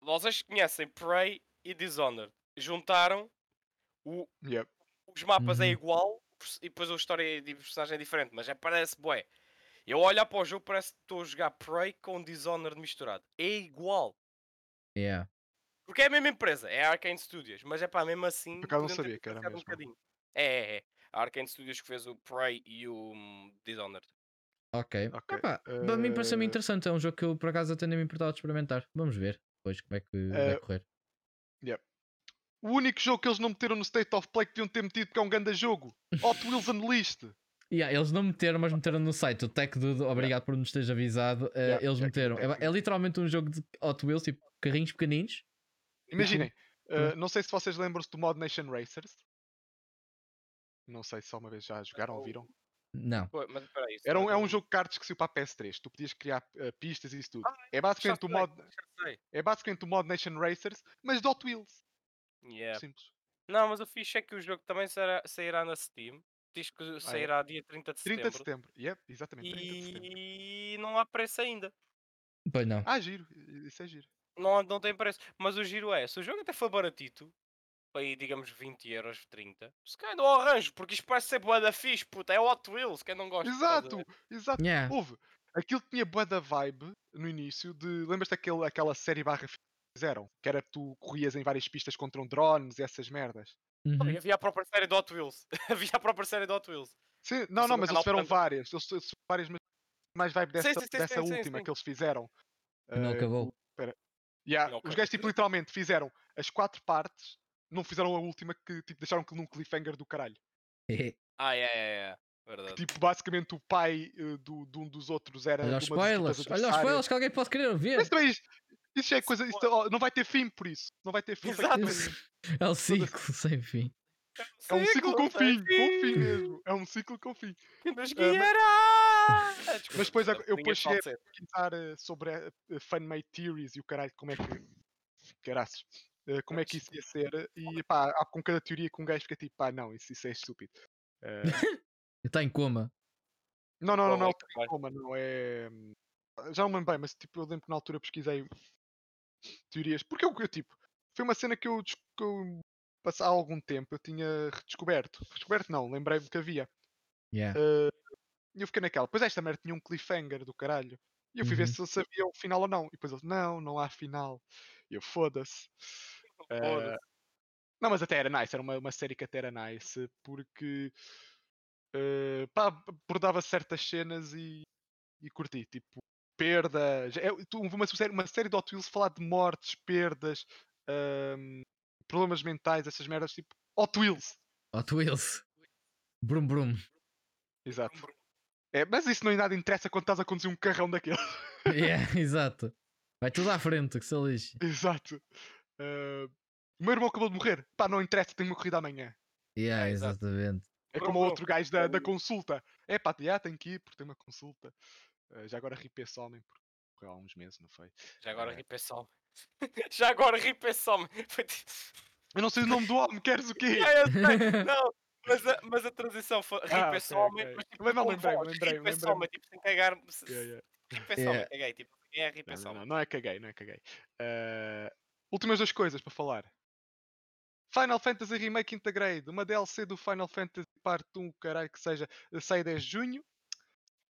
[SPEAKER 2] Vocês conhecem Prey e Dishonored. Juntaram o,
[SPEAKER 3] Yep.
[SPEAKER 2] os mapas é
[SPEAKER 1] Uhum.
[SPEAKER 2] igual pers- e depois a história de personagem é diferente, mas é, parece bué. Eu olhar para o jogo parece que estou a jogar Prey com Dishonored misturado. É igual.
[SPEAKER 1] Yeah.
[SPEAKER 2] Porque é a mesma empresa, é a Arkane Studios, mas é pá, mesmo assim.
[SPEAKER 3] Por acaso não
[SPEAKER 2] podiam ter
[SPEAKER 3] sabia que era
[SPEAKER 2] diferenciado
[SPEAKER 3] mesmo.
[SPEAKER 2] bocadinho. é, é, é. A Arkane Studios que fez o Prey e o hum, Dishonored.
[SPEAKER 1] Ok.
[SPEAKER 3] Ok,
[SPEAKER 1] Epá, Para mim parece-me
[SPEAKER 3] eh,
[SPEAKER 1] interessante. É um jogo que eu por acaso até nem me importava de experimentar. Vamos ver depois como é que vai
[SPEAKER 3] Eh,
[SPEAKER 1] correr.
[SPEAKER 3] O único jogo que eles não meteram no State of Play que deviam ter metido, porque é um grande jogo: Hot Wheels Unleashed.
[SPEAKER 1] Yeah, eles não meteram, mas meteram no site. O Tech Dude, obrigado por nos teres avisado. eh,
[SPEAKER 3] Yeah,
[SPEAKER 1] eles
[SPEAKER 3] yeah,
[SPEAKER 1] meteram.
[SPEAKER 3] yeah,
[SPEAKER 1] É, é literalmente um jogo de Hot Wheels, tipo carrinhos pequeninos.
[SPEAKER 3] Imaginem,
[SPEAKER 1] Uhum.
[SPEAKER 3] eh, não sei se vocês lembram-se do Mod Nation Racers. Não sei se alguma vez já jogaram ou
[SPEAKER 2] Não.
[SPEAKER 3] viram.
[SPEAKER 1] Não.
[SPEAKER 2] Ué, mas espera aí, isso
[SPEAKER 3] Era um,
[SPEAKER 2] não
[SPEAKER 3] é
[SPEAKER 2] é
[SPEAKER 3] um
[SPEAKER 2] do-
[SPEAKER 3] jogo de cartas que saiu para a PS3. Tu podias criar eh, pistas e isso tudo. é
[SPEAKER 2] Ah, Já
[SPEAKER 3] basicamente o
[SPEAKER 2] sei,
[SPEAKER 3] mod,
[SPEAKER 2] já sei.
[SPEAKER 3] é basicamente o mod Nation Racers, mas de Hot Wheels.
[SPEAKER 2] Yeah.
[SPEAKER 3] Simples.
[SPEAKER 2] Não, mas o fixe é que o jogo também sairá, sairá na Steam. Diz que sairá dia 30 de
[SPEAKER 3] 30 Ah, é? de
[SPEAKER 2] setembro.
[SPEAKER 3] setembro. Yep, exatamente. 30 de setembro.
[SPEAKER 2] E não há preço ainda.
[SPEAKER 1] Pois não.
[SPEAKER 3] Ah, giro. i- Isso é giro.
[SPEAKER 2] Não, há- não tem preço. Mas o giro é, se o jogo até foi baratito, para aí digamos 20 euros, 30, se calhar não arranjo, porque isto parece ser boa da fixe, puta, é Hot Wheels, quem não gosta. estás a
[SPEAKER 3] Exato,
[SPEAKER 2] ver?
[SPEAKER 3] exato.
[SPEAKER 1] Yeah.
[SPEAKER 3] Houve. Aquilo tinha boa da vibe no início de. Lembras daquela aquela série barra fi- que fizeram? Que era tu corrias em várias pistas contra um drones e essas merdas.
[SPEAKER 1] Uhum.
[SPEAKER 2] E Havia a própria série de Hot Wheels. havia a própria série de Hot Wheels.
[SPEAKER 3] Sim, não,
[SPEAKER 2] Isso
[SPEAKER 3] não,
[SPEAKER 2] no
[SPEAKER 3] mas eles
[SPEAKER 2] canal
[SPEAKER 3] tiveram
[SPEAKER 2] Panda.
[SPEAKER 3] várias. Eles eles tiveram várias, mas mais vibe
[SPEAKER 2] Sim,
[SPEAKER 3] dessa,
[SPEAKER 2] sim, sim,
[SPEAKER 3] dessa
[SPEAKER 2] sim, sim,
[SPEAKER 3] última
[SPEAKER 2] sim.
[SPEAKER 3] que eles fizeram.
[SPEAKER 1] Que não
[SPEAKER 3] Eh,
[SPEAKER 1] acabou.
[SPEAKER 3] o- Pera. Yeah,
[SPEAKER 2] Não
[SPEAKER 3] Os
[SPEAKER 2] acabou.
[SPEAKER 3] gajos tipo, literalmente fizeram as quatro partes, não fizeram a última que tipo, deixaram aquilo num cliffhanger do caralho.
[SPEAKER 2] Ah, é, é, é.
[SPEAKER 3] Que,
[SPEAKER 2] Verdade.
[SPEAKER 3] tipo, basicamente o pai eh, do, de um dos outros era.
[SPEAKER 1] Olha
[SPEAKER 3] de
[SPEAKER 1] os
[SPEAKER 3] uma das equipas
[SPEAKER 1] spoilers. Olha os
[SPEAKER 3] adversárias.
[SPEAKER 1] spoilers que alguém pode querer ver.
[SPEAKER 3] Mas também isto, isto já é coisa. Isto, ó, não vai ter fim por isso. Não vai ter fim. vai
[SPEAKER 2] Exato.
[SPEAKER 3] ter-
[SPEAKER 1] É o ciclo sem fim.
[SPEAKER 3] É um ciclo com fim. Com fim
[SPEAKER 2] sim.
[SPEAKER 3] mesmo. É um ciclo com fim. Ah,
[SPEAKER 2] Mas que
[SPEAKER 3] mas-
[SPEAKER 2] era! Ah, desculpa,
[SPEAKER 3] Mas depois
[SPEAKER 2] desculpa, tinha
[SPEAKER 3] eu depois
[SPEAKER 2] de falar
[SPEAKER 3] cheguei-
[SPEAKER 2] sério.
[SPEAKER 3] Pensar eh, sobre a, a fan-made theories e o caralho, como é que. Caraças. eh, como é que isso ia ser? E pá, há com cada teoria que um gajo fica tipo, pá, não, isso, isso é estúpido. Eh,
[SPEAKER 1] Está em coma.
[SPEAKER 3] não, não, não, não,
[SPEAKER 2] Bom,
[SPEAKER 3] é
[SPEAKER 2] é
[SPEAKER 3] o Tacoma, não é. hum, Já não me lembro bem, mas tipo, eu lembro que na altura pesquisei teorias. Porque eu, eu tipo, foi uma cena que eu, des- que eu passar algum tempo eu tinha redescoberto. Redescoberto não, lembrei-me que havia. Ah,
[SPEAKER 1] Yeah.
[SPEAKER 3] E eu fiquei naquela. Pois esta merda tinha um cliffhanger do caralho. E eu fui ver
[SPEAKER 1] Uhum.
[SPEAKER 3] se eu sabia o final ou não. E depois eles, não, não há final. E eu, foda-se. Eh,
[SPEAKER 2] Foda-se.
[SPEAKER 3] não, mas até era nice, era uma, uma série que até era nice, porque eh, pá, abordava certas cenas e, e curti, tipo, perda, já- é tu- uma, série- uma série de Hot Wheels falar de mortes, perdas, ahm, problemas mentais, essas merdas, tipo, Hot Wheels,
[SPEAKER 1] Hot Wheels. Brum brum.
[SPEAKER 3] Exato. É, mas isso não nada interessa quando estás a conduzir um carrão daquele.
[SPEAKER 1] Yeah, exato. Vai tudo à frente, que se lixe.
[SPEAKER 3] Exato. Ah, o meu irmão acabou de morrer. Pá, não interessa, tenho uma corrida amanhã.
[SPEAKER 1] Yeah,
[SPEAKER 2] Ah, exato.
[SPEAKER 1] exatamente.
[SPEAKER 3] É
[SPEAKER 2] Bro,
[SPEAKER 3] como o
[SPEAKER 2] bro,
[SPEAKER 3] outro gajo da, da
[SPEAKER 2] bro.
[SPEAKER 3] consulta. É pá, já tenho que ir porque tenho uma consulta. Ah, já agora ripei esse homem porque morreu há uns meses, não foi?
[SPEAKER 2] Já agora
[SPEAKER 3] É.
[SPEAKER 2] ri para esse homem. Já agora ri para esse homem. Foi tipo-
[SPEAKER 3] Eu não sei o nome do homem, queres o quê?
[SPEAKER 2] Ah, eu sei, Não, mas a, mas a transição foi ri
[SPEAKER 3] Ah,
[SPEAKER 2] para esse
[SPEAKER 3] ok,
[SPEAKER 2] homem,
[SPEAKER 3] ok.
[SPEAKER 2] mas tipo,
[SPEAKER 3] Mas não,
[SPEAKER 2] com
[SPEAKER 3] lembrei-me,
[SPEAKER 2] voz, ri
[SPEAKER 3] lembrei-me,
[SPEAKER 2] para esse
[SPEAKER 3] lembrei-me.
[SPEAKER 2] homem, tipo, sem cagar, se- se-
[SPEAKER 3] Yeah, yeah.
[SPEAKER 2] ri para esse
[SPEAKER 1] Yeah.
[SPEAKER 2] homem, caguei, tipo, é ri para
[SPEAKER 3] Não,
[SPEAKER 2] esse
[SPEAKER 3] não, não,
[SPEAKER 2] homem.
[SPEAKER 3] não é caguei, não é caguei. Ah, últimas duas coisas para falar. Final Fantasy Remake Integrate, uma DLC do Final Fantasy Parte 1, o caralho que seja, eh, sai 10 de junho.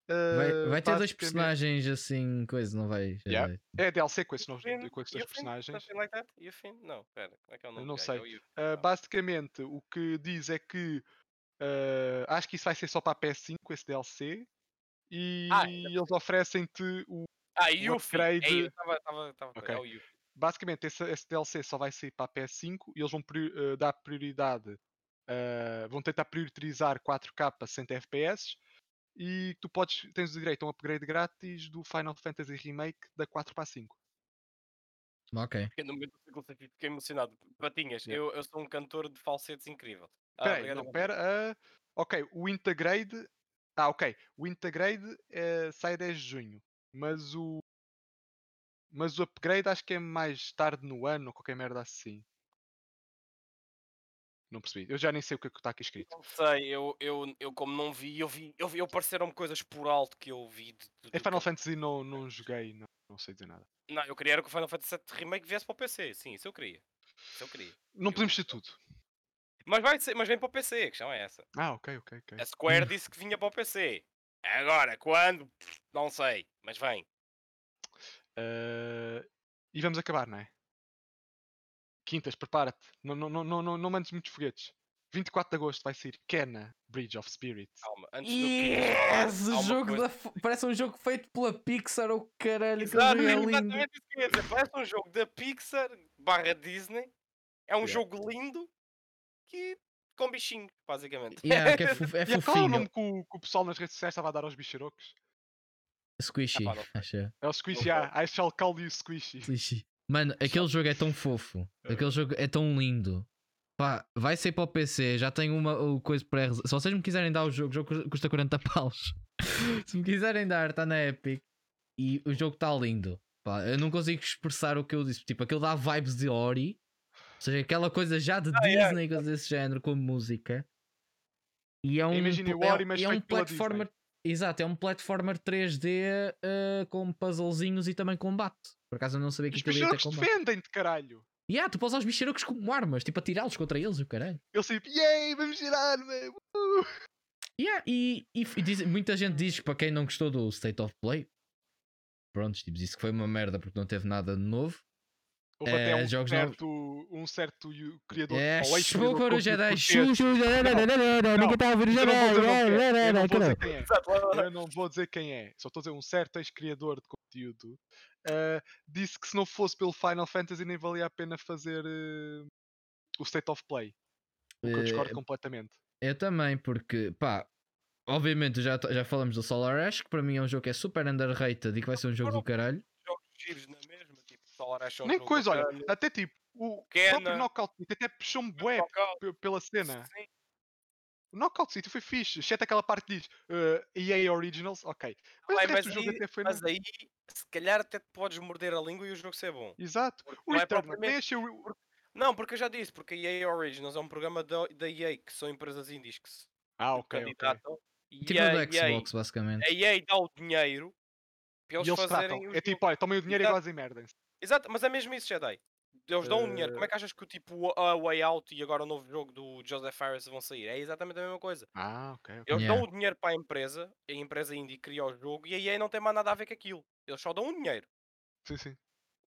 [SPEAKER 1] Vai,
[SPEAKER 3] Ah,
[SPEAKER 1] vai ter dois
[SPEAKER 3] basicamente-
[SPEAKER 1] personagens assim, coisa, não vai? Já
[SPEAKER 3] Yeah.
[SPEAKER 1] vai.
[SPEAKER 3] É DLC com esses, novos,
[SPEAKER 2] Finn,
[SPEAKER 3] com esses
[SPEAKER 2] you
[SPEAKER 3] dois
[SPEAKER 2] Finn?
[SPEAKER 3] personagens.
[SPEAKER 2] Something like that? You Finn? Não, pera, como é que é o nome
[SPEAKER 3] não
[SPEAKER 2] do gajo?
[SPEAKER 3] sei.
[SPEAKER 2] É o Yu-
[SPEAKER 3] Ah,
[SPEAKER 2] não.
[SPEAKER 3] basicamente, o que diz é que ah, acho que isso vai ser só para a PS5, esse DLC. E
[SPEAKER 2] Ah, ainda
[SPEAKER 3] eles oferecem-te o.
[SPEAKER 2] Ah, Yuffie!
[SPEAKER 3] upgrade-
[SPEAKER 2] É, eu tava, tava, tava,
[SPEAKER 3] Ok.
[SPEAKER 2] é o Yuffie.
[SPEAKER 3] Basicamente, esse, esse DLC só vai sair para a PS5 e eles vão prior- ah, dar prioridade. ah, vão tentar priorizar 4K a 60 FPS. E tu podes, tens o direito a um upgrade grátis do Final Fantasy Remake da 4 para a 5.
[SPEAKER 1] Ok.
[SPEAKER 2] Porque no momento do ciclo aqui fiquei emocionado. Patinhas,
[SPEAKER 3] Yeah.
[SPEAKER 2] eu, eu sou um cantor de falsetes incrível. Ah,
[SPEAKER 3] Peraí,
[SPEAKER 2] obrigado,
[SPEAKER 3] não,
[SPEAKER 2] Gabriel.
[SPEAKER 3] pera. ah, ok, o Integrade. Ah, ok. O Integrade eh, sai 10 de junho. Mas o. Mas o upgrade acho que é mais tarde no ano ou qualquer merda assim. Não percebi. Eu já nem sei o que é que está aqui escrito.
[SPEAKER 2] Não sei, eu, eu, eu como não vi, eu vi, eu, vi- eu apareceram coisas por alto que eu vi. De, de-
[SPEAKER 3] É
[SPEAKER 2] do
[SPEAKER 3] Final
[SPEAKER 2] que-
[SPEAKER 3] Fantasy não, não joguei, não, não sei dizer nada.
[SPEAKER 2] Não, eu queria era que o Final Fantasy VII Remake viesse para o PC, sim, isso eu queria. Isso eu queria.
[SPEAKER 3] Não podemos ter tudo.
[SPEAKER 2] Mas, vai, ser- mas vem para o PC, a questão é essa.
[SPEAKER 3] Ah, ok, ok,
[SPEAKER 2] A
[SPEAKER 3] ok.
[SPEAKER 2] Square disse que vinha para o PC. Agora, quando? Pff, Não sei, mas vem.
[SPEAKER 3] Ah, e vamos acabar, não é? Quintas, prepara-te. Não, não, não, não, não, não mandes muitos foguetes. 24 de agosto vai sair Kena Bridge of Spirits.
[SPEAKER 2] Calma, antes do que queres falar,
[SPEAKER 1] Yes!
[SPEAKER 2] há uma
[SPEAKER 1] Jogo
[SPEAKER 2] coisa-
[SPEAKER 1] da... f- Parece um jogo feito pela Pixar ou caralho. que
[SPEAKER 2] Exato,
[SPEAKER 1] jogo
[SPEAKER 2] é
[SPEAKER 1] é lindo.
[SPEAKER 2] exatamente isso que eu ia dizer. Parece um jogo da Pixar barra Disney. É um
[SPEAKER 3] Yeah.
[SPEAKER 2] jogo lindo que com bichinhos, basicamente.
[SPEAKER 1] Yeah, que é, fo- é
[SPEAKER 3] E qual é o
[SPEAKER 1] fofinho.
[SPEAKER 3] nome que o, que o pessoal nas redes sociais estava a dar aos bicharocos?
[SPEAKER 1] é Squishy,
[SPEAKER 2] Ah, pá, não sei.
[SPEAKER 1] acho eu.
[SPEAKER 3] É o Squishy,
[SPEAKER 2] sei.
[SPEAKER 3] ah, I shall call you Squishy.
[SPEAKER 1] Squishy. Mano, aquele jogo é tão fofo. Aquele jogo é tão lindo. Pá, vai ser para o PC. Já tenho uma uh, coisa pré Se vocês me quiserem dar o jogo, o jogo cu- custa 40 paus. Se me quiserem dar, está na Epic. E o jogo está lindo. Pá, eu não consigo expressar o que eu disse. Tipo, aquele dá vibes de Ori. Ou seja, aquela coisa já de
[SPEAKER 3] Ah, é.
[SPEAKER 2] yeah.
[SPEAKER 1] Disney, coisas desse género, com música. E é um,
[SPEAKER 3] Imagina o
[SPEAKER 1] é,
[SPEAKER 3] Ori, mas
[SPEAKER 1] é um
[SPEAKER 3] feito pela
[SPEAKER 1] platformer. Exato, é um platformer 3D eh, com puzzlezinhos e também combate. Por acaso eu não sabia que
[SPEAKER 3] Os
[SPEAKER 1] aquilo ia ter
[SPEAKER 3] bicharocos
[SPEAKER 1] combate.
[SPEAKER 3] defendem-te, caralho!
[SPEAKER 1] E ah, tu podes aos bicheiros como armas, tipo atirá-los contra eles e o caralho.
[SPEAKER 3] Eles tipo, yay, vamos girar, meu!
[SPEAKER 1] Yeah, e e, f- e diz- muita gente diz que para quem não gostou do State of Play, pronto, tipo, disse que foi uma merda porque não teve nada de novo.
[SPEAKER 3] Houve até
[SPEAKER 1] É,
[SPEAKER 3] um
[SPEAKER 1] jogos novos.
[SPEAKER 3] certo, um certo yu- criador
[SPEAKER 1] É,
[SPEAKER 3] ou ex-criador
[SPEAKER 1] chupa
[SPEAKER 3] de
[SPEAKER 1] o
[SPEAKER 3] conteúdo
[SPEAKER 1] Jedi,
[SPEAKER 3] português.
[SPEAKER 1] chupa o Jedi, ninguém está a ouvir o
[SPEAKER 3] Eu não vou dizer o nome que é, eu não vou
[SPEAKER 1] Jedi.
[SPEAKER 3] dizer quem é.
[SPEAKER 2] Exato, lá, lá, lá.
[SPEAKER 3] Eu não vou dizer quem é, só estou a dizer um certo ex-criador de conteúdo ah, disse que se não fosse pelo Final Fantasy nem valia a pena fazer eh, o State of Play. O que eu discordo
[SPEAKER 1] Eh,
[SPEAKER 3] completamente.
[SPEAKER 1] Eu também, porque pá, obviamente já, já falamos do Solar Ash, que para mim é um jogo que é super underrated e que vai ser um jogo do caralho.
[SPEAKER 2] jogos giros na mesma, tipo, Solar Ash é um
[SPEAKER 3] Nem
[SPEAKER 2] jogo
[SPEAKER 3] coisa, olha,
[SPEAKER 2] bacana,
[SPEAKER 3] até tipo, o
[SPEAKER 2] Kena.
[SPEAKER 3] próprio Knockout City até puxou-me bué
[SPEAKER 2] Knockout,
[SPEAKER 3] pe- pela cena.
[SPEAKER 2] sim.
[SPEAKER 3] O Knockout City foi fixe, exceto aquela parte que diz eh, EA Originals, ok. Mas,
[SPEAKER 2] Ué,
[SPEAKER 3] o resto
[SPEAKER 2] é, mas
[SPEAKER 3] do jogo
[SPEAKER 2] aí-
[SPEAKER 3] até foi.
[SPEAKER 2] Mas
[SPEAKER 3] na-
[SPEAKER 2] aí, se calhar até te podes morder a língua e o jogo ser bom.
[SPEAKER 3] Exato.
[SPEAKER 2] Porque
[SPEAKER 3] O
[SPEAKER 2] não é
[SPEAKER 3] Returnal, nem
[SPEAKER 2] propriamente-
[SPEAKER 3] achei o-
[SPEAKER 2] Não, porque eu já disse, porque a EA Originals é um programa da, da EA, que são empresas indies que se
[SPEAKER 3] Ah, ok, ok.
[SPEAKER 2] candidatam. E É
[SPEAKER 1] Tipo
[SPEAKER 2] a,
[SPEAKER 1] o do
[SPEAKER 2] EA
[SPEAKER 1] Xbox, basicamente.
[SPEAKER 2] a EA dá o dinheiro para
[SPEAKER 3] E
[SPEAKER 2] eles,
[SPEAKER 3] eles
[SPEAKER 2] fazerem
[SPEAKER 3] tratam.
[SPEAKER 2] o
[SPEAKER 3] É tipo, olha, tomem o dinheiro e
[SPEAKER 2] Exato.
[SPEAKER 3] agora se merdem.
[SPEAKER 2] Exato, mas é mesmo isso, Jedi. Eles dão o dinheiro.
[SPEAKER 3] Eh.
[SPEAKER 2] Como é que achas que o tipo a Way Out e agora o novo jogo do Joseph Harris vão sair? É exatamente a mesma coisa.
[SPEAKER 3] Ah, ok, ok.
[SPEAKER 2] Eles
[SPEAKER 1] Yeah.
[SPEAKER 2] dão o dinheiro para a empresa, a empresa indie cria o jogo e a EA não tem mais nada a ver com aquilo. Eles só dão o dinheiro.
[SPEAKER 3] Sim, sim.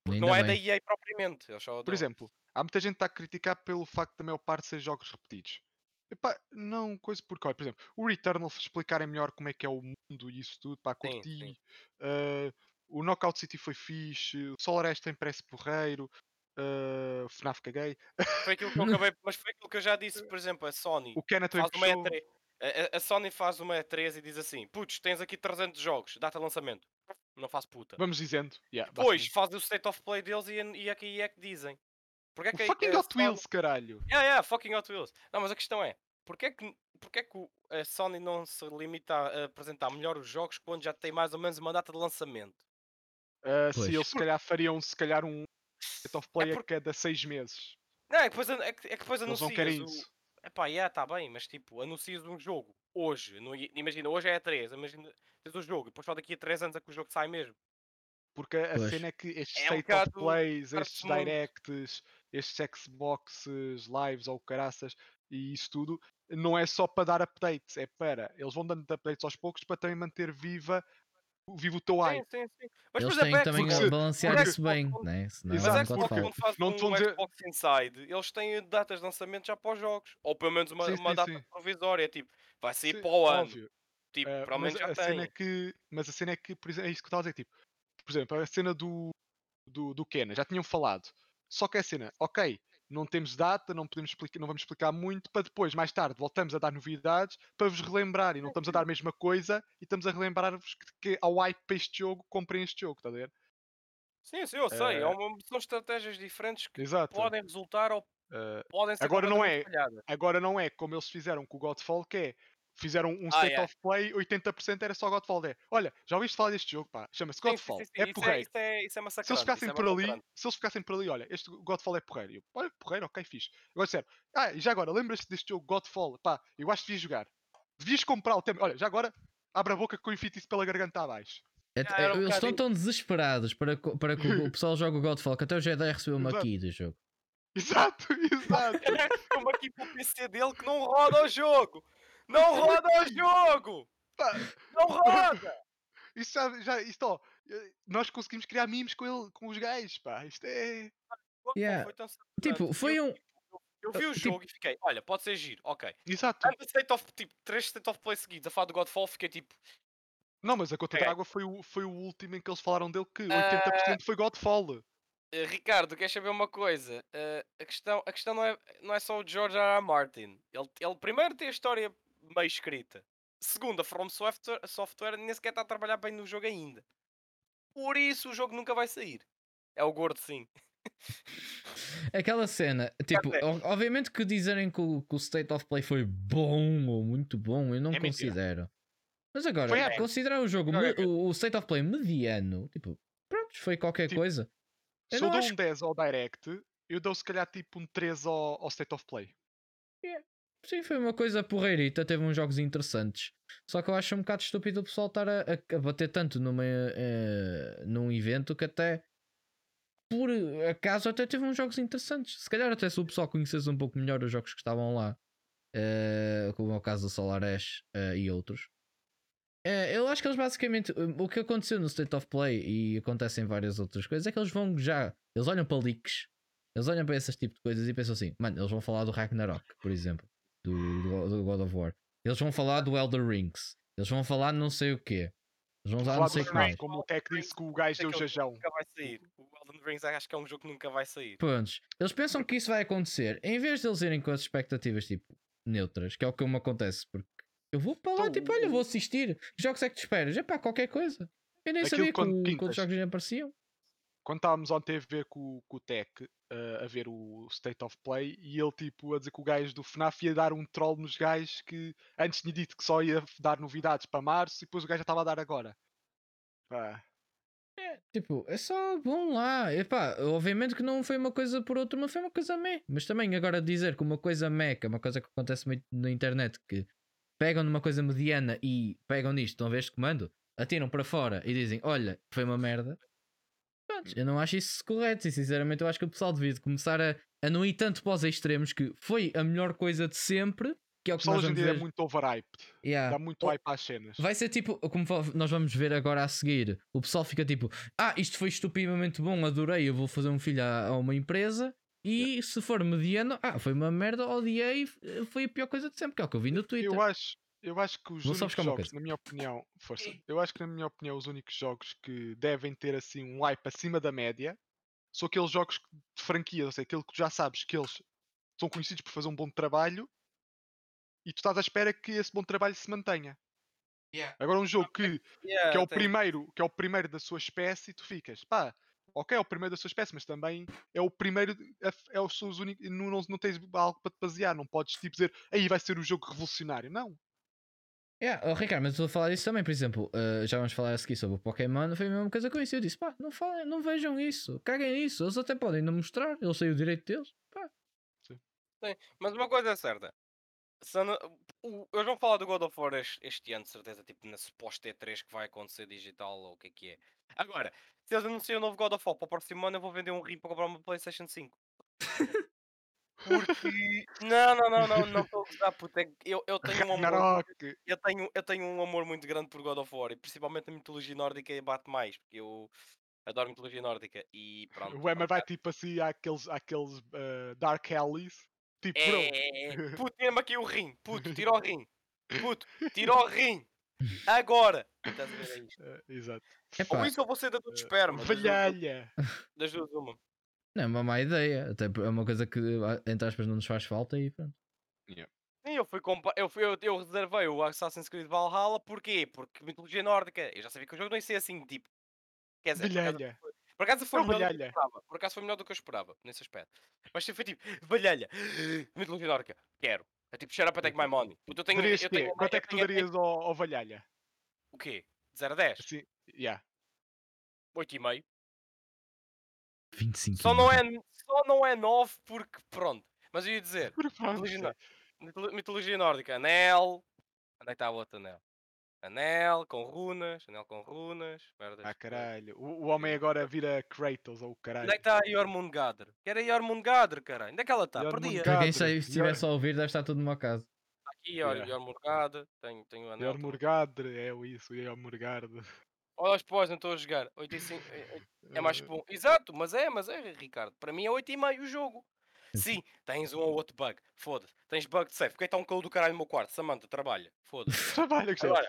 [SPEAKER 2] Porque
[SPEAKER 1] Ainda
[SPEAKER 2] não é
[SPEAKER 1] bem.
[SPEAKER 2] da EA propriamente. Eles só
[SPEAKER 3] Por
[SPEAKER 2] dão.
[SPEAKER 3] exemplo, há muita gente que está a criticar pelo facto da maior parte ser jogos repetidos. Epá, não coisa porque, olha, por exemplo, o Returnal explicarem melhor como é que é o mundo e isso tudo, pá,
[SPEAKER 2] Sim,
[SPEAKER 3] curti.
[SPEAKER 2] sim.
[SPEAKER 3] ah, o Knockout City foi fixe, o Solar Ash tem parece porreiro, ah, o FNAF caguei,
[SPEAKER 2] Foi aquilo que eu acabei. Mas foi aquilo que eu já disse, por exemplo, a Sony.
[SPEAKER 3] o Kena também
[SPEAKER 2] faz uma
[SPEAKER 3] puxou,
[SPEAKER 2] E3. A, a- a Sony faz uma E3 e diz assim: putz, tens aqui 300 jogos, data de lançamento. Não faço puta.
[SPEAKER 3] Vamos dizendo. Yeah,
[SPEAKER 2] Depois
[SPEAKER 3] basicamente.
[SPEAKER 2] fazem o state of play deles e, e aqui é que dizem. Porque é que
[SPEAKER 3] O fucking
[SPEAKER 2] a
[SPEAKER 3] Hot
[SPEAKER 2] Sony-
[SPEAKER 3] Wheels, caralho.
[SPEAKER 2] Yeah, yeah, fucking Hot Wheels. Não, mas a questão é, porquê que, porquê que o- a Sony não se limita a apresentar melhor os jogos quando já tem mais ou menos uma data de lançamento?
[SPEAKER 3] Uh, se
[SPEAKER 1] Pois.
[SPEAKER 3] eles se calhar fariam se calhar um set of play a
[SPEAKER 2] É porque-
[SPEAKER 3] cada seis meses.
[SPEAKER 2] Não, é que depois, an- é que, é que depois
[SPEAKER 3] Eles
[SPEAKER 2] anuncias
[SPEAKER 3] não querem
[SPEAKER 2] o-
[SPEAKER 3] isso.
[SPEAKER 2] Epá, yeah, tá bem, mas tipo, anuncias um jogo hoje, no- imagina, hoje é a 3, imagina, tens o jogo, e depois só daqui a 3 anos é que o jogo sai mesmo.
[SPEAKER 3] Porque a
[SPEAKER 1] Pois.
[SPEAKER 3] cena é que estes
[SPEAKER 2] É um
[SPEAKER 3] state of
[SPEAKER 2] bocado
[SPEAKER 3] plays,
[SPEAKER 2] parte
[SPEAKER 3] estes
[SPEAKER 2] do mundo.
[SPEAKER 3] directs, estes Xboxes, lives ou caraças e isso tudo, não é só para dar updates, é para. Eles vão dando updates aos poucos para também manter viva, vivo o teu hype.
[SPEAKER 2] Sim, sim, sim. Mas é
[SPEAKER 1] eles
[SPEAKER 2] depois
[SPEAKER 1] têm
[SPEAKER 2] a
[SPEAKER 1] também
[SPEAKER 2] Xbox,
[SPEAKER 3] porque
[SPEAKER 1] a balancear
[SPEAKER 2] porque-
[SPEAKER 1] isso bem, né? Senão
[SPEAKER 2] mas é
[SPEAKER 3] Exato,
[SPEAKER 2] a
[SPEAKER 1] não pode
[SPEAKER 3] porque-
[SPEAKER 2] Xbox
[SPEAKER 1] falar.
[SPEAKER 2] quando faz
[SPEAKER 3] Não
[SPEAKER 2] um
[SPEAKER 3] estou a dizer-
[SPEAKER 2] Xbox Inside, eles têm datas de lançamento já para os jogos, ou pelo menos uma,
[SPEAKER 3] Sim,
[SPEAKER 2] uma
[SPEAKER 3] sim,
[SPEAKER 2] data
[SPEAKER 3] sim.
[SPEAKER 2] provisória, tipo, vai sair
[SPEAKER 3] Sim,
[SPEAKER 2] para o ano,
[SPEAKER 3] óbvio.
[SPEAKER 2] tipo,
[SPEAKER 3] Eh,
[SPEAKER 2] provavelmente já
[SPEAKER 3] mas, a
[SPEAKER 2] tem.
[SPEAKER 3] cena é que, mas a cena é que, por exemplo, é isso que eu estava a dizer, tipo, por exemplo, a cena do, do, do Kena, já tinham falado. Só que é a cena, ok, não temos data, não, podemos explicar, não vamos explicar muito, para depois, mais tarde, voltamos a dar novidades para vos relembrar e não estamos a dar a mesma coisa e estamos a relembrar-vos que, que ao hype para este jogo, comprem este jogo, está a ver?
[SPEAKER 2] Sim, sim, eu sei.
[SPEAKER 3] Eh,
[SPEAKER 2] é uma- são estratégias diferentes que
[SPEAKER 3] Exato.
[SPEAKER 2] podem resultar ou
[SPEAKER 3] Eh,
[SPEAKER 2] podem ser
[SPEAKER 3] agora não
[SPEAKER 2] completamente
[SPEAKER 3] é-
[SPEAKER 2] falhadas.
[SPEAKER 3] agora não é como eles fizeram com o Godfall, que é fizeram um
[SPEAKER 2] Ah,
[SPEAKER 3] state
[SPEAKER 2] yeah.
[SPEAKER 3] of play, 80% era só Godfall. É, olha, já ouviste falar deste jogo, pá, chama-se
[SPEAKER 2] Sim, sim,
[SPEAKER 3] Godfall,
[SPEAKER 2] sim, sim,
[SPEAKER 3] é
[SPEAKER 2] isso
[SPEAKER 3] porreiro.
[SPEAKER 2] Isso é, isso é
[SPEAKER 3] se eles
[SPEAKER 2] massacrante.
[SPEAKER 3] ficassem
[SPEAKER 2] isso é
[SPEAKER 3] por ali,
[SPEAKER 2] massacrante.
[SPEAKER 3] se eles ficassem por ali, olha, este Godfall é porreiro. E Eu, olha, porreiro, ok, fixe. Agora disseram, ah, e já agora, lembras-te deste jogo Godfall? Pá, eu acho que devias jogar. Devias comprá-lo também. Olha, já agora, abre a boca com o enfeitiço pela garganta abaixo.
[SPEAKER 1] É-
[SPEAKER 2] Ah,
[SPEAKER 1] é-
[SPEAKER 2] era um Hum.
[SPEAKER 1] eles estão
[SPEAKER 2] bocadinho.
[SPEAKER 1] tão desesperados para, co- para que o o pessoal jogue o Godfall que até o Jedi recebeu uma
[SPEAKER 3] Exato.
[SPEAKER 1] key do jogo.
[SPEAKER 3] Exato, exato.
[SPEAKER 2] Como aqui para o PC dele que não roda o jogo! Não roda o jogo!
[SPEAKER 3] Pá,
[SPEAKER 2] Não roda!
[SPEAKER 3] isso já, já isto, ó, eh, nós conseguimos criar memes com ele, com os gays, pá. Isto é.
[SPEAKER 2] Pô,
[SPEAKER 1] Yeah.
[SPEAKER 2] foi tão saturante.
[SPEAKER 1] Tipo, foi
[SPEAKER 2] eu,
[SPEAKER 1] um.
[SPEAKER 2] eu
[SPEAKER 3] Então,
[SPEAKER 2] vi o
[SPEAKER 1] tipo-
[SPEAKER 2] jogo e fiquei, olha, pode ser giro, ok.
[SPEAKER 3] Exato.
[SPEAKER 2] Tanto state of, tipo, 3 state of play seguidos a falar do Godfall, fiquei tipo,
[SPEAKER 3] Não, mas a conta
[SPEAKER 2] Ok.
[SPEAKER 3] de água foi o, foi o último em que eles falaram dele que
[SPEAKER 2] Ah.
[SPEAKER 3] 80% foi Godfall.
[SPEAKER 2] "Eh, Ricardo, queres saber uma coisa? Eh, a questão, a questão não, é, não é só o George R. R. Martin. Ele, ele primeiro tem a história meio escrita. Segundo, a From Software, Software nem sequer está a trabalhar bem no jogo ainda. Por isso o jogo nunca vai sair. É o gordo sim.
[SPEAKER 1] Aquela cena, tipo,
[SPEAKER 2] Quer dizer-
[SPEAKER 1] o- obviamente que dizerem que o, que o State of Play foi bom ou muito bom, eu não
[SPEAKER 3] É mentira.
[SPEAKER 1] considero. Mas agora,
[SPEAKER 3] Foi épico.
[SPEAKER 1] considerar o jogo,
[SPEAKER 2] é. Não,
[SPEAKER 1] me-
[SPEAKER 2] é que-
[SPEAKER 1] o, o State of Play mediano, tipo, pronto, foi qualquer
[SPEAKER 3] Tipo,
[SPEAKER 1] coisa. Eu
[SPEAKER 3] Se eu
[SPEAKER 1] não
[SPEAKER 3] dou
[SPEAKER 1] acho
[SPEAKER 3] um 10 ao Direct, eu dou se calhar tipo um 3 ao, ao State of Play.
[SPEAKER 1] Sim, foi uma coisa porreirita, teve uns jogos interessantes. Só que eu acho um bocado estúpido o pessoal estar a, a- a bater tanto numa, eh, num evento que até por acaso até teve uns jogos interessantes. Se calhar até se o pessoal conhecesse um pouco melhor os jogos que estavam lá, eh, como é o caso do Solar Ash eh, e outros. Eh, eu acho que eles basicamente eh, o que aconteceu no State of Play e acontecem várias outras coisas é que eles vão já, eles olham para leaks, eles olham para esses tipo de coisas e pensam assim, mano, eles vão falar do Ragnarok, por exemplo, do, do- do God of War, eles vão falar do Elder Rings, eles vão falar de não sei o quê, eles vão falar de
[SPEAKER 3] Falar
[SPEAKER 1] não
[SPEAKER 3] dos
[SPEAKER 1] sei o que
[SPEAKER 3] jogos,
[SPEAKER 1] mais.
[SPEAKER 3] como o Tech disse que o gajo deu
[SPEAKER 2] Aquele
[SPEAKER 3] jajão.
[SPEAKER 2] Nunca vai sair. O Elden Rings acho que é um jogo que nunca vai sair.
[SPEAKER 1] Tipo, Prontos. Eles pensam que isso vai acontecer. Em vez de eles irem com as expectativas tipo neutras, que é o que me acontece, porque eu vou para lá,
[SPEAKER 3] Então,
[SPEAKER 1] tipo, olha, vou assistir. Que jogos é que tu esperas? É pá, qualquer coisa. Eu nem
[SPEAKER 3] Aquilo
[SPEAKER 1] sabia que,
[SPEAKER 3] quando
[SPEAKER 1] o- que
[SPEAKER 3] pintas.
[SPEAKER 1] os jogos já apareciam.
[SPEAKER 3] Quando estávamos ontem a ver com, com o Tech eh, a ver o State of Play e ele tipo a dizer que o gajo do FNAF ia dar um troll nos gajos que antes tinha dito que só ia f- dar novidades para março e depois o gajo já estava a dar agora.
[SPEAKER 1] Então,
[SPEAKER 3] Pá,
[SPEAKER 1] Tipo, é só bom lá. Epá, obviamente que não foi uma coisa por outra, mas foi uma coisa meh. Mas também agora dizer que uma coisa meh, que é uma coisa que acontece muito na internet, que pegam numa coisa mediana e pegam nisto, estão a ver este comando, atiram para fora e dizem, olha, foi uma merda. Pronto, eu não acho isso correto e sinceramente eu acho que o pessoal devia de começar a, a não ir tanto para os extremos que foi a melhor coisa de sempre, que é
[SPEAKER 3] o
[SPEAKER 1] o que
[SPEAKER 3] pessoal
[SPEAKER 1] nós
[SPEAKER 3] hoje em
[SPEAKER 1] vamos
[SPEAKER 3] dia é
[SPEAKER 1] ver. Ah.
[SPEAKER 3] muito overhyped.
[SPEAKER 1] Yeah.
[SPEAKER 3] Dá muito
[SPEAKER 1] Ou-
[SPEAKER 3] hype às cenas.
[SPEAKER 1] Vai ser tipo, como fa- nós vamos ver agora a seguir, o pessoal fica tipo: Ah, isto foi estupidamente bom, adorei, eu vou fazer um filho a, a uma empresa. E se for mediano, ah, foi uma merda, odiei, eh, foi a pior coisa de sempre, que é o que eu vi no Twitter.
[SPEAKER 3] Eu acho, eu acho que os
[SPEAKER 1] Vou só
[SPEAKER 3] únicos
[SPEAKER 1] buscar é uma
[SPEAKER 3] jogos,
[SPEAKER 1] coisa.
[SPEAKER 3] na minha opinião, força, eu acho que na minha opinião os únicos jogos que devem ter assim um hype acima da média são aqueles jogos que- de franquias, ou seja, aquilo que tu já sabes que eles são conhecidos por fazer um bom trabalho E tu estás à espera que esse bom trabalho se mantenha.
[SPEAKER 1] Yeah.
[SPEAKER 3] Agora um jogo que,
[SPEAKER 2] Yeah,
[SPEAKER 3] que é o
[SPEAKER 2] tem-
[SPEAKER 3] primeiro, que é o primeiro da sua espécie, tu ficas, pá, ok, é o primeiro da sua espécie, mas também é o primeiro, de- é, f- é os seus únicos, não, não, não tens algo para te basear, não podes tipo dizer, aí vai ser um jogo revolucionário, não.
[SPEAKER 1] Yeah, oh, Ricardo, mas eu estou a falar disso também, por exemplo, eh, já vamos falar a seguir sobre o Pokémon, foi a mesma coisa com isso. Eu disse, pá, não falem, não vejam isso, caguem nisso, eles até podem não mostrar, eles têm o direito deles. Pá.
[SPEAKER 2] Mas uma coisa é certa. se não- o- Eles vão falar do God of War este, este ano, de certeza, tipo na suposta E3 que vai acontecer digital ou o que é que é. Agora, se eles anunciam o novo God of War para o próximo ano, eu vou vender um rim para comprar uma PlayStation 5. Porque. Não, não, não, não, não estou a gozar, puta. é que Eu, eu, tenho um amor,
[SPEAKER 3] Ragnarok,
[SPEAKER 2] eu, tenho, eu tenho um amor muito grande por God of War e principalmente a mitologia nórdica é bate mais, porque eu adoro mitologia nórdica e pronto.
[SPEAKER 3] o Emma
[SPEAKER 2] pronto,
[SPEAKER 3] vai tipo assim àqueles, àqueles ah, Dark Alleys, tipo, bro,
[SPEAKER 2] É, puto, tira-me aqui o rim, puto, tira o rim, puto, tira o rim, agora! Estás a ver é isto?
[SPEAKER 3] ah, exato.
[SPEAKER 1] Epá,
[SPEAKER 2] Ou isso ou você da do
[SPEAKER 3] Eh,
[SPEAKER 2] esperma, das duas-
[SPEAKER 3] Velhalha!
[SPEAKER 2] das duas uma.
[SPEAKER 1] não é uma má ideia, até por- é uma coisa que, ah, entre aspas, não nos faz falta e pronto.
[SPEAKER 2] Sim, eu fui comprar, eu, fui- eu, eu reservei o Assassin's Creed Valhalla, porquê? Porque mitologia nórdica, eu já sabia que o jogo não ia ser assim, tipo, quer dizer, por acaso- por
[SPEAKER 3] Velhalha!
[SPEAKER 2] acaso foi
[SPEAKER 3] Não,
[SPEAKER 2] melhor do que eu
[SPEAKER 3] velhalha.
[SPEAKER 2] esperava, por acaso foi melhor do que eu esperava, nesse aspecto, mas foi tipo, velhalha, mitologia nórdica, quero, é tipo, shut up and take my money, Puto, eu tenho,
[SPEAKER 3] Darias
[SPEAKER 2] eu
[SPEAKER 3] quê?
[SPEAKER 2] tenho,
[SPEAKER 3] Quanto
[SPEAKER 2] eu
[SPEAKER 3] é que tu
[SPEAKER 2] tenho-
[SPEAKER 3] darias ao, ao Valhalha?
[SPEAKER 2] o quê? 0 a 10?
[SPEAKER 3] Assim, yeah.
[SPEAKER 2] 8,5?
[SPEAKER 1] 25
[SPEAKER 2] Só não,
[SPEAKER 1] anos.
[SPEAKER 2] é, só não é 9 porque, pronto. Mas eu ia dizer,
[SPEAKER 3] Por favor,
[SPEAKER 2] mitologia, nó- mitolo- mitologia nórdica, anel. Onde é que está o outro anel? Anel com runas, anel com runas. merdas
[SPEAKER 3] Ah,
[SPEAKER 2] de coisas.
[SPEAKER 3] caralho. O, o homem agora vira Kratos ou o caralho.
[SPEAKER 2] Onde é que está a Jormungandr? Que era Jormungandr, caralho. Onde é que ela está? Perdi.
[SPEAKER 3] Jormungandr.
[SPEAKER 2] Está
[SPEAKER 1] Para quem
[SPEAKER 3] Cadre,
[SPEAKER 1] sei, se
[SPEAKER 3] melhor.
[SPEAKER 1] estiver só a ouvir, deve estar tudo numa casa.
[SPEAKER 2] aqui, olha,
[SPEAKER 3] Yeah.
[SPEAKER 2] Jormungandr. Tenho, tenho o anel. Tá também.
[SPEAKER 3] Jormurgadre, é o isso, Jormurgadre.
[SPEAKER 2] Olha os pós, não estou a jogar. 8 e 5, é
[SPEAKER 3] Eh,
[SPEAKER 2] mais bom. Exato, mas é, mas é, Ricardo. Para mim é 8,5 o jogo.
[SPEAKER 3] Uhum.
[SPEAKER 2] Sim, tens um ou outro bug. Foda-se. Tens bug de safe. Porque está um calor do caralho no meu quarto. Samanta, trabalha. Foda-se.
[SPEAKER 3] Trabalho, gostei.
[SPEAKER 2] Agora.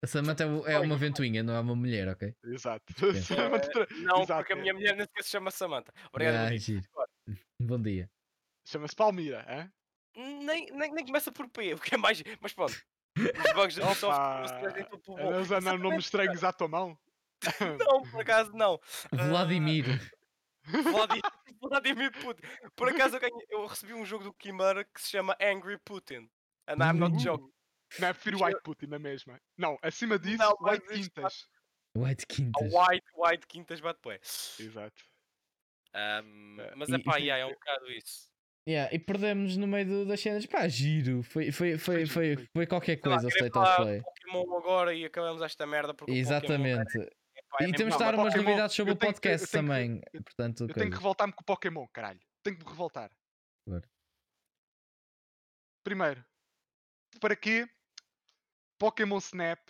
[SPEAKER 1] A Samantha é o- é uma ventoinha, não é uma mulher, ok?
[SPEAKER 3] Exato.
[SPEAKER 1] É.
[SPEAKER 3] Samantha Tra-
[SPEAKER 2] Não,
[SPEAKER 3] Exato,
[SPEAKER 2] porque a
[SPEAKER 3] é.
[SPEAKER 2] minha mulher nem sequer se chama Samantha. Obrigado.
[SPEAKER 1] Ah,
[SPEAKER 2] Rodrigo.
[SPEAKER 1] giro. Bom dia.
[SPEAKER 3] Chama-se Palmira, é? hã?
[SPEAKER 2] Nem, nem, nem começa por P, o que é mais. Mas pronto. Os bugs da Ubisoft não se
[SPEAKER 3] Opa, É
[SPEAKER 2] trazem tudo por bom.
[SPEAKER 3] Eles andam
[SPEAKER 2] Exatamente,
[SPEAKER 3] nomes estranhos à tua mão.
[SPEAKER 2] cara. Não, por acaso não.
[SPEAKER 3] Ah,
[SPEAKER 1] Vladimir.
[SPEAKER 2] Vladi- Vladimir Putin. Por acaso eu, ganhei- eu recebi um jogo do Kimura que se chama Angry Putin. And I'm not
[SPEAKER 1] Hum.
[SPEAKER 2] joking.
[SPEAKER 3] Não é prefiro
[SPEAKER 2] Isto é-
[SPEAKER 3] White Putin na mesma. Não, acima disso,
[SPEAKER 2] Não, mas tá-
[SPEAKER 3] White
[SPEAKER 2] isto-
[SPEAKER 3] Quintas.
[SPEAKER 1] White
[SPEAKER 2] A
[SPEAKER 1] Quintas.
[SPEAKER 2] White, White Quintas bate pé.
[SPEAKER 3] Exato. Eh,
[SPEAKER 2] mas
[SPEAKER 1] e-
[SPEAKER 2] é pá,
[SPEAKER 1] e-
[SPEAKER 2] yeah, é um bocado isso.
[SPEAKER 1] Yeah, e perdemos no meio do- das cenas. Pá, giro. Foi, foi, foi,
[SPEAKER 3] Foi giro,
[SPEAKER 1] foi,
[SPEAKER 3] foi.
[SPEAKER 1] foi qualquer
[SPEAKER 2] Sei lá,
[SPEAKER 1] coisa o
[SPEAKER 2] queria
[SPEAKER 1] state of
[SPEAKER 2] falar
[SPEAKER 1] play.
[SPEAKER 2] Pokémon agora e acabamos esta merda porque o Pokémon
[SPEAKER 1] Exatamente.
[SPEAKER 2] é pá, é
[SPEAKER 1] E
[SPEAKER 2] mesmo-
[SPEAKER 1] temos de
[SPEAKER 3] Não,
[SPEAKER 1] dar
[SPEAKER 3] mas
[SPEAKER 1] umas
[SPEAKER 3] Pokémon-
[SPEAKER 1] novidades sobre
[SPEAKER 3] eu
[SPEAKER 1] o
[SPEAKER 3] tenho que- eu
[SPEAKER 1] podcast
[SPEAKER 3] tenho que-
[SPEAKER 1] também. Portanto,
[SPEAKER 3] Eu tenho que
[SPEAKER 1] coisa.
[SPEAKER 3] revoltar-me com o Pokémon, caralho. Tenho que me revoltar.
[SPEAKER 1] Claro.
[SPEAKER 3] Primeiro, para quê? Pokémon Snap,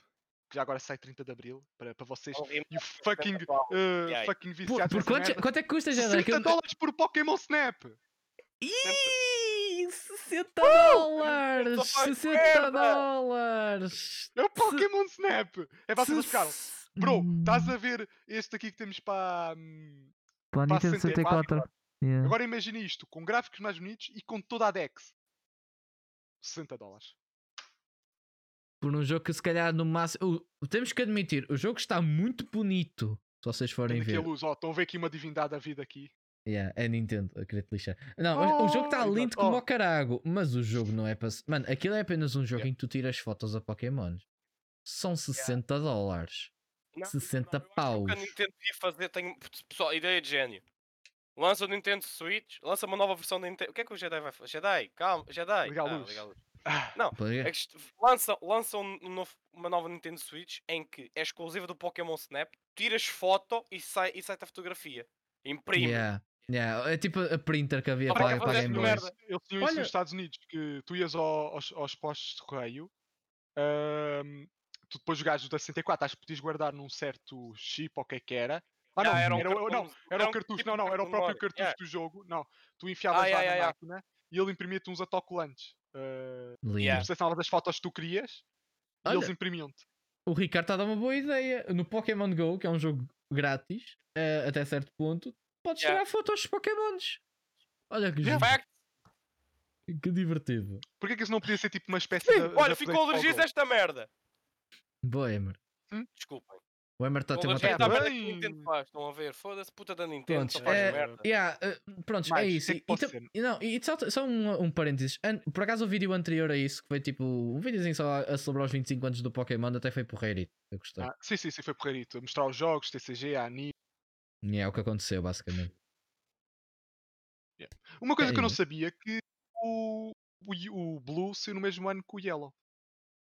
[SPEAKER 3] que já agora sai 30 de Abril, para, para vocês.
[SPEAKER 2] é um remake
[SPEAKER 3] E o fucking,
[SPEAKER 2] da Valve.
[SPEAKER 3] uh,
[SPEAKER 2] yeah.
[SPEAKER 3] fucking
[SPEAKER 1] Por,
[SPEAKER 3] viciados.
[SPEAKER 1] por
[SPEAKER 3] nessa
[SPEAKER 1] quanto,
[SPEAKER 3] merda.
[SPEAKER 1] quanto é que custa, já?
[SPEAKER 3] 60 dólares por Pokémon Snap!
[SPEAKER 1] Ih, 60
[SPEAKER 2] Só
[SPEAKER 1] dólares!
[SPEAKER 2] faz
[SPEAKER 1] 60
[SPEAKER 3] Uh!
[SPEAKER 2] merda!
[SPEAKER 1] dólares!
[SPEAKER 3] É o Pokémon Snap! É fácil de buscar.
[SPEAKER 1] Se-
[SPEAKER 3] Bro,
[SPEAKER 1] Hum,
[SPEAKER 3] estás a ver este aqui que temos para. hum,
[SPEAKER 1] para a
[SPEAKER 3] para a
[SPEAKER 1] Nintendo
[SPEAKER 3] 64.
[SPEAKER 1] 64. Yeah.
[SPEAKER 3] Agora imagina isto, com gráficos mais bonitos e com toda a Dex. 60 dólares.
[SPEAKER 1] Por um jogo que se calhar no máximo. o- Temos que admitir, o jogo está muito bonito. Se vocês forem
[SPEAKER 2] É
[SPEAKER 3] Tem aqui a
[SPEAKER 1] ver.
[SPEAKER 3] luz, ó, estão a ver aqui uma divindade da vida aqui.
[SPEAKER 1] Yeah, é Nintendo, eu queria te lixar. Não, mas o jogo está
[SPEAKER 3] Oh, exato.
[SPEAKER 1] lindo como
[SPEAKER 3] Oh.
[SPEAKER 1] o carago, mas o jogo não é para. se- Mano, aquilo é apenas um jogo
[SPEAKER 3] Yeah.
[SPEAKER 1] em que tu tiras fotos a Pokémons. São 60 dólares.
[SPEAKER 2] Não,
[SPEAKER 1] 60
[SPEAKER 2] não, eu acho que o que a
[SPEAKER 1] paus.
[SPEAKER 2] Nintendo devia fazer, tenho putz, pessoal, ideia de gênio. Lança o Nintendo Switch, lança uma nova versão da Nintendo. O que é que o Jedi vai fazer? Jedi, calma, Jedi.
[SPEAKER 3] Liga a
[SPEAKER 2] Ah,
[SPEAKER 3] luz.
[SPEAKER 2] liga a luz.
[SPEAKER 3] Ah,
[SPEAKER 1] Pois é.
[SPEAKER 2] É que isto- Lança, lança um um novo- uma nova Nintendo Switch em que é exclusiva do Pokémon Snap, tiras foto e sai e sai a fotografia. Imprime.
[SPEAKER 1] Yeah, yeah, É tipo a printer que havia
[SPEAKER 2] Para
[SPEAKER 1] para,
[SPEAKER 2] que
[SPEAKER 1] para
[SPEAKER 2] é fazer
[SPEAKER 1] Game
[SPEAKER 2] esta
[SPEAKER 1] Boy.
[SPEAKER 2] merda?
[SPEAKER 3] Eles tinham isso
[SPEAKER 1] Olha-
[SPEAKER 3] nos Estados Unidos, que tu ias ao- aos, aos postos de correio, ahm, tu depois jogavas o da 64, acho que podias guardar num certo chip ou o que é que era. Ah, não,
[SPEAKER 2] Ah,
[SPEAKER 3] era,
[SPEAKER 2] um
[SPEAKER 3] o- não,
[SPEAKER 2] cartucho,
[SPEAKER 3] era o
[SPEAKER 2] um é.
[SPEAKER 3] cartucho,
[SPEAKER 2] tipo
[SPEAKER 3] não,
[SPEAKER 2] de
[SPEAKER 3] não, era
[SPEAKER 2] cartão
[SPEAKER 3] o
[SPEAKER 2] de
[SPEAKER 3] próprio
[SPEAKER 2] memória.
[SPEAKER 3] cartucho
[SPEAKER 2] Yeah.
[SPEAKER 3] do jogo. Não, tu enfiavas
[SPEAKER 2] Ah,
[SPEAKER 3] lá
[SPEAKER 2] yeah,
[SPEAKER 3] na
[SPEAKER 2] yeah, yeah.
[SPEAKER 3] máquina e ele imprimia-te uns autocolantes. ah,
[SPEAKER 1] Lindo.
[SPEAKER 2] Yeah.
[SPEAKER 3] Tu selecionavas as fotos que tu querias e eles
[SPEAKER 1] Olha.
[SPEAKER 3] imprimiam-te.
[SPEAKER 1] O Ricardo está a dar uma boa ideia. No Pokémon Go, que é um jogo grátis, eh, até certo ponto, podes
[SPEAKER 2] Yeah.
[SPEAKER 1] tirar fotos dos Pokémons. Olha que giro.
[SPEAKER 2] Fact.
[SPEAKER 1] Que divertido.
[SPEAKER 3] Porquê que isso não podia ser tipo uma espécie
[SPEAKER 2] Sim,
[SPEAKER 3] de.
[SPEAKER 2] olha,
[SPEAKER 3] de update
[SPEAKER 2] ficou
[SPEAKER 3] para o
[SPEAKER 2] alergias
[SPEAKER 3] Go?
[SPEAKER 2] esta merda.
[SPEAKER 1] Boa, Emer.
[SPEAKER 2] Desculpem.
[SPEAKER 1] O Emer está a ter
[SPEAKER 2] Ficou
[SPEAKER 1] Tá, uma
[SPEAKER 2] alergia Tá,
[SPEAKER 3] alergia
[SPEAKER 2] esta
[SPEAKER 1] ataque.
[SPEAKER 3] bem.
[SPEAKER 2] merda que a Nintendo faz. Estão a ver? Foda-se, puta da Nintendo. Só
[SPEAKER 1] Pronto,
[SPEAKER 2] faz
[SPEAKER 1] é-
[SPEAKER 2] merda.
[SPEAKER 1] Yeah, uh, pronto, é
[SPEAKER 3] Mais,
[SPEAKER 1] isso.
[SPEAKER 3] o que é que
[SPEAKER 1] E-
[SPEAKER 3] pode
[SPEAKER 1] e tam- e não, e só, só um, um parênteses. An- por acaso o vídeo anterior a isso, que foi tipo um videozinho só a, a celebrar os 25 anos do Pokémon, até foi porreiro. e Eu gostei.
[SPEAKER 3] Ah, sim, sim, sim, foi porreirito. Mostrar os jogos, TCG, a anime.
[SPEAKER 1] E é o que aconteceu, basicamente.
[SPEAKER 3] Uma coisa que eu não
[SPEAKER 1] Anime.
[SPEAKER 3] sabia é que o, o, Ye- o Blue saiu no mesmo ano que o Yellow.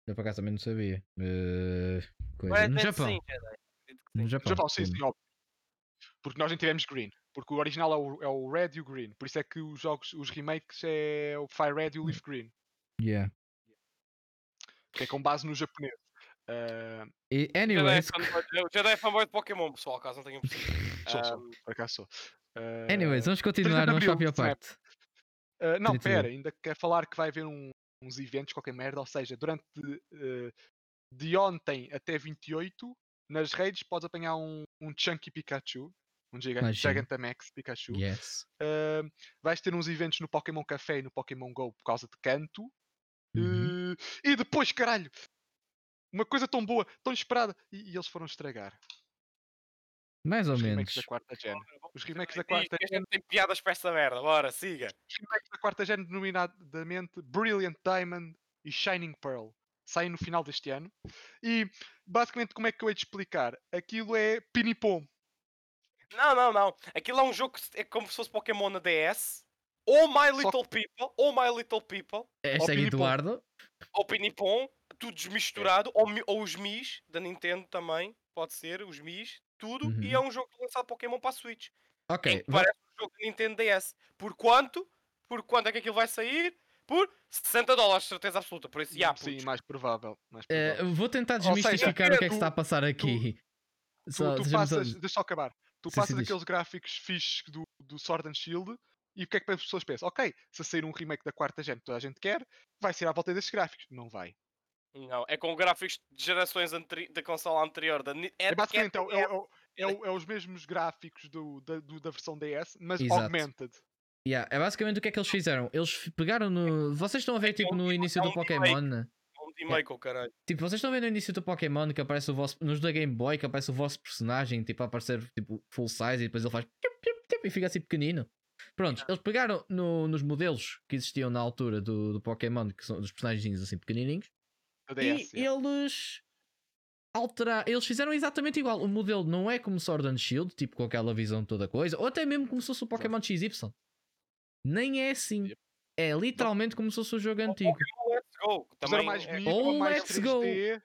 [SPEAKER 1] Eu por acaso também não sabia. Eh, coisa.
[SPEAKER 2] Mas
[SPEAKER 1] No
[SPEAKER 2] é
[SPEAKER 1] Japão.
[SPEAKER 2] assim, é, né? Acredito que
[SPEAKER 1] No
[SPEAKER 2] sim.
[SPEAKER 1] Japão.
[SPEAKER 3] Já falo, sim,
[SPEAKER 1] como-
[SPEAKER 3] sim, óbvio. Porque nós nem tivemos green. Porque o original é o, é o red e o green. Por isso é que os jogos, os remakes é o Fire Red e o Leaf Green.
[SPEAKER 1] Yeah.
[SPEAKER 3] Que é com base no japonês. Ah,
[SPEAKER 1] E,
[SPEAKER 2] Jedi é
[SPEAKER 1] anyways,
[SPEAKER 2] fanboy- eu já dei fanboy de Pokémon, pessoal, caso não tenham percebido.
[SPEAKER 3] sou, sou,
[SPEAKER 2] Ahm,
[SPEAKER 3] por acaso sou. Ah,
[SPEAKER 1] anyways, um vamos
[SPEAKER 3] de
[SPEAKER 1] continuar, vamos para a pior
[SPEAKER 3] abril, snap.
[SPEAKER 1] parte.
[SPEAKER 3] Ah, não,
[SPEAKER 1] Queria saber.
[SPEAKER 3] pera, ainda quer falar que vai haver um- uns eventos, qualquer merda, ou seja, durante eh, de ontem até 28, nas redes podes apanhar um, um Chunky Pikachu, um Giga
[SPEAKER 1] Imagino.
[SPEAKER 3] Gigantamax Pikachu.
[SPEAKER 1] Yes.
[SPEAKER 3] Ah, vais ter uns eventos no Pokémon Café e no Pokémon Go por causa de canto.
[SPEAKER 1] Uhum.
[SPEAKER 3] Eh, e depois, caralho, uma coisa tão boa, tão esperada, e, e eles foram estragar
[SPEAKER 1] Mais ou
[SPEAKER 3] os
[SPEAKER 1] menos.
[SPEAKER 3] remakes da quarta gen. Os remakes da
[SPEAKER 2] Diz que
[SPEAKER 3] quarta
[SPEAKER 2] a gente tem piadas para esta merda, bora, siga.
[SPEAKER 3] remakes da quarta gen denominadamente Brilliant Diamond e Shining Pearl. Saem no final deste ano. E basicamente como é que eu hei de explicar? Aquilo é pinipom.
[SPEAKER 2] Não, não, não. Aquilo é um jogo que se- é como se fosse Pokémon na DS. Ou My
[SPEAKER 3] Só
[SPEAKER 2] Little People, ou My Little People,
[SPEAKER 1] Hashtag
[SPEAKER 3] Opinipom.
[SPEAKER 1] É, Eduardo.
[SPEAKER 2] ou Pinipom, tudo desmisturado, ou, mi- ou os Mis, da Nintendo também, pode ser, os Mis, tudo,
[SPEAKER 1] Uhum.
[SPEAKER 2] e é um jogo lançado Pokémon para a Switch. em
[SPEAKER 1] Ok,
[SPEAKER 2] que
[SPEAKER 1] va-
[SPEAKER 2] parece um jogo da Nintendo DS. Por quanto? Por quanto é que aquilo vai sair? Por 60 dólares, certeza absoluta. Por isso, já,
[SPEAKER 3] Sim,
[SPEAKER 2] putos.
[SPEAKER 3] mais provável. Mais
[SPEAKER 1] eh,
[SPEAKER 3] provável.
[SPEAKER 1] vou tentar
[SPEAKER 3] seja,
[SPEAKER 1] desmistificar o que é que
[SPEAKER 2] tu-
[SPEAKER 1] está a passar aqui. Só-
[SPEAKER 3] tu, tu
[SPEAKER 1] deixa-me só-
[SPEAKER 3] passas, deixa só acabar. Tu
[SPEAKER 1] Sim, sim,
[SPEAKER 3] passas
[SPEAKER 1] diz.
[SPEAKER 3] aqueles gráficos fixes do, do Sword and Shield e o que é que as pessoas pensam? Ok, se sair um remake da quarta gente toda a gente quer, vai ser à volta desses gráficos. Não vai.
[SPEAKER 2] Não, é com gráficos de gerações anteri- da consola anterior. Da Ni-
[SPEAKER 3] É
[SPEAKER 2] Ed-
[SPEAKER 3] basicamente é, o-
[SPEAKER 2] Ed-
[SPEAKER 3] é, o- é, o- é os mesmos gráficos do, da, do- da versão DS, mas
[SPEAKER 1] Exato.
[SPEAKER 3] augmented.
[SPEAKER 1] Yeah, é basicamente o que é que eles fizeram. Eles f- pegaram no. Vocês estão a ver tipo no início
[SPEAKER 2] é
[SPEAKER 1] do
[SPEAKER 2] um remake.
[SPEAKER 1] Pokémon. né?
[SPEAKER 2] Um remake, oh, caralho.
[SPEAKER 1] Tipo, vocês estão a ver no início do Pokémon que aparece o vosso. Nos da Game Boy que aparece o vosso personagem, tipo, a aparecer tipo, full size e depois ele faz. piup, piup, piup e fica assim pequenino. Pronto, eles pegaram no- nos modelos que existiam na altura do, do Pokémon, que são dos personagens assim pequenininhos,
[SPEAKER 3] Da
[SPEAKER 1] e
[SPEAKER 3] DS. é.
[SPEAKER 1] eles. Alteraram. Eles fizeram exatamente igual. O modelo não é como Sword and Shield, tipo, com aquela visão de toda coisa, ou até mesmo como se fosse o Pokémon XY. Nem é assim.
[SPEAKER 3] Yep.
[SPEAKER 1] É literalmente como se fosse o jogo antigo.
[SPEAKER 2] Ou Let's Go. que
[SPEAKER 3] É. Fizeram
[SPEAKER 2] Também
[SPEAKER 3] mais
[SPEAKER 2] é-
[SPEAKER 3] bonito,
[SPEAKER 1] Oh,
[SPEAKER 3] mais
[SPEAKER 1] let's go.
[SPEAKER 3] 3D.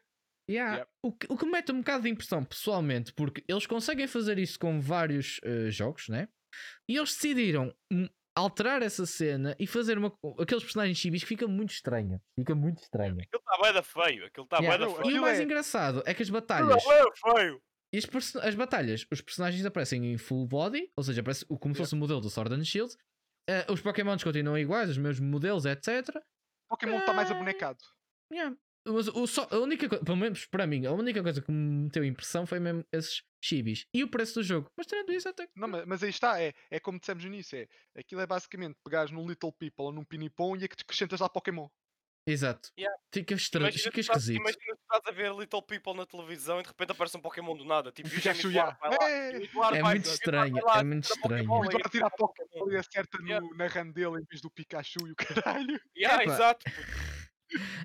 [SPEAKER 1] Yeah.
[SPEAKER 3] Yep.
[SPEAKER 1] O, que, o que me mete um bocado de impressão, pessoalmente, porque eles conseguem fazer isso com vários eh, jogos, né? E eles decidiram hum, alterar essa cena e fazer uma, co- aqueles personagens chibis que fica muito estranha. Fica muito estranha.
[SPEAKER 2] Aquilo está bué da feio. Aquilo está bué
[SPEAKER 1] Yeah.
[SPEAKER 2] da
[SPEAKER 3] não, tá
[SPEAKER 2] feio.
[SPEAKER 1] E o
[SPEAKER 3] aquilo
[SPEAKER 1] mais
[SPEAKER 3] é-
[SPEAKER 1] engraçado é que as
[SPEAKER 2] Aquilo
[SPEAKER 1] batalhas.
[SPEAKER 2] é bué da feio.
[SPEAKER 1] E as, perso- as batalhas, os personagens aparecem em full body, ou seja, aparece o- como se
[SPEAKER 3] Yep.
[SPEAKER 1] fosse o modelo do Sword and Shield. Eh, os Pokémons continuam iguais, os mesmos modelos, etc.
[SPEAKER 3] Pokémon está mais
[SPEAKER 1] Ah.
[SPEAKER 3] abonecado.
[SPEAKER 1] Yeah. Mas o, só, a única coisa, pelo menos para mim, a única coisa que me meteu impressão foi mesmo esses chibis e o preço do jogo. Mas tirando isso, até que.
[SPEAKER 3] Não, mas, mas aí está, é, é como dissemos no início: é, aquilo é basicamente pegares num Little People ou num Pinipom e é que acrescentas lá Pokémon.
[SPEAKER 1] Exato.
[SPEAKER 2] Yeah.
[SPEAKER 1] Fica, estra...
[SPEAKER 2] Imagina
[SPEAKER 1] Fica
[SPEAKER 2] tu estás-
[SPEAKER 1] esquisito.
[SPEAKER 2] Imagina que estás a ver Little People na televisão e de repente aparece um Pokémon do nada. Tipo, e o
[SPEAKER 3] Fica a
[SPEAKER 2] Jaime Eduardo
[SPEAKER 3] chuiar.
[SPEAKER 2] vai lá.
[SPEAKER 3] É,
[SPEAKER 2] o Eduardo
[SPEAKER 1] É
[SPEAKER 2] vai-
[SPEAKER 1] muito
[SPEAKER 2] o Eduardo
[SPEAKER 1] estranho,
[SPEAKER 2] vai lá,
[SPEAKER 1] é muito
[SPEAKER 2] tira
[SPEAKER 1] estranho.
[SPEAKER 2] Pokémon,
[SPEAKER 3] O Eduardo
[SPEAKER 2] ele
[SPEAKER 3] tira a
[SPEAKER 2] tira Pokémon.
[SPEAKER 3] Ele acerta
[SPEAKER 2] Yeah.
[SPEAKER 3] no, na RAM dele em vez do Pikachu e o caralho.
[SPEAKER 2] Yeah,
[SPEAKER 1] Epá.
[SPEAKER 2] exato.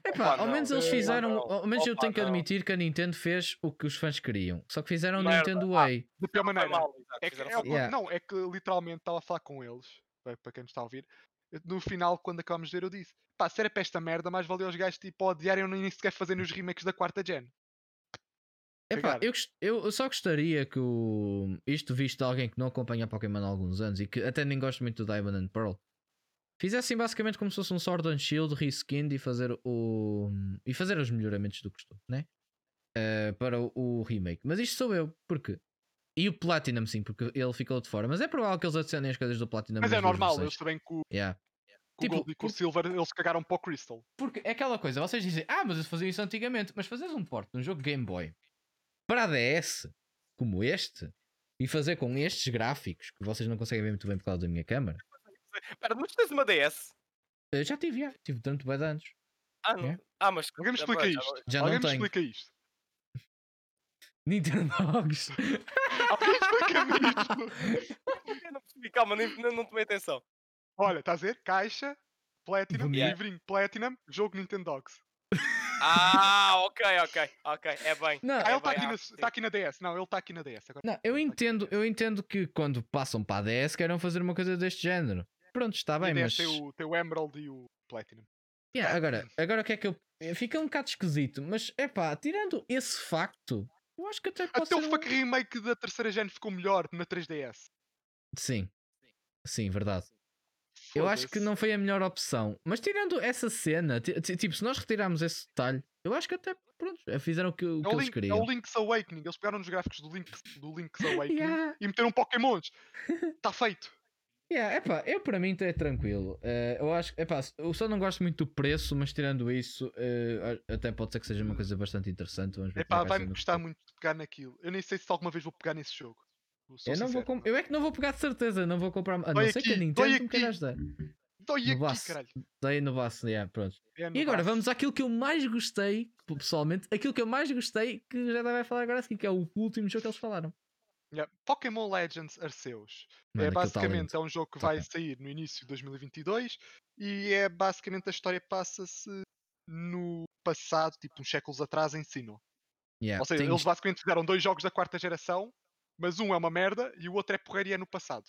[SPEAKER 1] Epá,
[SPEAKER 2] Opa,
[SPEAKER 1] ao menos
[SPEAKER 2] não.
[SPEAKER 1] eles
[SPEAKER 2] Opa,
[SPEAKER 1] fizeram.
[SPEAKER 2] não.
[SPEAKER 1] Ao menos eu
[SPEAKER 2] é Opa,
[SPEAKER 1] tenho que
[SPEAKER 2] não.
[SPEAKER 1] admitir que a Nintendo fez o que os fãs queriam. Só que fizeram o
[SPEAKER 2] Merda.
[SPEAKER 1] Nintendo Way.
[SPEAKER 3] Da pior
[SPEAKER 2] Foi
[SPEAKER 3] maneira.
[SPEAKER 2] mal, exato,
[SPEAKER 3] É que,
[SPEAKER 2] fizeram
[SPEAKER 3] é o
[SPEAKER 2] foi mal.
[SPEAKER 1] Yeah.
[SPEAKER 3] con- Não, é que literalmente estava a falar com eles, pa- para quem nos está a ouvir. eu- No final, quando acabámos de ver, eu disse: pá, se era para esta merda, mais valeu os gajos tipo odiarem ou nem sequer fazerem os remakes da quarta gen.
[SPEAKER 1] Epá,
[SPEAKER 3] Cagaram.
[SPEAKER 1] eu, gost- eu eu só gostaria que o... isto visto de alguém que não acompanha Pokémon há alguns anos e que até nem gosta muito do Diamond and Pearl. Fizessem basicamente como se fosse um Sword and Shield reskinned e fazer o. e fazer os melhoramentos do costume, né? Eh, para o, o remake. Mas isto sou eu, porque. E o Platinum, sim, porque ele ficou de fora. Mas é provável que eles adicionem as coisas do Platinum.
[SPEAKER 3] Mas é
[SPEAKER 1] nas duas
[SPEAKER 3] normal,
[SPEAKER 1] versões.
[SPEAKER 3] eles também com,
[SPEAKER 1] Yeah.
[SPEAKER 3] com
[SPEAKER 1] Tipo,
[SPEAKER 3] o Gold e com o
[SPEAKER 1] por-
[SPEAKER 3] Silver, eles cagaram para o Crystal.
[SPEAKER 1] Porque é aquela coisa, vocês dizem, ah, mas eu fazia isso antigamente, mas fazeres um port de um jogo Game Boy para a DS, como este, e fazer com estes gráficos, que vocês não conseguem ver muito bem por causa da minha câmera.
[SPEAKER 2] Espera, mas tens uma DS?
[SPEAKER 1] Eu eh, já tive, já. Tive durante bué de anos.
[SPEAKER 2] Ah, não-
[SPEAKER 1] Yeah.
[SPEAKER 2] ah, mas.
[SPEAKER 3] Alguém me
[SPEAKER 2] ah,
[SPEAKER 3] explica
[SPEAKER 2] pois,
[SPEAKER 3] isto.
[SPEAKER 2] ah,
[SPEAKER 1] Já
[SPEAKER 3] Alguém
[SPEAKER 1] não
[SPEAKER 3] me
[SPEAKER 1] tenho.
[SPEAKER 3] explica isto.
[SPEAKER 1] Nintendo Dogs.
[SPEAKER 3] Alguém explica-me isto.
[SPEAKER 2] eu Não percebi, calma, nem, não, não tomei atenção.
[SPEAKER 3] Olha, estás a ver? Caixa, Platinum,
[SPEAKER 1] Bonito.
[SPEAKER 3] livrinho Platinum, jogo Nintendo Dogs.
[SPEAKER 2] Ah, ok, ok, ok. É bem.
[SPEAKER 1] Não,
[SPEAKER 3] Ah, ele
[SPEAKER 2] é
[SPEAKER 3] está
[SPEAKER 2] bem,
[SPEAKER 3] aqui,
[SPEAKER 2] ah,
[SPEAKER 3] na-
[SPEAKER 2] sim.
[SPEAKER 3] tá aqui na DS. Não, ele está aqui na DS. Agora
[SPEAKER 1] não, eu entendo, eu entendo que quando passam para a DS queiram fazer uma coisa deste género. Pronto, está bem,
[SPEAKER 3] na
[SPEAKER 1] mas.
[SPEAKER 3] DS Tá tem o, Ah, tem o Emerald e o Platinum.
[SPEAKER 1] Yeah, agora, agora o que é que eu. eh, Fica um bocado esquisito, mas é pá, tirando esse facto, eu acho que até pode
[SPEAKER 3] Até o
[SPEAKER 1] ser um-
[SPEAKER 3] fuck remake da terceira gen ficou melhor na 3DS.
[SPEAKER 1] Sim. Sim, verdade. Eu acho que
[SPEAKER 3] Foda-se.
[SPEAKER 1] não é foi a melhor opção. Mas tirando essa cena, ti- ti- tipo, se nós retirarmos esse detalhe, eu acho que até, pronto, eh, fizeram o que, o
[SPEAKER 3] É
[SPEAKER 1] que
[SPEAKER 3] o,
[SPEAKER 1] eles
[SPEAKER 3] Link, é o
[SPEAKER 1] queriam.
[SPEAKER 3] Link's Awakening. Eles pegaram nos gráficos do, Link, do Link's Awakening
[SPEAKER 1] Yeah,
[SPEAKER 3] e meteram Pokémons. Está feito.
[SPEAKER 1] yeah, epá, eu para mim é tranquilo. Eh, eu acho, epá, s- eu só não gosto muito do preço, mas tirando isso, eh, a- até pode ser que seja uma coisa bastante interessante. Vamos ver como é
[SPEAKER 3] Uhum. Epá,
[SPEAKER 1] que vai ser
[SPEAKER 3] vai-me
[SPEAKER 1] no
[SPEAKER 3] custar
[SPEAKER 1] futuro.
[SPEAKER 3] muito de pegar naquilo. Eu nem sei se alguma vez vou pegar nesse jogo. sou
[SPEAKER 1] Eu, não vou
[SPEAKER 3] sincero.
[SPEAKER 1] com- eu é que não vou pegar de certeza, não vou comprar. A não
[SPEAKER 3] Dói
[SPEAKER 1] ser que a
[SPEAKER 3] aqui,
[SPEAKER 1] Nintendo
[SPEAKER 3] dói
[SPEAKER 1] me queira
[SPEAKER 3] aqui.
[SPEAKER 1] ajudar.
[SPEAKER 3] Dói
[SPEAKER 1] No
[SPEAKER 3] Então, aqui,
[SPEAKER 1] baço.
[SPEAKER 3] caralho.
[SPEAKER 1] Daí no baço, yeah, pronto.
[SPEAKER 3] É no
[SPEAKER 1] E agora
[SPEAKER 3] baço.
[SPEAKER 1] vamos àquilo que eu mais gostei, pessoalmente, aquilo que eu mais gostei, que já vai falar agora a seguir, que é o último jogo que eles falaram.
[SPEAKER 3] Yeah. Pokémon Legends Arceus.
[SPEAKER 1] Mano,
[SPEAKER 3] é
[SPEAKER 1] aquilo tá
[SPEAKER 3] basicamente
[SPEAKER 1] lindo.
[SPEAKER 3] é um jogo que
[SPEAKER 1] Tá
[SPEAKER 3] vai
[SPEAKER 1] bom.
[SPEAKER 3] sair no início de 2022 e é basicamente a história passa-se no passado, tipo uns séculos atrás, em Sinnoh.
[SPEAKER 1] Yeah,
[SPEAKER 3] Ou seja,
[SPEAKER 1] tem-
[SPEAKER 3] eles basicamente fizeram dois jogos da quarta geração, mas um é uma merda e o outro é porreria no passado.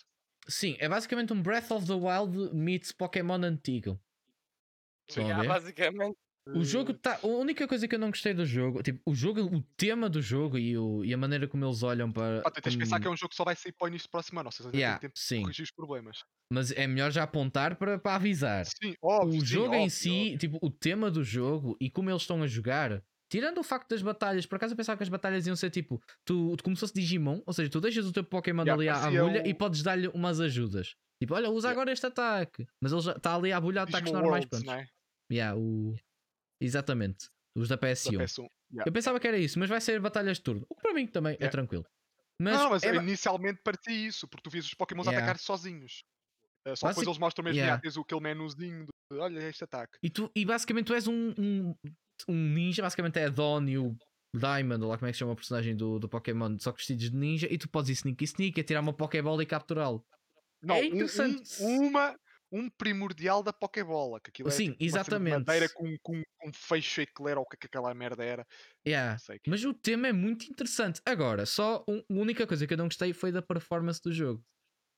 [SPEAKER 1] Sim, é basicamente um Breath of the Wild meets Pokémon antigo. Estão a
[SPEAKER 2] Yeah,
[SPEAKER 1] ver?
[SPEAKER 2] Ah, basicamente.
[SPEAKER 3] Hum. Eh,
[SPEAKER 1] O jogo tá. A única coisa que eu não gostei do jogo, tipo, o jogo, o tema do jogo e, o- e a maneira como eles olham para.
[SPEAKER 3] Pá, tu tens de pensar que é
[SPEAKER 1] como-
[SPEAKER 3] um jogo que só vai sair para o início do próximo ano, ou seja, ainda
[SPEAKER 1] hum. Yeah,
[SPEAKER 3] tem tempo de
[SPEAKER 1] sim,
[SPEAKER 3] corrigir os problemas.
[SPEAKER 1] mas é melhor já apontar para, para avisar.
[SPEAKER 3] Sim, óbvio.
[SPEAKER 1] o
[SPEAKER 3] sim,
[SPEAKER 1] jogo em
[SPEAKER 3] óbvio,
[SPEAKER 1] si, tipo, o tema do jogo e como eles estão a jogar, tirando o facto das batalhas, por acaso eu pensava que as batalhas iam ser tipo, tu, tu como se fosse Digimon, ou seja, tu deixas o teu Pokémon
[SPEAKER 3] Yeah,
[SPEAKER 1] ali à
[SPEAKER 3] parecia
[SPEAKER 1] agulha e
[SPEAKER 3] o-
[SPEAKER 1] podes dar-lhe umas ajudas. Tipo, olha, usa
[SPEAKER 3] Yeah.
[SPEAKER 1] agora este ataque. Mas ele já está ali à agulha
[SPEAKER 3] óbvio.
[SPEAKER 1] ataques
[SPEAKER 3] Digimon
[SPEAKER 1] normais.
[SPEAKER 3] Worlds,
[SPEAKER 1] pronto.
[SPEAKER 3] não é?
[SPEAKER 1] Yeah, o... Exatamente. Os da
[SPEAKER 3] Da
[SPEAKER 1] PS1.
[SPEAKER 3] PS1.
[SPEAKER 1] Eu pensava que era isso, mas vai ser batalhas de turno. O que para mim também é
[SPEAKER 3] Yeah.
[SPEAKER 1] tranquilo. Mas,
[SPEAKER 3] não, mas
[SPEAKER 1] é ba-
[SPEAKER 3] inicialmente parecia isso, porque tu vias os Pokémons
[SPEAKER 1] Yeah.
[SPEAKER 3] atacar sozinhos. Eh, Só
[SPEAKER 1] Basic-
[SPEAKER 3] depois eles mostram mesmo,
[SPEAKER 1] Yeah.
[SPEAKER 3] yeah. tens o- aquele menuzinho de olha este ataque.
[SPEAKER 1] E, tu, e basicamente tu és um, um, um ninja, basicamente é a Dawn e o Diamond, ou lá como é que se chama o personagem do, do Pokémon, só que vestidos de ninja, e tu podes ir sneaky sneaky, atirar uma Pokébola e capturá-lo.
[SPEAKER 3] Não, um- um-
[SPEAKER 1] É interessante.
[SPEAKER 3] uma, um primordial da Pokébola, que aquilo é
[SPEAKER 1] Sim,
[SPEAKER 3] tipo, uma cena
[SPEAKER 1] exatamente.
[SPEAKER 3] de madeira com, com, com fecho eclair ou o que é que aquela merda era.
[SPEAKER 1] Yeah.
[SPEAKER 3] Não sei o quê.
[SPEAKER 1] Mas o tema é muito interessante. Agora, só um- a única coisa que eu não gostei foi da performance do jogo.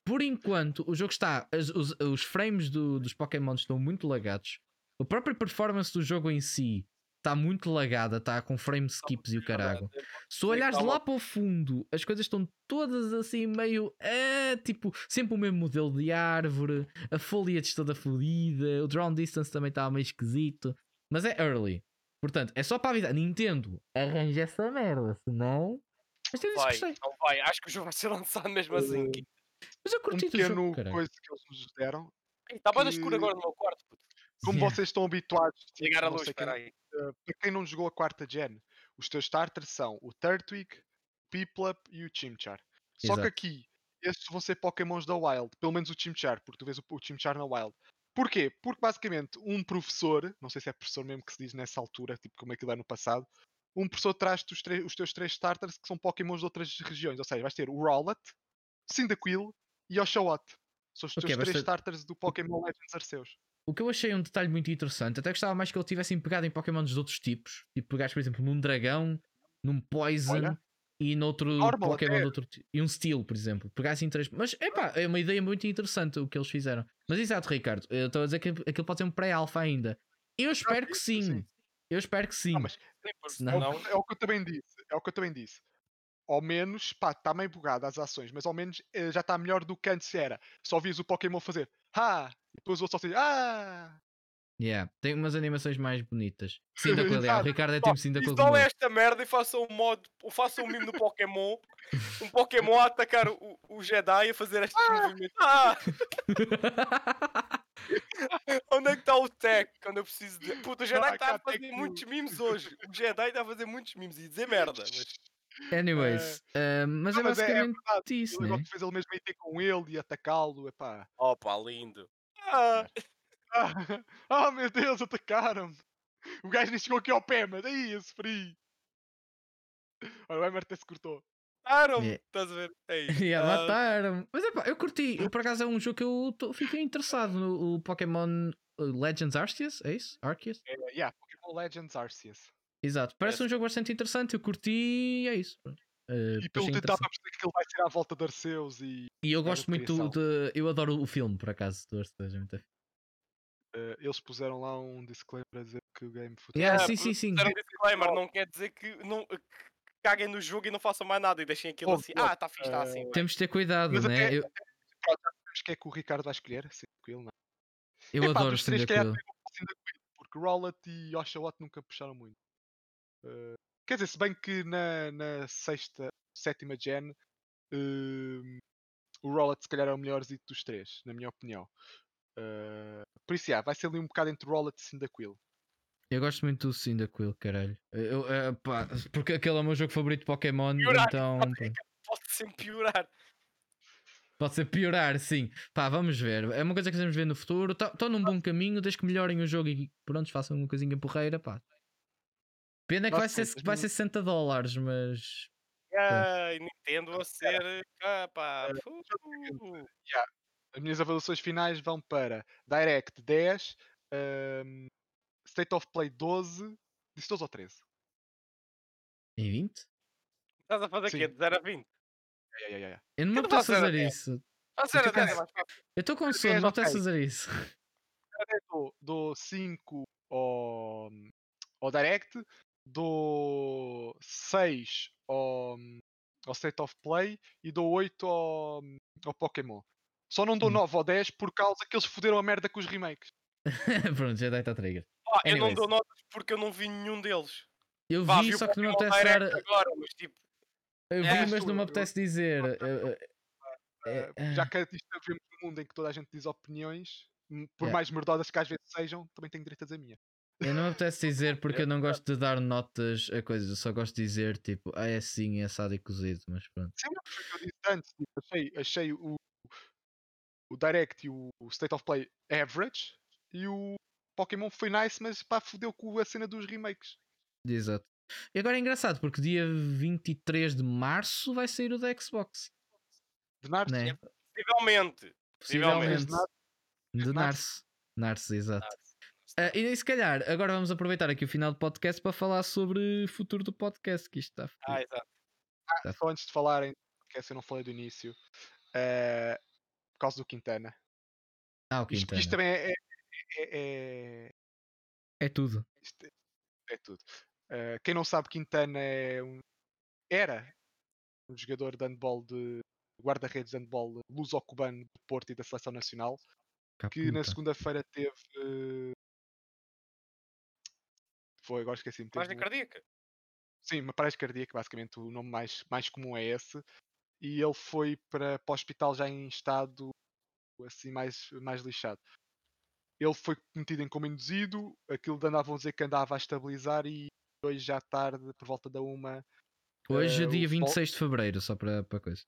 [SPEAKER 1] Por enquanto, o jogo está. as- os, os frames do- dos Pokémon estão muito lagados. A própria performance do jogo em si está muito lagada, está com frame skips e o carago. Se olhares
[SPEAKER 2] tá
[SPEAKER 1] lá
[SPEAKER 2] louco.
[SPEAKER 1] para o fundo, as coisas estão todas assim meio. É, tipo, sempre o mesmo modelo de árvore, a foliage toda fodida, o drawn distance também estava meio esquisito. Mas é early. Portanto, é só para avisar. Nintendo, arranja essa merda, senão. Mas eu disse
[SPEAKER 2] Vai,
[SPEAKER 1] que gostei.
[SPEAKER 2] não vai. Acho que o jogo vai ser lançado mesmo assim.
[SPEAKER 3] Eh,
[SPEAKER 1] Mas eu
[SPEAKER 3] Um
[SPEAKER 1] curti do
[SPEAKER 3] pequeno
[SPEAKER 1] jogo. caralho.
[SPEAKER 3] coisa que eles nos deram.
[SPEAKER 2] Está tá bem
[SPEAKER 3] que-
[SPEAKER 2] escuro agora no meu quarto. puto.
[SPEAKER 3] Como
[SPEAKER 1] Yeah.
[SPEAKER 3] vocês estão habituados, tipo,
[SPEAKER 2] Ligar a
[SPEAKER 3] não
[SPEAKER 2] luz,
[SPEAKER 3] sei quem-
[SPEAKER 2] peraí.
[SPEAKER 3] eh, para quem não jogou a quarta gen, os teus starters são o Turtwig, Piplup e o Chimchar. Só
[SPEAKER 1] Exato.
[SPEAKER 3] que aqui, estes vão ser Pokémons da Wild, pelo menos o Chimchar, porque tu vês o, o Chimchar na Wild. Porquê? Porque basicamente um professor, não sei se é professor mesmo que se diz nessa altura, tipo como aquilo é no passado, um professor traz-te os, tre- os teus três starters que são Pokémons de outras regiões. Ou seja, vais ter o Rowlet, Cyndaquil e Oshawott. São os
[SPEAKER 1] Ok,
[SPEAKER 3] teus três
[SPEAKER 1] bastante-
[SPEAKER 3] starters do Pokémon Legends Arceus.
[SPEAKER 1] O que eu achei um detalhe muito interessante, até gostava mais que eles tivessem pegado em Pokémon de outros tipos. Tipo, pegares, por exemplo, num dragão, num Poison
[SPEAKER 3] Olha.
[SPEAKER 1] e noutro
[SPEAKER 3] Normal,
[SPEAKER 1] Pokémon
[SPEAKER 3] até.
[SPEAKER 1] de outro tipo. E um Steel, por exemplo. Pegassem três. Mas epá, é uma ideia muito interessante o que eles fizeram. Mas exato, Ricardo, eu estou a dizer que aquilo pode ser um pré-alfa ainda. Eu espero que
[SPEAKER 3] Ah, sim,
[SPEAKER 1] sim.
[SPEAKER 3] sim.
[SPEAKER 1] Eu espero que sim.
[SPEAKER 3] Ah, mas
[SPEAKER 2] Sim, porque
[SPEAKER 1] Não.
[SPEAKER 2] senão-
[SPEAKER 3] É o que eu também disse. É o que eu também disse. Ao menos, pá, está meio bugado as ações, mas ao menos eh, já está melhor do que antes era. Só vias o Pokémon fazer ha! E depois o outro só fazia ah!
[SPEAKER 1] Yeah, tem umas animações mais bonitas. Sim, da qualidade.
[SPEAKER 3] Exato.
[SPEAKER 1] O Ricardo é
[SPEAKER 2] Pá,
[SPEAKER 1] tipo sim da
[SPEAKER 2] Instala
[SPEAKER 1] qualidade.
[SPEAKER 2] esta merda e faça um modo, ou faça um mimo do Pokémon, um Pokémon a atacar o, o Jedi e a fazer estes movimentos. Ah, onde é que está o Tech? Quando eu preciso de. Puta, o Jedi
[SPEAKER 3] Não,
[SPEAKER 2] está a
[SPEAKER 3] cá,
[SPEAKER 2] fazer
[SPEAKER 3] Tech
[SPEAKER 2] muitos
[SPEAKER 3] no-
[SPEAKER 2] memes hoje. O Jedi está a fazer muitos memes e dizer merda. Mas...
[SPEAKER 1] Anyways, ah, mas
[SPEAKER 3] Não,
[SPEAKER 1] é
[SPEAKER 3] mas é- é
[SPEAKER 1] basicamente isso,
[SPEAKER 3] Ele agora
[SPEAKER 1] né?
[SPEAKER 3] fez ele mesmo a ir ter com ele e atacá-lo, epá.
[SPEAKER 2] Opa, lindo. Ah,
[SPEAKER 3] Ah, oh, meu Deus, atacaram-me. O gajo nem chegou aqui ao pé, mas aí eu sofri. Olha, o Emmer até se cortou.
[SPEAKER 2] Mataram-me,
[SPEAKER 1] Yeah.
[SPEAKER 2] estás a ver? Ei,
[SPEAKER 1] É. Yeah,
[SPEAKER 2] ah,
[SPEAKER 1] mataram Mas é pá, eu curti. Eu, por acaso é um jogo que eu tô- fiquei interessado no o Pokémon uh, Legends Arceus, é isso? Arceus?
[SPEAKER 3] Eh, yeah, Pokémon Legends Arceus.
[SPEAKER 1] Exato. Parece um jogo bastante interessante, eu curti e é isso. Uh,
[SPEAKER 3] E pelo
[SPEAKER 1] achei
[SPEAKER 3] tentar
[SPEAKER 1] interessante.
[SPEAKER 3] para perceber que ele vai ser à volta de Arceus e
[SPEAKER 1] E eu gosto
[SPEAKER 3] da
[SPEAKER 1] muito
[SPEAKER 3] criação.
[SPEAKER 1] de. Eu adoro o filme, por acaso, do Arceus. é muito fixe.
[SPEAKER 3] eh, eles puseram lá um disclaimer a dizer que o game é futuro.
[SPEAKER 1] Yeah,
[SPEAKER 2] Ah,
[SPEAKER 1] sim, sim, sim.
[SPEAKER 2] Dar um disclaimer não quer dizer que, não, que caguem no jogo e não façam mais nada e deixem aquilo
[SPEAKER 3] Ponto,
[SPEAKER 2] assim.
[SPEAKER 3] ponto.
[SPEAKER 2] Ah, está fixe, está assim.
[SPEAKER 1] Temos de ter cuidado,
[SPEAKER 3] Mas
[SPEAKER 1] né?
[SPEAKER 3] até-
[SPEAKER 1] Eu,
[SPEAKER 3] Acho que é que o Ricardo vai escolher. Sim, tranquilo, não.
[SPEAKER 1] eu
[SPEAKER 3] Epá,
[SPEAKER 1] adoro
[SPEAKER 3] dos três,
[SPEAKER 1] estender
[SPEAKER 3] calhar,
[SPEAKER 1] com
[SPEAKER 3] Assim, tranquilo, porque Rollet e Oshawott nunca puxaram muito. Eh, quer dizer, se bem que na, na sexta, sétima gen, eh, o Rollet se calhar é o melhorzito dos três, na minha opinião. Eh, por isso, yeah, vai ser ali um bocado entre Rollet e Cyndaquil.
[SPEAKER 1] Eu gosto muito do Cyndaquil, caralho. Eu, eh, pá, porque aquele é o meu jogo favorito de Pokémon,
[SPEAKER 2] Piorar,
[SPEAKER 1] então pá,
[SPEAKER 2] Pode sempre piorar.
[SPEAKER 1] pode ser piorar, sim. Pá, vamos ver. É uma coisa que queremos ver no futuro. Estão num bom caminho, desde que melhorem o jogo e pronto, façam uma coisinha porreira, pá. Pena é que vai
[SPEAKER 3] Nossa,
[SPEAKER 1] ser,
[SPEAKER 3] mas
[SPEAKER 1] vai
[SPEAKER 3] não-
[SPEAKER 1] ser 60 dólares, mas.
[SPEAKER 2] Ah,
[SPEAKER 1] É.
[SPEAKER 2] Nintendo a ser. Ah, pá. fu-
[SPEAKER 3] As minhas avaliações finais vão para Direct 10, ehm, State of Play 12, disse 12 ou 13?
[SPEAKER 1] Em 20?
[SPEAKER 2] Estás a fazer o quê?
[SPEAKER 3] Sim.
[SPEAKER 2] De 0 a 20?
[SPEAKER 3] Yeah, yeah, yeah, yeah.
[SPEAKER 1] Eu não me
[SPEAKER 2] Eu não
[SPEAKER 1] apetece
[SPEAKER 2] faço nada
[SPEAKER 1] fazer
[SPEAKER 2] dela.
[SPEAKER 1] isso.
[SPEAKER 2] Ah, 0 a
[SPEAKER 1] tô
[SPEAKER 2] 10
[SPEAKER 1] cansa-
[SPEAKER 2] é mais fácil.
[SPEAKER 1] Eu estou com
[SPEAKER 3] Eu
[SPEAKER 1] sono, não me
[SPEAKER 3] não
[SPEAKER 1] apetece
[SPEAKER 3] sei.
[SPEAKER 1] fazer isso.
[SPEAKER 3] Até Dou, dou 5 ao, ao Direct, dou 6 ao, ao State of Play e dou 8 ao, ao Pokémon. Só não dou
[SPEAKER 1] Hum.
[SPEAKER 3] 9 ou 10 por causa que eles foderam a merda com os remakes.
[SPEAKER 1] pronto, já dei a trigger.
[SPEAKER 2] Pá, eu não
[SPEAKER 1] Anyways.
[SPEAKER 2] dou notas porque eu não vi nenhum deles.
[SPEAKER 1] Eu
[SPEAKER 2] Vá,
[SPEAKER 1] vi,
[SPEAKER 2] o
[SPEAKER 1] só que não me
[SPEAKER 2] Pokémon
[SPEAKER 1] apetece dar.
[SPEAKER 2] Direct agora, mas tipo,
[SPEAKER 1] Eu
[SPEAKER 2] É,
[SPEAKER 1] vi, mas
[SPEAKER 3] tu-
[SPEAKER 1] não me
[SPEAKER 3] eu-
[SPEAKER 1] apetece dizer.
[SPEAKER 3] eu-
[SPEAKER 1] Eu- eu-
[SPEAKER 3] Eh,
[SPEAKER 1] É,
[SPEAKER 3] já
[SPEAKER 1] ah.
[SPEAKER 3] que isto vivemos num mundo em que toda a gente diz opiniões, hum, por
[SPEAKER 1] Yeah.
[SPEAKER 3] mais merdosas que às vezes sejam, também tenho direito a dizer a minha.
[SPEAKER 1] Eu não me apetece dizer porque eu não gosto de dar notas a coisas, eu só gosto de dizer tipo, ah, é assim, é assado e cozido, mas pronto.
[SPEAKER 3] Sim, não, foi o que eu disse antes, tipo, achei, achei o, o Direct e o, o State of Play average e o Pokémon foi nice, mas pá, fodeu com a cena dos remakes.
[SPEAKER 1] Exato. E agora é engraçado porque dia 23 de março vai sair o da Xbox,
[SPEAKER 3] De Narcos,
[SPEAKER 1] né?
[SPEAKER 2] possivelmente.
[SPEAKER 1] Possivelmente.
[SPEAKER 2] Possivelmente.
[SPEAKER 1] De
[SPEAKER 3] De
[SPEAKER 1] Narce. Narce, exato. Ah, e se calhar, agora vamos aproveitar aqui o final do podcast para falar sobre o futuro do podcast, que isto está. fodido.
[SPEAKER 2] Ah, exato.
[SPEAKER 3] só antes de falarem, que eu não falei do início, eh, por causa do Quintana.
[SPEAKER 1] Ah, o
[SPEAKER 3] Isto-
[SPEAKER 1] Quintana.
[SPEAKER 3] Isto também é- é- é- é,
[SPEAKER 1] É tudo.
[SPEAKER 3] Isto é- é tudo. Eh, quem não sabe, Quintana é um- era um jogador de handball de guarda-redes de handball luso-cubano do Porto e da Seleção Nacional, que na
[SPEAKER 1] Caputa.
[SPEAKER 3] segunda-feira teve. eh, Foi, agora esqueci-me. teve
[SPEAKER 2] Página
[SPEAKER 3] um-
[SPEAKER 2] cardíaca.
[SPEAKER 3] Sim, uma paragem cardíaca, basicamente o nome mais, mais comum é esse. E ele foi para, para o hospital já em estado assim mais, mais lixado. Ele foi metido em coma induzido, aquilo de andavam a dizer que andava a estabilizar e hoje já à tarde, por volta da uma,
[SPEAKER 1] Hoje é
[SPEAKER 3] eh, o
[SPEAKER 1] dia
[SPEAKER 3] futebol-
[SPEAKER 1] 26 de fevereiro, só para, para coisa.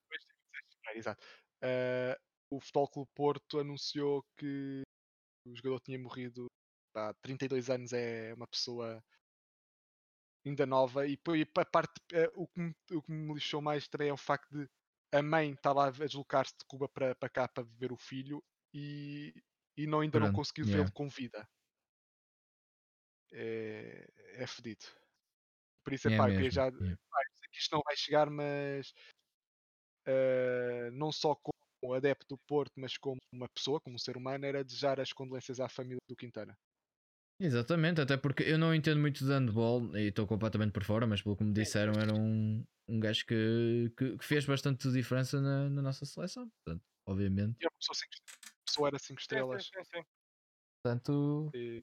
[SPEAKER 3] Ah, exato, ah, o Futebol Clube Porto anunciou que o jogador tinha morrido há 32 anos, é uma pessoa ainda nova e, pô- e pa- parte, eh, o, que me, o que me lixou mais também é o facto de a mãe estava a deslocar-se de Cuba para, para cá para ver o filho e, e não, ainda não
[SPEAKER 1] Pronto,
[SPEAKER 3] conseguiu
[SPEAKER 1] yeah.
[SPEAKER 3] vê-lo com vida. É, é fedido. Por isso, é,
[SPEAKER 1] É
[SPEAKER 3] pá, eu queria
[SPEAKER 1] mesmo,
[SPEAKER 3] já,
[SPEAKER 1] yeah.
[SPEAKER 3] pá, eu sei que isto não vai chegar, mas eh, não só como um adepto do Porto, mas como uma pessoa, como um ser humano, era desejar as condolências à família do Quintana.
[SPEAKER 1] Exatamente, até porque eu não entendo muito de handball e estou completamente por fora, mas pelo que me
[SPEAKER 3] É,
[SPEAKER 1] disseram, era um, um gajo que, que, que fez bastante diferença na, na nossa seleção. Portanto, obviamente.
[SPEAKER 3] E era uma pessoa, cinco estrelas, a pessoa era 5
[SPEAKER 2] Sim, sim,
[SPEAKER 3] estrelas.
[SPEAKER 2] sim, sim.
[SPEAKER 1] Portanto,
[SPEAKER 3] E,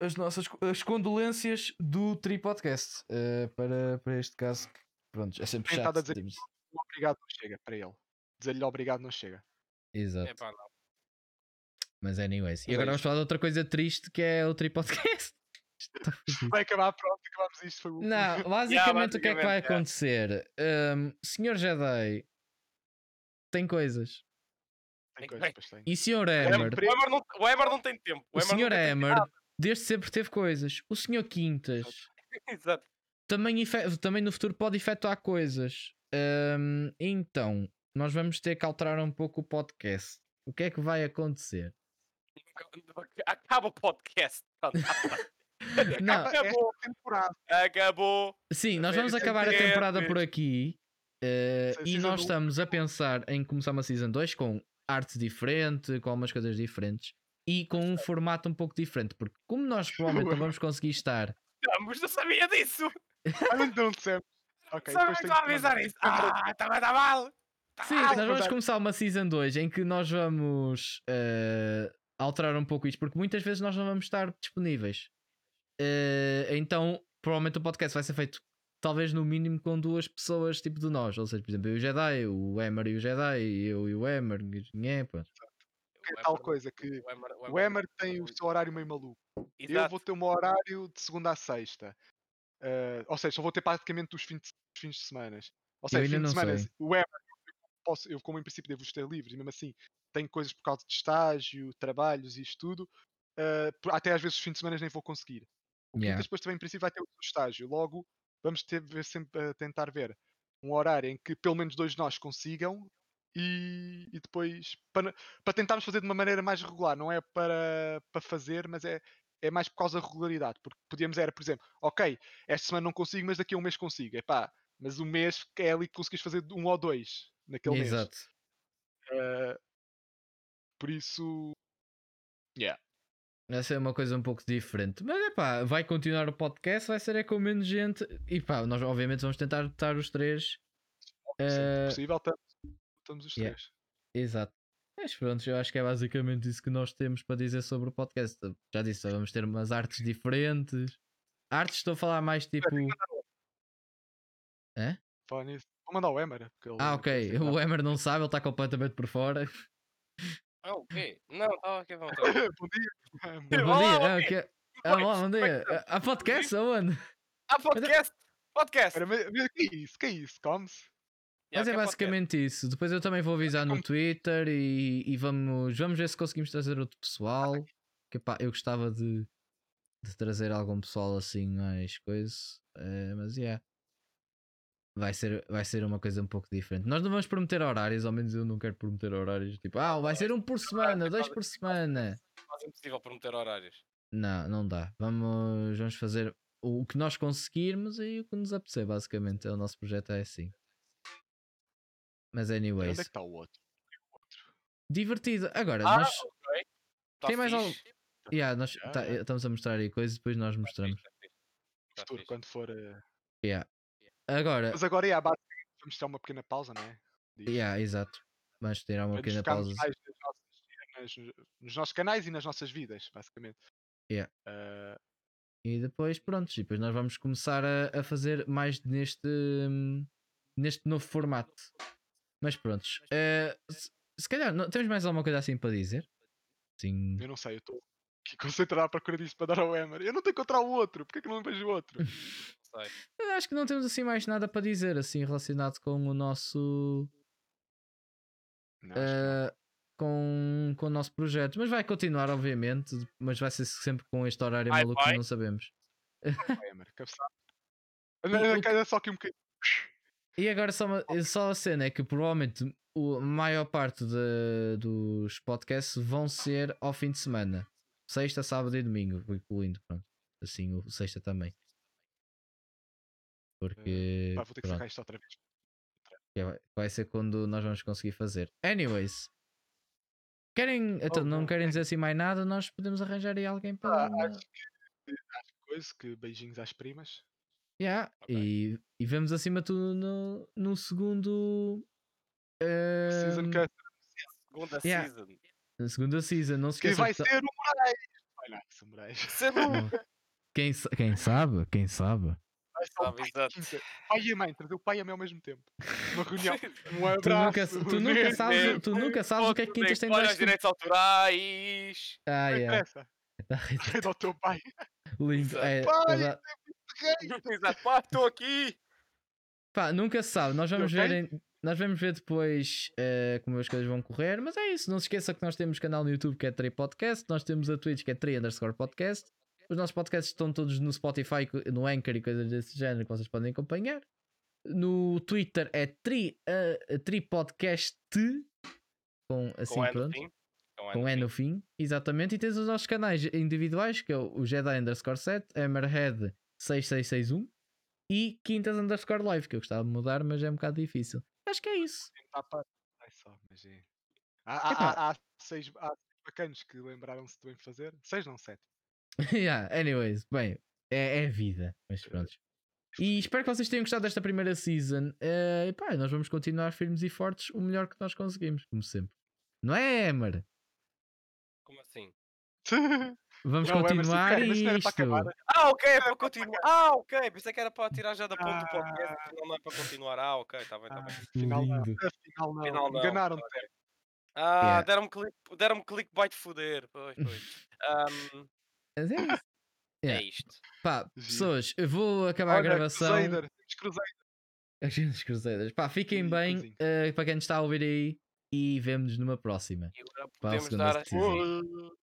[SPEAKER 1] as nossas as condolências do Tri Podcast eh, para, para este caso. Pronto, é sempre
[SPEAKER 3] Tem
[SPEAKER 1] chato.
[SPEAKER 3] estado a dizer- um obrigado não chega para ele. Dizer-lhe obrigado não chega.
[SPEAKER 1] Exato.
[SPEAKER 2] É pá, não.
[SPEAKER 1] Mas, anyways. E
[SPEAKER 3] Mas é
[SPEAKER 1] agora
[SPEAKER 3] isto.
[SPEAKER 1] vamos falar de outra coisa triste que é o Tri Podcast. Está fudido.
[SPEAKER 3] Vai acabar, pronto, acabamos isto. Foi o último.
[SPEAKER 1] Não, basicamente, o que é que vai
[SPEAKER 2] basicamente, é.
[SPEAKER 1] acontecer? Ahm, senhor Jedi tem coisas.
[SPEAKER 2] Tem
[SPEAKER 3] Tem coisas,
[SPEAKER 2] bem.
[SPEAKER 3] pois
[SPEAKER 1] E Sr.
[SPEAKER 3] Hammer.
[SPEAKER 1] Hammer,
[SPEAKER 2] O Weber não, o Weber não tem tempo.
[SPEAKER 1] o
[SPEAKER 2] Weber não
[SPEAKER 1] Sr.
[SPEAKER 2] tem tempo.
[SPEAKER 1] Hammer, desde sempre teve coisas. O Sr. Quintas
[SPEAKER 3] é-
[SPEAKER 2] Exato.
[SPEAKER 1] também, efe- também no futuro pode efetuar coisas. Ahm, então, nós vamos ter que alterar um pouco o podcast. O que é que vai acontecer?
[SPEAKER 2] Acaba o podcast. Pronto,
[SPEAKER 1] Não,
[SPEAKER 3] Acaba É,
[SPEAKER 2] Acabou.
[SPEAKER 3] esta é temporada.
[SPEAKER 2] Acabou.
[SPEAKER 1] Sim, nós
[SPEAKER 2] Sim,
[SPEAKER 1] vamos
[SPEAKER 2] sim,
[SPEAKER 1] acabar a
[SPEAKER 2] sim.
[SPEAKER 1] temporada por aqui eh,
[SPEAKER 3] Sim,
[SPEAKER 1] e
[SPEAKER 3] season
[SPEAKER 1] nós
[SPEAKER 3] um.
[SPEAKER 1] estamos a pensar em começar uma Season 2 com arte diferente, com algumas coisas diferentes e com um formato um pouco diferente, porque como nós provavelmente não vamos conseguir estar,
[SPEAKER 2] Estamos, não sabia disso.
[SPEAKER 3] Olha, não dissemos. Ok,
[SPEAKER 2] Sabe
[SPEAKER 3] depois
[SPEAKER 2] que estou
[SPEAKER 3] tenho
[SPEAKER 2] a
[SPEAKER 3] que
[SPEAKER 2] avisar
[SPEAKER 3] mandar.
[SPEAKER 2] isso. Ah, está mal, tá mal. Tá
[SPEAKER 1] sim,
[SPEAKER 2] mal.
[SPEAKER 1] nós vamos
[SPEAKER 3] verdade.
[SPEAKER 1] começar uma Season 2 em que nós vamos eh, alterar um pouco isto, porque muitas vezes nós não vamos estar disponíveis. Eh, então, provavelmente o podcast vai ser feito talvez no mínimo com duas pessoas tipo de nós, ou seja, por exemplo, eu e o Jedi, o Emer e o Jedi, eu e o Emer, ninguém, pá.
[SPEAKER 2] O
[SPEAKER 3] Que é
[SPEAKER 2] Weber-
[SPEAKER 3] tal coisa que
[SPEAKER 2] o Weber-
[SPEAKER 3] o Emer tem o
[SPEAKER 2] Exato.
[SPEAKER 3] seu horário meio maluco. Eu vou ter o meu horário de segunda a sexta. Eh, ou seja, só vou ter praticamente os fins de, os fins de semana. Ou seja,
[SPEAKER 1] ainda
[SPEAKER 3] fins de
[SPEAKER 1] não
[SPEAKER 3] semana,
[SPEAKER 1] sei.
[SPEAKER 3] o Ever, posso, eu como em princípio devo estar livre, e mesmo assim tenho coisas por causa de estágio, trabalhos e estudo. eh, por- até às vezes os fins de semana nem vou conseguir.
[SPEAKER 1] Yeah.
[SPEAKER 3] Mas depois também em princípio vai ter o seu estágio. Logo, vamos ter, ver sempre a tentar ver um horário em que pelo menos dois de nós consigam e, e depois para, para tentarmos fazer de uma maneira mais regular, não é para, para fazer, mas é, é mais por causa da regularidade, porque podíamos era, por exemplo, ok, esta semana não consigo, mas daqui a um mês consigo, epá, mas um mês é ali que conseguis fazer um ou dois naquele mês.
[SPEAKER 1] Exato.
[SPEAKER 3] Eh, por isso,
[SPEAKER 1] Essa é uma coisa um pouco diferente. Mas é pá, vai continuar o podcast, vai ser é com menos gente. E pá, nós obviamente vamos tentar estar os três.
[SPEAKER 3] sempre
[SPEAKER 1] Eh,
[SPEAKER 3] que é possível, estamos, estamos os
[SPEAKER 1] yeah.
[SPEAKER 3] três.
[SPEAKER 1] Exato. Mas pronto, eu acho que é basicamente isso que nós temos para dizer sobre o podcast. Já disse, vamos ter umas artes diferentes. Artes estou a falar mais tipo.
[SPEAKER 3] Falar nisso, Vou mandar o Emer. porque ele
[SPEAKER 1] Ah,
[SPEAKER 3] deve
[SPEAKER 1] ok.
[SPEAKER 3] ser-
[SPEAKER 1] O Emer não sabe, ele está completamente por fora.
[SPEAKER 2] Ah, o quê? Não, tá ok, vamos. tá bom.
[SPEAKER 3] Bom dia.
[SPEAKER 1] Bom
[SPEAKER 2] Olá,
[SPEAKER 1] dia.
[SPEAKER 2] bom
[SPEAKER 1] Ah,
[SPEAKER 2] dia.
[SPEAKER 1] ok. Ah, olá, bom
[SPEAKER 2] Como é que
[SPEAKER 1] dia.
[SPEAKER 2] estamos?
[SPEAKER 1] Ah, Há podcast aonde?
[SPEAKER 3] É-
[SPEAKER 2] Ah, podcast! Podcast!
[SPEAKER 3] Espera, mas- mas que é isso? Que é isso? Comes?
[SPEAKER 1] Mas é
[SPEAKER 2] Yeah, ok, podcast.
[SPEAKER 1] basicamente isso. Depois eu também vou avisar no
[SPEAKER 3] Como-
[SPEAKER 1] Twitter e, e vamos, vamos ver se conseguimos trazer outro pessoal. Que, pá, eu gostava de, de trazer algum pessoal assim mais coisa. eh, mas é. Yeah. Vai ser, vai ser uma coisa um pouco diferente. Nós não vamos prometer horários, ao menos eu não quero prometer horários. Tipo, ah, vai ser um por semana, dois por semana.
[SPEAKER 2] Quase impossível prometer horários.
[SPEAKER 1] Não, não dá. Vamos, vamos fazer o que nós conseguirmos e o que nos apetecer, basicamente. É O nosso projeto é assim. Mas,
[SPEAKER 3] Onde é
[SPEAKER 1] anyways.
[SPEAKER 3] que está o outro?
[SPEAKER 1] Divertido. Agora,
[SPEAKER 2] Ah,
[SPEAKER 1] nós,
[SPEAKER 2] ok. Tá
[SPEAKER 1] Tem mais
[SPEAKER 2] fixe.
[SPEAKER 1] algum- yeah, nós
[SPEAKER 3] Já,
[SPEAKER 1] tá-
[SPEAKER 3] já.
[SPEAKER 1] estamos a mostrar aí coisas e depois nós mostramos.
[SPEAKER 2] Tá fixe, tá
[SPEAKER 3] Futuro,
[SPEAKER 2] fixe.
[SPEAKER 3] quando for. eh,
[SPEAKER 1] Yeah. Agora,
[SPEAKER 3] Mas agora é a base. Vamos ter uma pequena pausa, não é? Disto,
[SPEAKER 1] yeah, exato. Vamos tirar uma
[SPEAKER 3] para nos
[SPEAKER 1] pequena
[SPEAKER 3] focarmos
[SPEAKER 1] pausa.
[SPEAKER 3] mais nas nossas cenas, nos- nos nossos canais e nas nossas vidas, basicamente.
[SPEAKER 1] Yeah.
[SPEAKER 3] Eh,
[SPEAKER 1] E depois, pronto, e depois nós vamos começar a, a fazer mais neste, hum, neste novo formato. Mas pronto, eh, se, se calhar não- temos mais alguma coisa assim para dizer? Sim.
[SPEAKER 3] eu não sei, eu estou aqui concentrado à procura disso para dar ao Emer. Eu não tenho que encontrar o outro, porque é que não vejo o outro?
[SPEAKER 2] Não sei.
[SPEAKER 1] Eu acho que não temos assim mais nada para dizer assim relacionado com o nosso
[SPEAKER 3] Não, acho que
[SPEAKER 1] eh, com, com o nosso projeto. Mas vai continuar, obviamente. Mas vai ser sempre com este horário
[SPEAKER 2] Vai,
[SPEAKER 1] maluco que
[SPEAKER 2] vai.
[SPEAKER 1] não sabemos. Ah.
[SPEAKER 3] não, o Emer. Cabeçada. Olha,
[SPEAKER 1] o-
[SPEAKER 3] olha só aqui um bocadinho.
[SPEAKER 1] E agora só, uma- só a cena é que provavelmente o- a maior parte de- dos podcasts vão ser ao fim de semana. Sexta, sábado e domingo, vou incluindo, pronto. Assim, o sexta também. Porque.
[SPEAKER 3] Ah, Pá, vou ter que
[SPEAKER 1] pronto.
[SPEAKER 3] sacar isto outra vez.
[SPEAKER 1] Que vai- vai ser quando nós vamos conseguir fazer. Anyways. Querem, então, não
[SPEAKER 3] não,
[SPEAKER 1] querem dizer assim mais nada, nós podemos arranjar aí alguém para.
[SPEAKER 3] Ah, acho que. Acho que coisa, que beijinhos às primas.
[SPEAKER 1] Yeah,
[SPEAKER 2] Ok.
[SPEAKER 1] e, e vemos acima de tudo no, no segundo.
[SPEAKER 3] Season
[SPEAKER 1] ehm,
[SPEAKER 3] Cut.
[SPEAKER 2] Segunda
[SPEAKER 1] Yeah.
[SPEAKER 2] season.
[SPEAKER 1] na segunda season, não se
[SPEAKER 3] Que
[SPEAKER 1] esqueçam.
[SPEAKER 3] vai
[SPEAKER 1] que tá-
[SPEAKER 3] ser o Moraes! Vai lá, são Moraes.
[SPEAKER 2] Sabe,
[SPEAKER 1] Quem, sa- quem sabe? Quem sabe?
[SPEAKER 3] Vai só o
[SPEAKER 2] exato.
[SPEAKER 3] Quinta. Pai e a mãe, trazer o pai e a mãe ao mesmo tempo. Uma reunião. Um
[SPEAKER 1] Tu nunca,
[SPEAKER 3] abraço.
[SPEAKER 1] tu nunca sabes,
[SPEAKER 2] mesmo.
[SPEAKER 1] tu nunca sabes o que é que quintas tem dois.
[SPEAKER 2] Olha os direitos autorais.
[SPEAKER 1] Ah,
[SPEAKER 3] Não
[SPEAKER 1] yeah. tá
[SPEAKER 3] interessa. Rede ao teu pai.
[SPEAKER 1] Lindo. É,
[SPEAKER 3] Pai!
[SPEAKER 1] exa-
[SPEAKER 3] Rei.
[SPEAKER 2] Exato. Pá, estou aqui.
[SPEAKER 1] Pá, nunca se sabe. Nós vamos
[SPEAKER 3] Ok.
[SPEAKER 1] ver em, Nós vamos ver depois eh, como as coisas vão correr, mas é isso. Não se esqueça que nós temos canal no YouTube que é Trey Podcast, nós temos a Twitch que é Trey Underscore Podcast. Os nossos podcasts estão todos no Spotify, co- no Anchor e coisas desse género que vocês podem acompanhar. No Twitter é Tri, eh, tri Podcast com assim
[SPEAKER 2] com N no
[SPEAKER 1] pronto.
[SPEAKER 2] fim.
[SPEAKER 1] Com
[SPEAKER 2] N
[SPEAKER 1] E
[SPEAKER 2] no
[SPEAKER 1] é no fim, exatamente. E tens os nossos canais individuais, que é o Jedi underscore 7, Hammerhead 6661 e Quintas underscore live, que eu gostava de mudar, mas é um bocado difícil. Acho que é isso.
[SPEAKER 3] Dá para- Ai, só, mas é. Há, há-
[SPEAKER 1] Epá.
[SPEAKER 3] há- há seis, há seis bacanos que lembraram-se de bem fazer. Seis, não sete.
[SPEAKER 1] yeah, anyways, bem, é, é vida, mas pronto. E espero que vocês tenham gostado desta primeira season. Eh, e pá, nós vamos continuar firmes e fortes o melhor que nós conseguimos, como sempre. Não é, Hammer?
[SPEAKER 2] Como assim?
[SPEAKER 1] Vamos
[SPEAKER 3] Não, Emerson,
[SPEAKER 1] continuar
[SPEAKER 3] espera,
[SPEAKER 1] isto.
[SPEAKER 3] mas espera é para acabar.
[SPEAKER 2] Ah, ok, é para continuar. Ah, ok. Pensei que era para tirar já da ponta do podcast. Afinal, não é para continuar. Ah, ok, está bem, está bem.
[SPEAKER 3] Afinal, não. é?
[SPEAKER 1] Lindo.
[SPEAKER 3] Afinal, não.
[SPEAKER 2] Afinal, não.
[SPEAKER 3] Enganaram-te.
[SPEAKER 2] Ah,
[SPEAKER 1] Yeah.
[SPEAKER 2] deram-me click, deram clickbait foder. Pois, pois. Ahm,
[SPEAKER 1] Mas é isso. Yeah.
[SPEAKER 2] É isto.
[SPEAKER 1] Pá,
[SPEAKER 3] Giro.
[SPEAKER 1] pessoas, eu vou acabar
[SPEAKER 3] Olha,
[SPEAKER 1] a gravação.
[SPEAKER 3] Crusader, temos Crusader.
[SPEAKER 1] Agendas Cruzeiras. Pá, fiquem
[SPEAKER 3] Sim,
[SPEAKER 1] bem
[SPEAKER 3] coisinha.
[SPEAKER 1] eh, para quem nos está a ouvir aí e vemo-nos numa próxima.
[SPEAKER 2] E agora
[SPEAKER 1] Para a
[SPEAKER 2] podemos
[SPEAKER 1] segunda
[SPEAKER 2] dar.
[SPEAKER 1] season.
[SPEAKER 3] Oh.